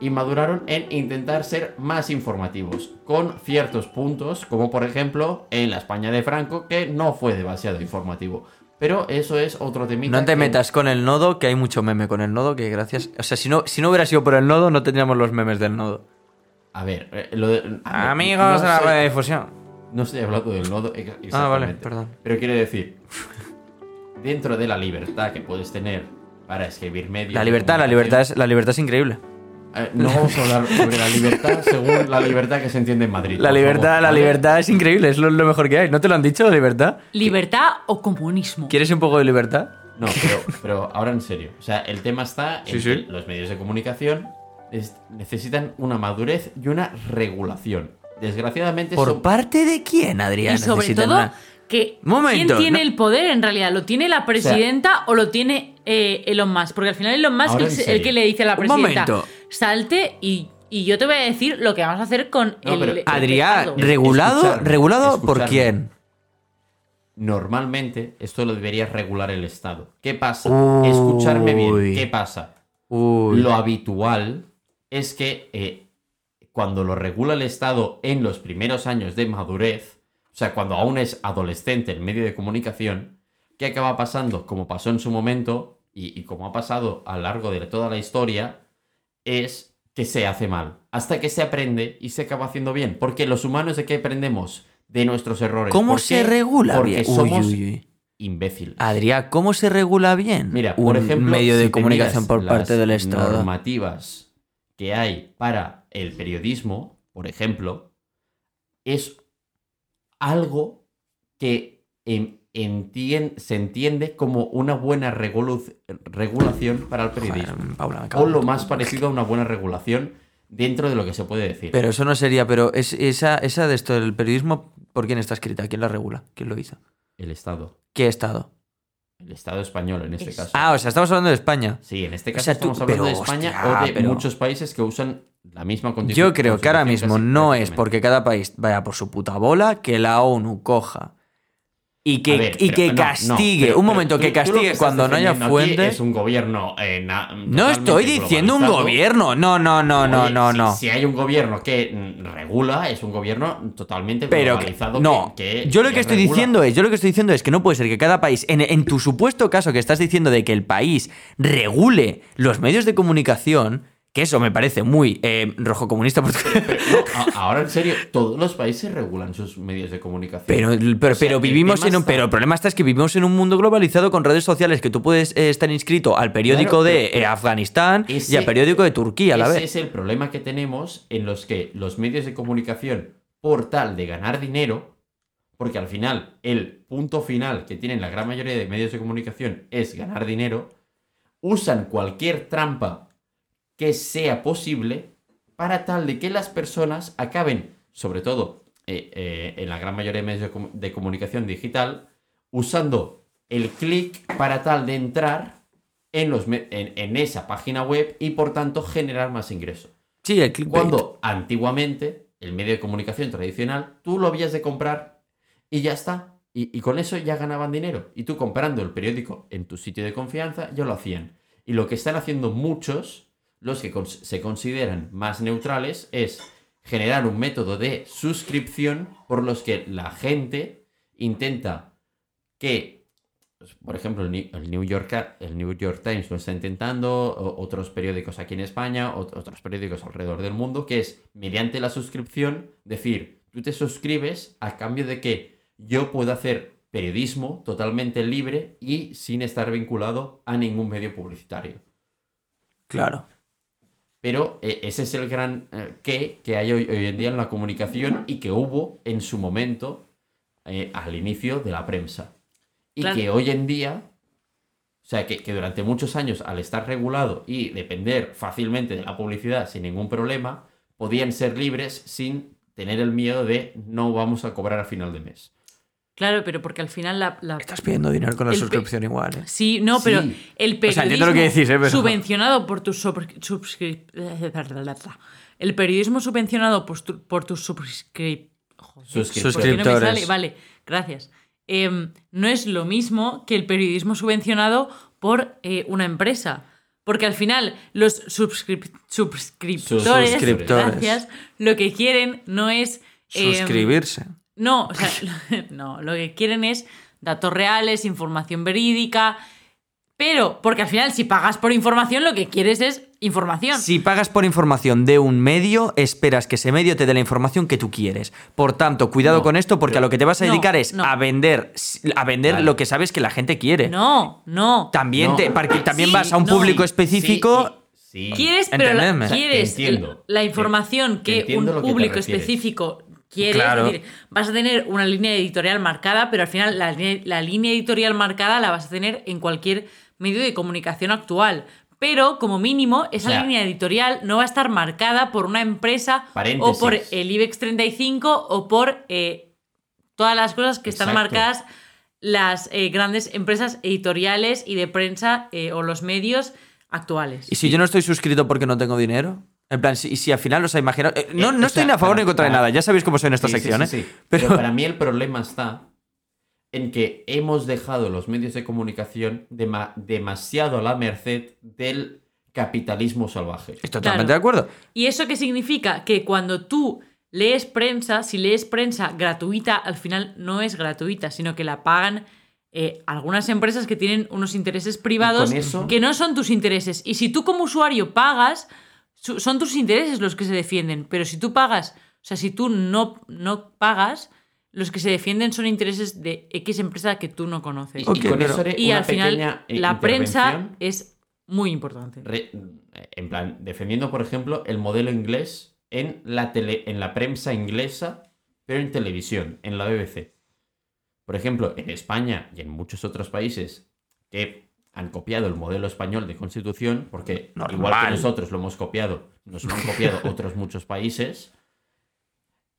Speaker 1: y maduraron en intentar ser más informativos, con ciertos puntos, como por ejemplo en la España de Franco, que no fue demasiado informativo. Pero eso es otro temita.
Speaker 2: No te
Speaker 1: que-
Speaker 2: metas con el nodo, que hay mucho meme con el nodo, que gracias... O sea, si no, si no hubiera sido por el nodo, no tendríamos los memes del nodo.
Speaker 1: A ver, eh, lo de- a ver,
Speaker 2: Amigos
Speaker 1: no
Speaker 2: de la
Speaker 1: sé-
Speaker 2: radiodifusión.
Speaker 1: No estoy hablando del nodo ex- exactamente.
Speaker 2: Ah, vale, perdón.
Speaker 1: Pero quiero decir, dentro de la libertad que puedes tener para escribir medios.
Speaker 2: La
Speaker 1: de
Speaker 2: libertad, la
Speaker 1: comunicación,
Speaker 2: libertad es, la libertad es increíble.
Speaker 1: Eh, No vamos a hablar sobre la
Speaker 2: <laughs>
Speaker 1: libertad según la libertad que se entiende en Madrid.
Speaker 2: La
Speaker 1: por
Speaker 2: libertad,
Speaker 1: favor,
Speaker 2: la
Speaker 1: ¿vale?
Speaker 2: libertad es increíble, es lo, lo mejor que hay. ¿No te lo han dicho, la libertad?
Speaker 3: ¿Libertad o comunismo?
Speaker 2: ¿Quieres un poco de libertad?
Speaker 1: No, pero, pero ahora en serio. O sea, el tema está en
Speaker 2: Sí,
Speaker 1: que
Speaker 2: sí.
Speaker 1: los medios de comunicación es- necesitan una madurez y una regulación. Desgraciadamente,
Speaker 2: ¿Por
Speaker 1: son-
Speaker 2: parte de quién, Adrián?
Speaker 3: Y sobre
Speaker 2: necesitan
Speaker 3: todo,
Speaker 2: una-
Speaker 3: que
Speaker 2: Momento,
Speaker 3: ¿quién tiene
Speaker 2: no-
Speaker 3: el poder en realidad? ¿Lo tiene la presidenta o, lo tiene eh, Elon Musk? Porque al final Elon Musk
Speaker 1: Ahora
Speaker 3: es
Speaker 1: en
Speaker 3: el
Speaker 1: serio.
Speaker 3: que le dice a la
Speaker 2: Un
Speaker 3: presidenta,
Speaker 2: momento.
Speaker 3: salte y, y yo te voy a decir lo que vamos a hacer con
Speaker 1: No,
Speaker 3: el...
Speaker 1: pero-
Speaker 3: el
Speaker 2: Adrián,
Speaker 3: pescado".
Speaker 2: ¿regulado,
Speaker 1: Escuchadme,
Speaker 2: regulado por
Speaker 1: escuchadme.
Speaker 2: quién?
Speaker 1: normalmente esto lo debería regular el Estado. ¿Qué pasa?
Speaker 2: Uy.
Speaker 1: Escucharme bien. ¿Qué pasa?
Speaker 2: Uy.
Speaker 1: Lo habitual es que eh, cuando lo regula el Estado en los primeros años de madurez, o sea, cuando aún es adolescente el medio de comunicación, ¿qué acaba pasando? Como pasó en su momento y, y como ha pasado a lo largo de toda la historia, es que se hace mal. Hasta que se aprende y se acaba haciendo bien. Porque los humanos de qué aprendemos? De nuestros errores.
Speaker 2: ¿Cómo
Speaker 1: ¿Por
Speaker 2: se
Speaker 1: qué?
Speaker 2: regula
Speaker 1: Porque
Speaker 2: bien? Uy,
Speaker 1: somos
Speaker 2: uy, uy.
Speaker 1: imbéciles.
Speaker 2: Adrián, ¿cómo se regula bien
Speaker 1: Mira,
Speaker 2: un
Speaker 1: por ejemplo,
Speaker 2: medio
Speaker 1: si
Speaker 2: de
Speaker 1: te
Speaker 2: comunicación
Speaker 1: miras
Speaker 2: por
Speaker 1: las
Speaker 2: parte del Estado?
Speaker 1: normativas que hay para el periodismo, por ejemplo, es algo que en- entien- se entiende como una buena regulu- regulación para el
Speaker 2: Joder, mm,
Speaker 1: periodismo.
Speaker 2: Paula, me cago
Speaker 1: o
Speaker 2: en
Speaker 1: lo
Speaker 2: tu-
Speaker 1: más parecido a una buena regulación dentro de lo que se puede decir.
Speaker 2: Pero eso no sería, pero es, esa, esa de esto del periodismo, ¿por quién está escrita? ¿Quién la regula? ¿Quién lo hizo?
Speaker 1: El Estado.
Speaker 2: ¿Qué Estado?
Speaker 1: El Estado español en este
Speaker 3: Es-
Speaker 1: caso.
Speaker 2: Ah, o sea, estamos hablando de España.
Speaker 1: Sí, en este
Speaker 2: O
Speaker 1: caso
Speaker 2: sea, tú-
Speaker 1: estamos hablando
Speaker 2: pero,
Speaker 1: de España
Speaker 2: hostia,
Speaker 1: o de
Speaker 2: pero-
Speaker 1: muchos países que usan la misma constitu- constitución.
Speaker 2: Yo creo que ahora mismo
Speaker 1: casi
Speaker 2: no es
Speaker 1: prácticamente.
Speaker 2: porque cada país vaya por su puta bola que la ONU coja y que,
Speaker 1: A ver,
Speaker 2: y
Speaker 1: pero-
Speaker 2: que
Speaker 1: no, no,
Speaker 2: castigue,
Speaker 1: pero-
Speaker 2: un
Speaker 1: pero
Speaker 2: momento,
Speaker 1: tú-
Speaker 2: que
Speaker 1: tú lo
Speaker 2: castigue
Speaker 1: estás
Speaker 2: cuando no haya
Speaker 1: defendiendo aquí
Speaker 2: fuentes.
Speaker 1: Es un gobierno. eh, na-
Speaker 2: No
Speaker 1: totalmente
Speaker 2: estoy diciendo un
Speaker 1: globalizado.
Speaker 2: gobierno, no, no, no, no,
Speaker 1: Oye,
Speaker 2: no,
Speaker 1: si-
Speaker 2: no.
Speaker 1: Si, hay un gobierno que mm, regula, es un gobierno totalmente
Speaker 2: Pero que-
Speaker 1: globalizado.
Speaker 2: no,
Speaker 1: que-
Speaker 2: yo lo que estoy
Speaker 1: regula.
Speaker 2: diciendo es, yo lo que estoy diciendo es que no puede ser que cada país, en, en tu supuesto caso que estás diciendo de que el país regule los medios de comunicación, que eso me parece muy eh, rojo comunista, porque-
Speaker 1: A- Ahora, en serio, todos los países regulan sus medios de comunicación.
Speaker 2: Pero, pero,
Speaker 1: O sea,
Speaker 2: pero
Speaker 1: el
Speaker 2: vivimos
Speaker 1: tema
Speaker 2: en un.
Speaker 1: está-
Speaker 2: Pero el problema está es que vivimos en un mundo globalizado con redes sociales que tú puedes eh, estar inscrito al periódico
Speaker 1: Claro,
Speaker 2: de
Speaker 1: pero-
Speaker 2: eh, Afganistán y
Speaker 1: Ese-
Speaker 2: al periódico de Turquía a la
Speaker 1: Ese
Speaker 2: vez.
Speaker 1: es el problema que tenemos en los que los medios de comunicación, por tal de ganar dinero, porque al final el punto final que tienen la gran mayoría de medios de comunicación es ganar dinero, usan cualquier trampa que sea posible para tal de que las personas acaben, sobre todo eh, eh, en la gran mayoría de medios de, comu- de comunicación digital, usando el clic para tal de entrar en, los me- en, en esa página web y por tanto generar más ingresos.
Speaker 2: Sí, el clickbait.
Speaker 1: Cuando antiguamente el medio de comunicación tradicional tú lo habías de comprar y ya está. Y, y con eso ya ganaban dinero. Y tú comprando el periódico en tu sitio de confianza ya lo hacían. Y lo que están haciendo muchos, los que cons- se consideran más neutrales, es generar un método de suscripción por los que la gente intenta que pues, por ejemplo, el, Ni- el New York, el New York Times lo está intentando, o- otros periódicos aquí en España, ot- otros periódicos alrededor del mundo, que es mediante la suscripción decir, tú te suscribes a cambio de que yo pueda hacer periodismo totalmente libre y sin estar vinculado a ningún medio publicitario.
Speaker 2: Claro.
Speaker 1: Pero eh, ese es el gran eh, que que hay hoy, hoy en día en la comunicación y que hubo en su momento eh, al inicio de la prensa. Y
Speaker 3: Claro.
Speaker 1: que hoy en día, o sea, que, que durante muchos años al estar regulado y depender fácilmente de la publicidad sin ningún problema, podían ser libres sin tener el miedo de no vamos a cobrar a final de mes.
Speaker 3: Claro, pero porque al final la. la-
Speaker 2: Estás pidiendo dinero con la
Speaker 3: El pe-
Speaker 2: suscripción igual, ¿eh?
Speaker 3: Sí, no, pero
Speaker 1: Sí.
Speaker 3: el
Speaker 2: O
Speaker 3: periodismo
Speaker 2: sea, entiendo lo que decís, ¿eh? Pero-
Speaker 3: subvencionado por tus sobr- subscri- <laughs> El periodismo subvencionado por, tu- por tus subscri- joder,
Speaker 1: Suscriptores.
Speaker 3: ¿por qué no me sale?
Speaker 2: Suscriptores.
Speaker 3: Vale, gracias. Em, no es lo mismo que el periodismo subvencionado por eh, una empresa. Porque al final los subscrip- suscriptores,
Speaker 2: Suscriptores.
Speaker 3: gracias, lo que quieren no es... em,
Speaker 2: Suscribirse.
Speaker 3: no, o sea, <laughs> no, lo que quieren es datos reales, información verídica, pero porque al final si pagas por información lo que quieres es información.
Speaker 2: Si pagas por información de un medio, esperas que ese medio te dé la información que tú quieres. Por tanto, cuidado con esto, porque a lo que te vas a
Speaker 3: No,
Speaker 2: dedicar es
Speaker 3: no.
Speaker 2: a vender, a vender lo que sabes que la gente quiere.
Speaker 3: No, no.
Speaker 2: También,
Speaker 1: No.
Speaker 2: te, porque también
Speaker 3: Sí,
Speaker 2: vas a un
Speaker 3: no.
Speaker 2: público específico.
Speaker 1: Sí, sí.
Speaker 3: Quieres, pero la-
Speaker 2: Entendedme.
Speaker 3: quieres
Speaker 1: Te entiendo.
Speaker 3: la
Speaker 1: Te-
Speaker 3: información
Speaker 1: te
Speaker 3: que un
Speaker 1: entiendo lo que te
Speaker 3: público
Speaker 1: refieres.
Speaker 3: específico quiere.
Speaker 2: Claro.
Speaker 3: Es decir, vas a tener una línea editorial marcada, pero al final la, line- la línea editorial marcada la vas a tener en cualquier medio de comunicación actual. Pero, como mínimo, esa
Speaker 1: O sea,
Speaker 3: línea editorial no va a estar marcada por una empresa o
Speaker 1: Paréntesis.
Speaker 3: por eh, el IBEX 35 o por eh, todas las cosas que están
Speaker 1: Exacto.
Speaker 3: marcadas las eh, grandes empresas editoriales y de prensa eh, o los medios actuales.
Speaker 2: Y si yo no estoy suscrito porque no tengo dinero. En plan, si, si al final los ha imaginado. eh, no
Speaker 1: Eh,
Speaker 2: no
Speaker 1: o
Speaker 2: estoy
Speaker 1: sea,
Speaker 2: ni a favor
Speaker 1: para-
Speaker 2: ni contra de
Speaker 1: para-
Speaker 2: nada. Ya sabéis cómo soy en esta
Speaker 1: Sí, sí,
Speaker 2: sección,
Speaker 1: sí,
Speaker 2: ¿eh?
Speaker 1: sí.
Speaker 2: Pero,
Speaker 1: Pero... para mí el problema está en que hemos dejado los medios de comunicación dema- demasiado a la merced del capitalismo salvaje.
Speaker 2: Estoy
Speaker 3: Claro.
Speaker 2: totalmente de acuerdo.
Speaker 3: ¿Y eso qué significa? Que cuando tú lees prensa, si lees prensa gratuita, al final no es gratuita, sino que la pagan eh, algunas empresas que tienen unos intereses privados
Speaker 1: con eso-
Speaker 3: que no son tus intereses. Y si tú como usuario pagas, su- son tus intereses los que se defienden. Pero si tú pagas, o sea, si tú no, no pagas, los que se defienden son intereses de X empresa que tú no conoces.
Speaker 2: Ok,
Speaker 1: y con
Speaker 2: pero-
Speaker 1: eso haré
Speaker 3: Y
Speaker 1: una
Speaker 3: al final
Speaker 1: pequeña, eh,
Speaker 3: la prensa
Speaker 1: intervención.
Speaker 3: es muy importante.
Speaker 1: Re- en plan, defendiendo, por ejemplo, el modelo inglés en la, tele, en la prensa inglesa, pero en televisión, en la BBC. Por ejemplo, en España y en muchos otros países que han copiado el modelo español de constitución, porque igual que
Speaker 2: Normal.
Speaker 1: nosotros lo hemos copiado, nos lo han copiado otros muchos países,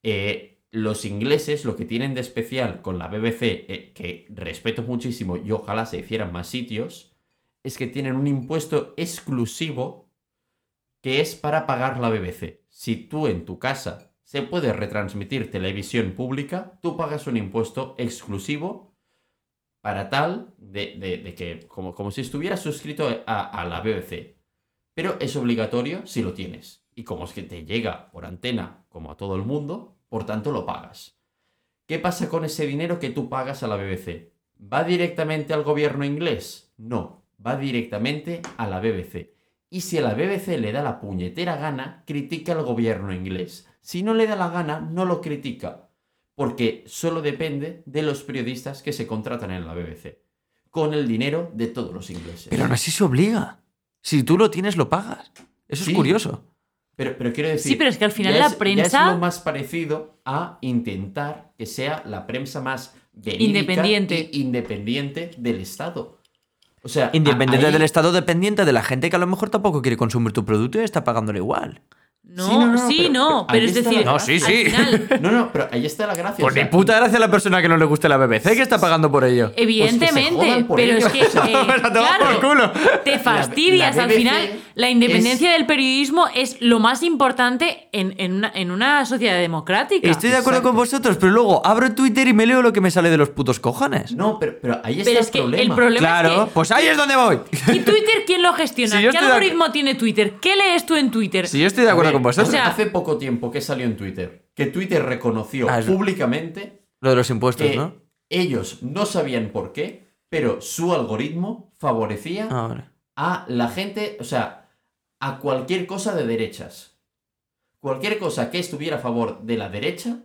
Speaker 1: eh, los ingleses lo que tienen de especial con la BBC, eh, que respeto muchísimo y ojalá se hicieran más sitios, es que tienen un impuesto exclusivo que es para pagar la BBC. Si tú en tu casa se puede retransmitir televisión pública, tú pagas un impuesto exclusivo para tal de, de- de que, como, como si estuvieras suscrito a, a la BBC. Pero es obligatorio si lo tienes. Y como es que te llega por antena, como a todo el mundo, por tanto lo pagas. ¿Qué pasa con ese dinero que tú pagas a la BBC? ¿Va directamente al gobierno inglés? No, va directamente a la BBC. Y si a la BBC le da la puñetera gana, critica al gobierno inglés. Si no le da la gana, no lo critica. Porque solo depende de los periodistas que se contratan en la BBC. Con el dinero de todos los ingleses.
Speaker 2: Pero aún así se obliga. Si tú lo tienes, lo pagas. Eso
Speaker 1: Sí.
Speaker 2: es curioso.
Speaker 1: Pero, pero quiero decir.
Speaker 3: Sí, pero es que al final
Speaker 1: ya
Speaker 3: la
Speaker 1: es- ya
Speaker 3: prensa-
Speaker 1: es lo más parecido a intentar que sea la prensa más. verídica
Speaker 3: Independiente.
Speaker 1: y independiente del Estado. O
Speaker 2: Ah,
Speaker 1: sea. a-
Speaker 2: Independiente
Speaker 1: ahí-
Speaker 2: del Estado, dependiente de la gente que a lo mejor tampoco quiere consumir tu producto y está pagándolo igual.
Speaker 3: No, sí,
Speaker 1: Sí,
Speaker 3: no,
Speaker 1: no, no, pero-
Speaker 3: pero,
Speaker 1: pero ahí
Speaker 3: es
Speaker 1: está
Speaker 3: decir,
Speaker 1: la- No, Pues
Speaker 2: sí, sí.
Speaker 3: al
Speaker 1: <laughs>
Speaker 3: final,
Speaker 1: No, no, pero ahí está la gracia.
Speaker 2: Por
Speaker 1: o sea,
Speaker 2: Pues ni puta gracia a la persona que no le guste la BBC que está pagando por ello.
Speaker 3: Evidentemente,
Speaker 1: Pues que se jodan por
Speaker 3: pero
Speaker 1: ello. <laughs>
Speaker 3: es que eh,
Speaker 2: Vamos a tomar
Speaker 3: claro,
Speaker 2: por culo.
Speaker 3: te fastidias.
Speaker 1: la
Speaker 3: Al
Speaker 1: BBC
Speaker 3: final, la independencia del periodismo es lo más importante en, en una, en una sociedad democrática.
Speaker 2: Estoy de acuerdo con vosotros, pero luego abro Twitter y me leo lo que me sale de los putos cojones.
Speaker 1: No, pero, pero ahí está
Speaker 3: pero
Speaker 1: el
Speaker 3: es que
Speaker 1: problema.
Speaker 3: el problema
Speaker 2: claro,
Speaker 3: es
Speaker 2: pues ahí es donde voy.
Speaker 3: que. ¿Y Twitter quién
Speaker 1: <laughs>
Speaker 3: lo gestiona?
Speaker 2: Si yo
Speaker 3: ¿Qué
Speaker 2: estoy de ac-
Speaker 3: algoritmo tiene Twitter? ¿Qué lees tú en Twitter?
Speaker 2: Si yo estoy de
Speaker 1: A
Speaker 2: acuerdo
Speaker 1: ver,
Speaker 2: con vosotros.
Speaker 3: o sea-
Speaker 1: hace poco tiempo que salió en Twitter que Twitter reconoció
Speaker 2: Ah, es-
Speaker 1: públicamente
Speaker 2: eh, lo de los impuestos,
Speaker 1: que
Speaker 2: ¿no?
Speaker 1: ellos no sabían por qué pero su algoritmo favorecía
Speaker 2: Ah, vale.
Speaker 1: a la gente, o sea, a cualquier cosa de derechas. Cualquier cosa que estuviera a favor de la derecha,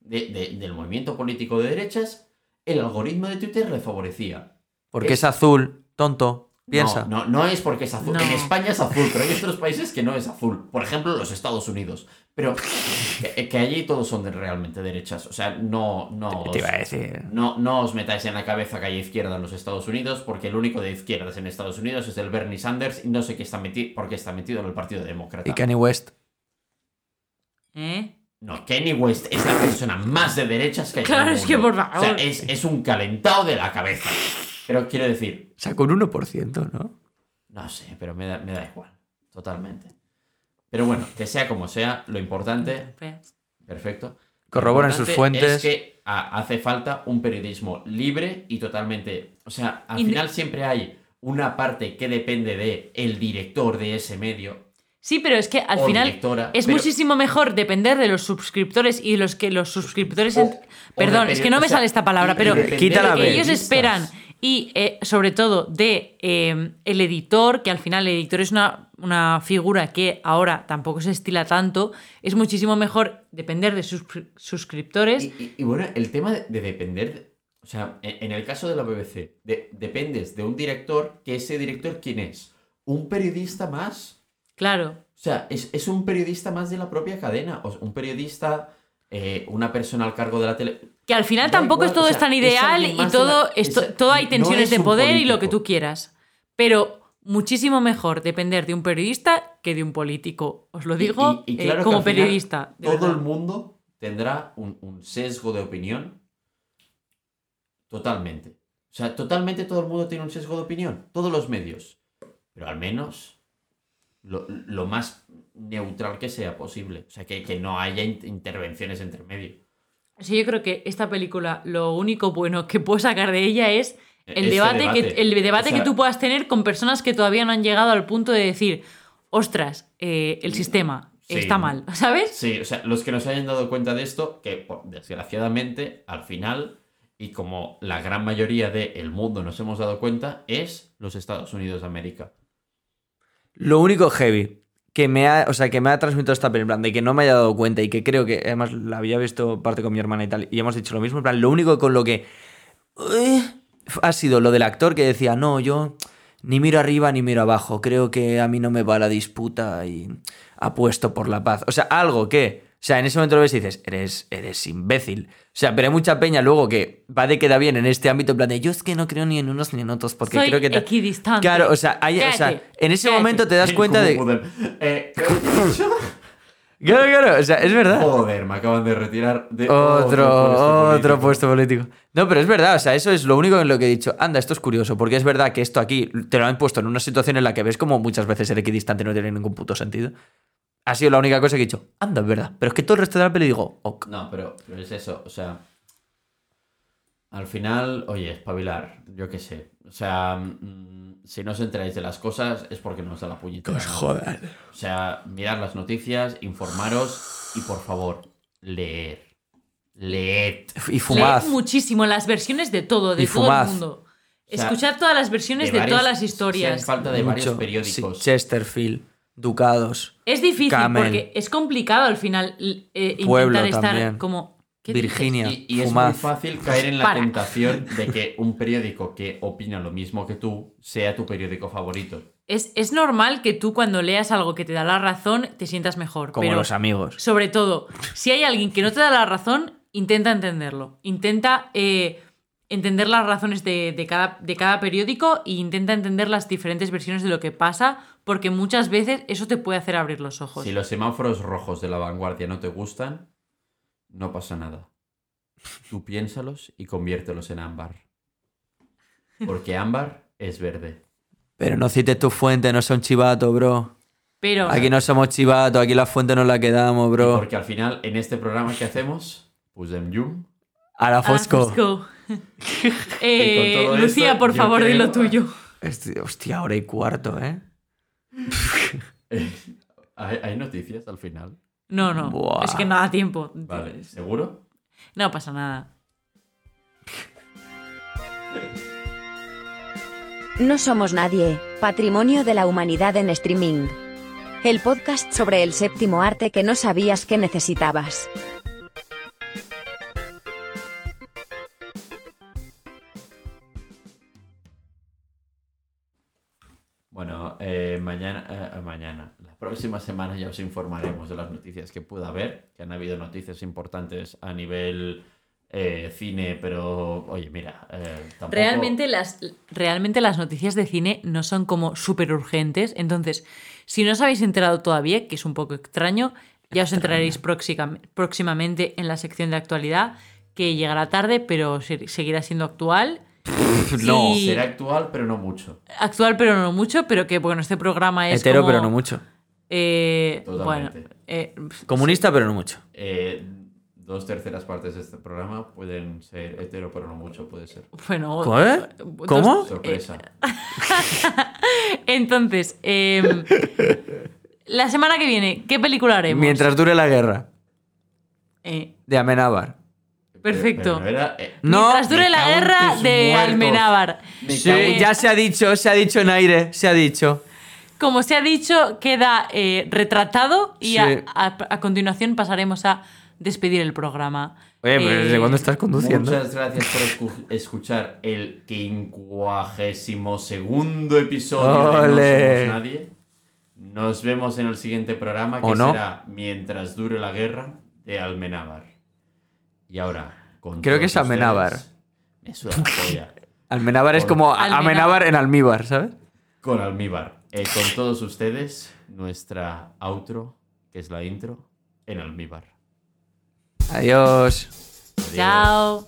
Speaker 1: de- de- del movimiento político de derechas, el algoritmo de Twitter le favorecía.
Speaker 2: Porque es azul, tonto. Piensa.
Speaker 1: No, no, no es porque es azul.
Speaker 3: No.
Speaker 1: En España es azul, pero hay otros países que no es azul. Por ejemplo, los Estados Unidos. Pero que, que allí todos son de- realmente derechas. O sea, no, no.
Speaker 2: Te iba a decir.
Speaker 1: No, no os metáis en la cabeza que hay izquierda en los Estados Unidos, porque el único de izquierdas en Estados Unidos es el Bernie Sanders y no sé qué está meti- por qué está metido en el Partido Demócrata.
Speaker 2: Y Kanye West.
Speaker 3: ¿Eh?
Speaker 1: No, Kenny West es la persona más de derechas que hay. en el
Speaker 3: Claro, es
Speaker 1: mundo.
Speaker 3: que por
Speaker 1: O sea, eh,
Speaker 3: favor.
Speaker 1: es, es un calentado de la cabeza. Pero quiero decir,
Speaker 2: Sacó un 1%, ¿no?
Speaker 1: no sé, pero me da, me da igual. Totalmente. Pero bueno, que sea como sea, lo importante. Perfecto.
Speaker 2: Corroboran
Speaker 1: Lo
Speaker 2: sus
Speaker 1: importante
Speaker 2: fuentes.
Speaker 1: Es que ha- hace falta un periodismo libre y totalmente. O sea, al
Speaker 3: Inde-
Speaker 1: final siempre hay una parte que depende de el director de ese medio
Speaker 3: Sí, pero es que al
Speaker 1: o
Speaker 3: final
Speaker 1: directora.
Speaker 3: es
Speaker 1: pero-
Speaker 3: muchísimo mejor depender de los suscriptores y los que los suscriptores. en-
Speaker 1: O- o
Speaker 3: Perdón,
Speaker 1: de
Speaker 3: es que no me
Speaker 1: periodistas.
Speaker 3: sale esta
Speaker 1: Y-
Speaker 3: palabra,
Speaker 1: y
Speaker 3: pero
Speaker 1: depender de
Speaker 2: Quítala, ve.
Speaker 3: que ellos
Speaker 1: periodistas.
Speaker 3: esperan y eh, sobre todo de eh, el editor que al final el editor es una, una figura que ahora tampoco se estila tanto es muchísimo mejor depender de sus suscriptores
Speaker 1: Y, y- y bueno, el tema de, de depender. O sea, e- en el caso de la BBC, de- dependes de un director que ese director, ¿quién es? ¿Un periodista más?
Speaker 3: claro
Speaker 1: O sea, es, es un periodista más de la propia cadena. O sea, un periodista, eh, una persona al cargo de la tele.
Speaker 3: que al final
Speaker 1: Da
Speaker 3: tampoco
Speaker 1: igual,
Speaker 3: es todo
Speaker 1: o sea,
Speaker 3: es tan
Speaker 1: es
Speaker 3: ideal
Speaker 1: alguien
Speaker 3: y
Speaker 1: más de
Speaker 3: todo
Speaker 1: la-
Speaker 3: esto
Speaker 1: es-
Speaker 3: todo hay
Speaker 1: no
Speaker 3: tensiones
Speaker 1: es
Speaker 3: de
Speaker 1: un
Speaker 3: poder y lo que
Speaker 1: político.
Speaker 3: tú quieras pero muchísimo mejor depender de un periodista que de un político os lo
Speaker 1: Y-
Speaker 3: digo
Speaker 1: y- y
Speaker 3: eh,
Speaker 1: claro que
Speaker 3: como
Speaker 1: al final
Speaker 3: periodista de
Speaker 1: Todo
Speaker 3: verdad.
Speaker 1: el mundo tendrá un, un sesgo de opinión. Totalmente. O sea, totalmente todo el mundo tiene un sesgo de opinión. Todos los medios. Pero al menos lo, lo más neutral que sea posible. O sea, que, que no haya in- intervenciones entre medio.
Speaker 3: O sea, yo creo que esta película lo único bueno que puedo sacar de ella es el
Speaker 1: Este
Speaker 3: debate,
Speaker 1: debate.
Speaker 3: Que, el
Speaker 1: O
Speaker 3: debate
Speaker 1: sea-
Speaker 3: que tú puedas tener con personas que todavía no han llegado al punto de decir ostras eh, el sistema
Speaker 1: Sí.
Speaker 3: está mal <laughs> sabes
Speaker 1: Sí, o sea, los que nos hayan dado cuenta de esto, que por- desgraciadamente al final, y como la gran mayoría del mundo nos hemos dado cuenta, es los Estados Unidos de América.
Speaker 2: Lo único heavy que me ha, o sea, que me ha transmitido esta película, en plan, de que no me haya dado cuenta y que creo que además la había visto parte con mi hermana y tal, y hemos dicho lo mismo, en plan, lo único con lo que eh, ha sido lo del actor que decía, no, yo ni miro arriba ni miro abajo, creo que a mí no me va la disputa y apuesto por la paz. O sea, algo que, o sea, en ese momento lo ves y dices, eres, eres imbécil. O sea, pero hay mucha peña luego que va de queda bien en este ámbito, en plan, de yo es que no creo ni en unos ni en otros, porque
Speaker 3: Soy
Speaker 2: creo que... ta-".
Speaker 1: Ah.
Speaker 3: equidistante.
Speaker 2: Claro, o sea, hay- o sea,
Speaker 3: Cállate,
Speaker 2: en ese
Speaker 3: cállate.
Speaker 2: momento te
Speaker 1: <laughs>
Speaker 2: das cuenta
Speaker 1: ¿Cómo
Speaker 2: de...
Speaker 1: pueden? Eh, <laughs> ¿qué he dicho?
Speaker 2: Claro, claro, o sea, es verdad.
Speaker 1: Joder, me acaban de retirar de
Speaker 2: Otro, otro
Speaker 1: puesto
Speaker 2: puesto político. No, pero es verdad, o sea, eso es lo único en lo que he dicho. Anda, esto es curioso, porque es verdad que esto aquí te lo han puesto en una situación en la que ves como muchas veces el equidistante no tiene ningún puto sentido. Ha sido la única cosa que he dicho. Anda, es verdad. Pero es que todo el resto de la peli digo, ok.
Speaker 1: político. No, pero, pero es eso, o sea. Al final, oye, espabilar, yo qué sé. O sea, mm, si no os enteráis de las cosas es porque no os da la puñetera. gana.
Speaker 2: Joder.
Speaker 1: O sea, mirad las noticias, informaros y por favor, leer. Leed.
Speaker 2: Y fumad.
Speaker 3: Leed muchísimo las versiones de todo de
Speaker 2: Y
Speaker 3: todo
Speaker 2: fumad.
Speaker 3: el mundo
Speaker 1: sea,
Speaker 3: escuchar todas las versiones de,
Speaker 1: varios-
Speaker 3: todas las
Speaker 1: sí,
Speaker 3: historias
Speaker 1: falta de varios
Speaker 2: Mucho.
Speaker 1: periódicos.
Speaker 2: Sí, Chesterfield, Ducados,
Speaker 3: es difícil
Speaker 2: Camel.
Speaker 3: porque es complicado al final eh, intentar
Speaker 2: Pueblo
Speaker 3: estar
Speaker 2: también.
Speaker 3: como ¿qué dices?
Speaker 2: Virginia,
Speaker 1: Y, y es muy
Speaker 2: fumad.
Speaker 1: fácil caer en la
Speaker 3: Para.
Speaker 1: tentación de que un periódico que opina lo mismo que tú sea tu periódico favorito.
Speaker 3: Es, es normal que tú cuando leas algo que te da la razón te sientas mejor.
Speaker 2: Como
Speaker 3: pero
Speaker 2: los amigos.
Speaker 3: sobre todo, si hay alguien que no te da la razón, intenta entenderlo. Intenta eh, entender las razones de, de cada, de cada periódico e intenta entender las diferentes versiones de lo que pasa, porque muchas veces eso te puede hacer abrir los ojos.
Speaker 1: Si los semáforos rojos de la vanguardia no te gustan, no pasa nada. Tú piénsalos y conviértelos en ámbar. Porque ámbar es verde.
Speaker 2: Pero no cites tu fuente, no son chivato, bro.
Speaker 3: Pero
Speaker 2: Aquí no somos chivato, aquí la fuente nos la quedamos,
Speaker 1: Y
Speaker 2: bro.
Speaker 1: Porque al final, en este programa que hacemos, Pusem Yum.
Speaker 2: A la
Speaker 3: Ah,
Speaker 2: Fosco. <laughs>
Speaker 3: Fosco. <laughs>
Speaker 1: Y
Speaker 3: Eh,
Speaker 1: con todo
Speaker 3: Lucía,
Speaker 1: esto,
Speaker 3: por
Speaker 1: yo
Speaker 3: favor, di lo
Speaker 1: creo-
Speaker 3: tuyo.
Speaker 2: Este- Hostia, hora y cuarto, ¿eh?
Speaker 1: ¿Hay, hay noticias al final?
Speaker 3: No, no.
Speaker 2: Buah.
Speaker 3: Es que no da tiempo.
Speaker 1: Vale, ¿seguro?
Speaker 3: No pasa nada.
Speaker 5: No somos nadie, patrimonio de la humanidad en streaming. El podcast sobre el séptimo arte que no sabías que necesitabas.
Speaker 1: Bueno, eh, mañana, eh, mañana, la próxima semana ya os informaremos de las noticias que pueda haber, que han habido noticias importantes a nivel eh, cine, pero oye, mira, eh, tampoco...
Speaker 3: Realmente las, realmente las noticias de cine no son como súper urgentes, entonces, si no os habéis enterado todavía, que es un poco extraño, ya os enteraréis próxima- próximamente en la sección de actualidad, que llegará tarde, pero se- seguirá siendo actual.
Speaker 2: no.
Speaker 3: Y-
Speaker 1: será actual, pero no mucho.
Speaker 3: Actual, pero no mucho, pero que bueno, este programa es.
Speaker 2: Hetero,
Speaker 3: como,
Speaker 2: pero no mucho.
Speaker 3: eh, bueno,
Speaker 1: Totalmente.
Speaker 3: eh,
Speaker 2: Comunista, pero no mucho.
Speaker 1: Eh, dos terceras partes de este programa pueden ser hetero, pero no mucho, puede ser.
Speaker 3: bueno.
Speaker 2: ¿Qué?
Speaker 3: dos-
Speaker 2: ¿Cómo?
Speaker 1: Sorpresa.
Speaker 3: Eh, Entonces,
Speaker 2: <laughs>
Speaker 3: em, la semana que viene, ¿qué película haremos?
Speaker 2: Mientras dure la guerra
Speaker 3: Eh,
Speaker 2: de Amenábar.
Speaker 3: perfecto.
Speaker 1: Pero no era, eh,
Speaker 2: No,
Speaker 3: Mientras dure
Speaker 1: me
Speaker 3: la
Speaker 1: cago en
Speaker 3: guerra
Speaker 1: tus
Speaker 3: de
Speaker 1: muertos.
Speaker 3: Almenábar. Eh,
Speaker 2: Sí, ya se ha dicho, se ha dicho en aire, se ha dicho.
Speaker 3: Como se ha dicho, queda eh, retratado y
Speaker 2: Sí.
Speaker 3: a, a- a continuación pasaremos a despedir el programa.
Speaker 2: Oye, pero
Speaker 3: Eh,
Speaker 2: ¿desde cuándo estás conduciendo?
Speaker 1: Muchas gracias por escu- escuchar el 52 episodio
Speaker 2: Ole.
Speaker 1: de No Somos Nadie. Nos vemos en el siguiente programa que
Speaker 2: ¿O no?
Speaker 1: será Mientras dure la guerra de Almenábar. Y ahora, con
Speaker 2: Creo que
Speaker 1: todos
Speaker 2: es Almenábar.
Speaker 1: ustedes, Me suda la polla.
Speaker 2: Almenábar es como
Speaker 3: Almenábar.
Speaker 2: Amenábar en almíbar, ¿sabes?
Speaker 1: Con almíbar. Eh, con todos ustedes, nuestra outro, que es la intro, en almíbar.
Speaker 2: Adiós.
Speaker 3: Chao.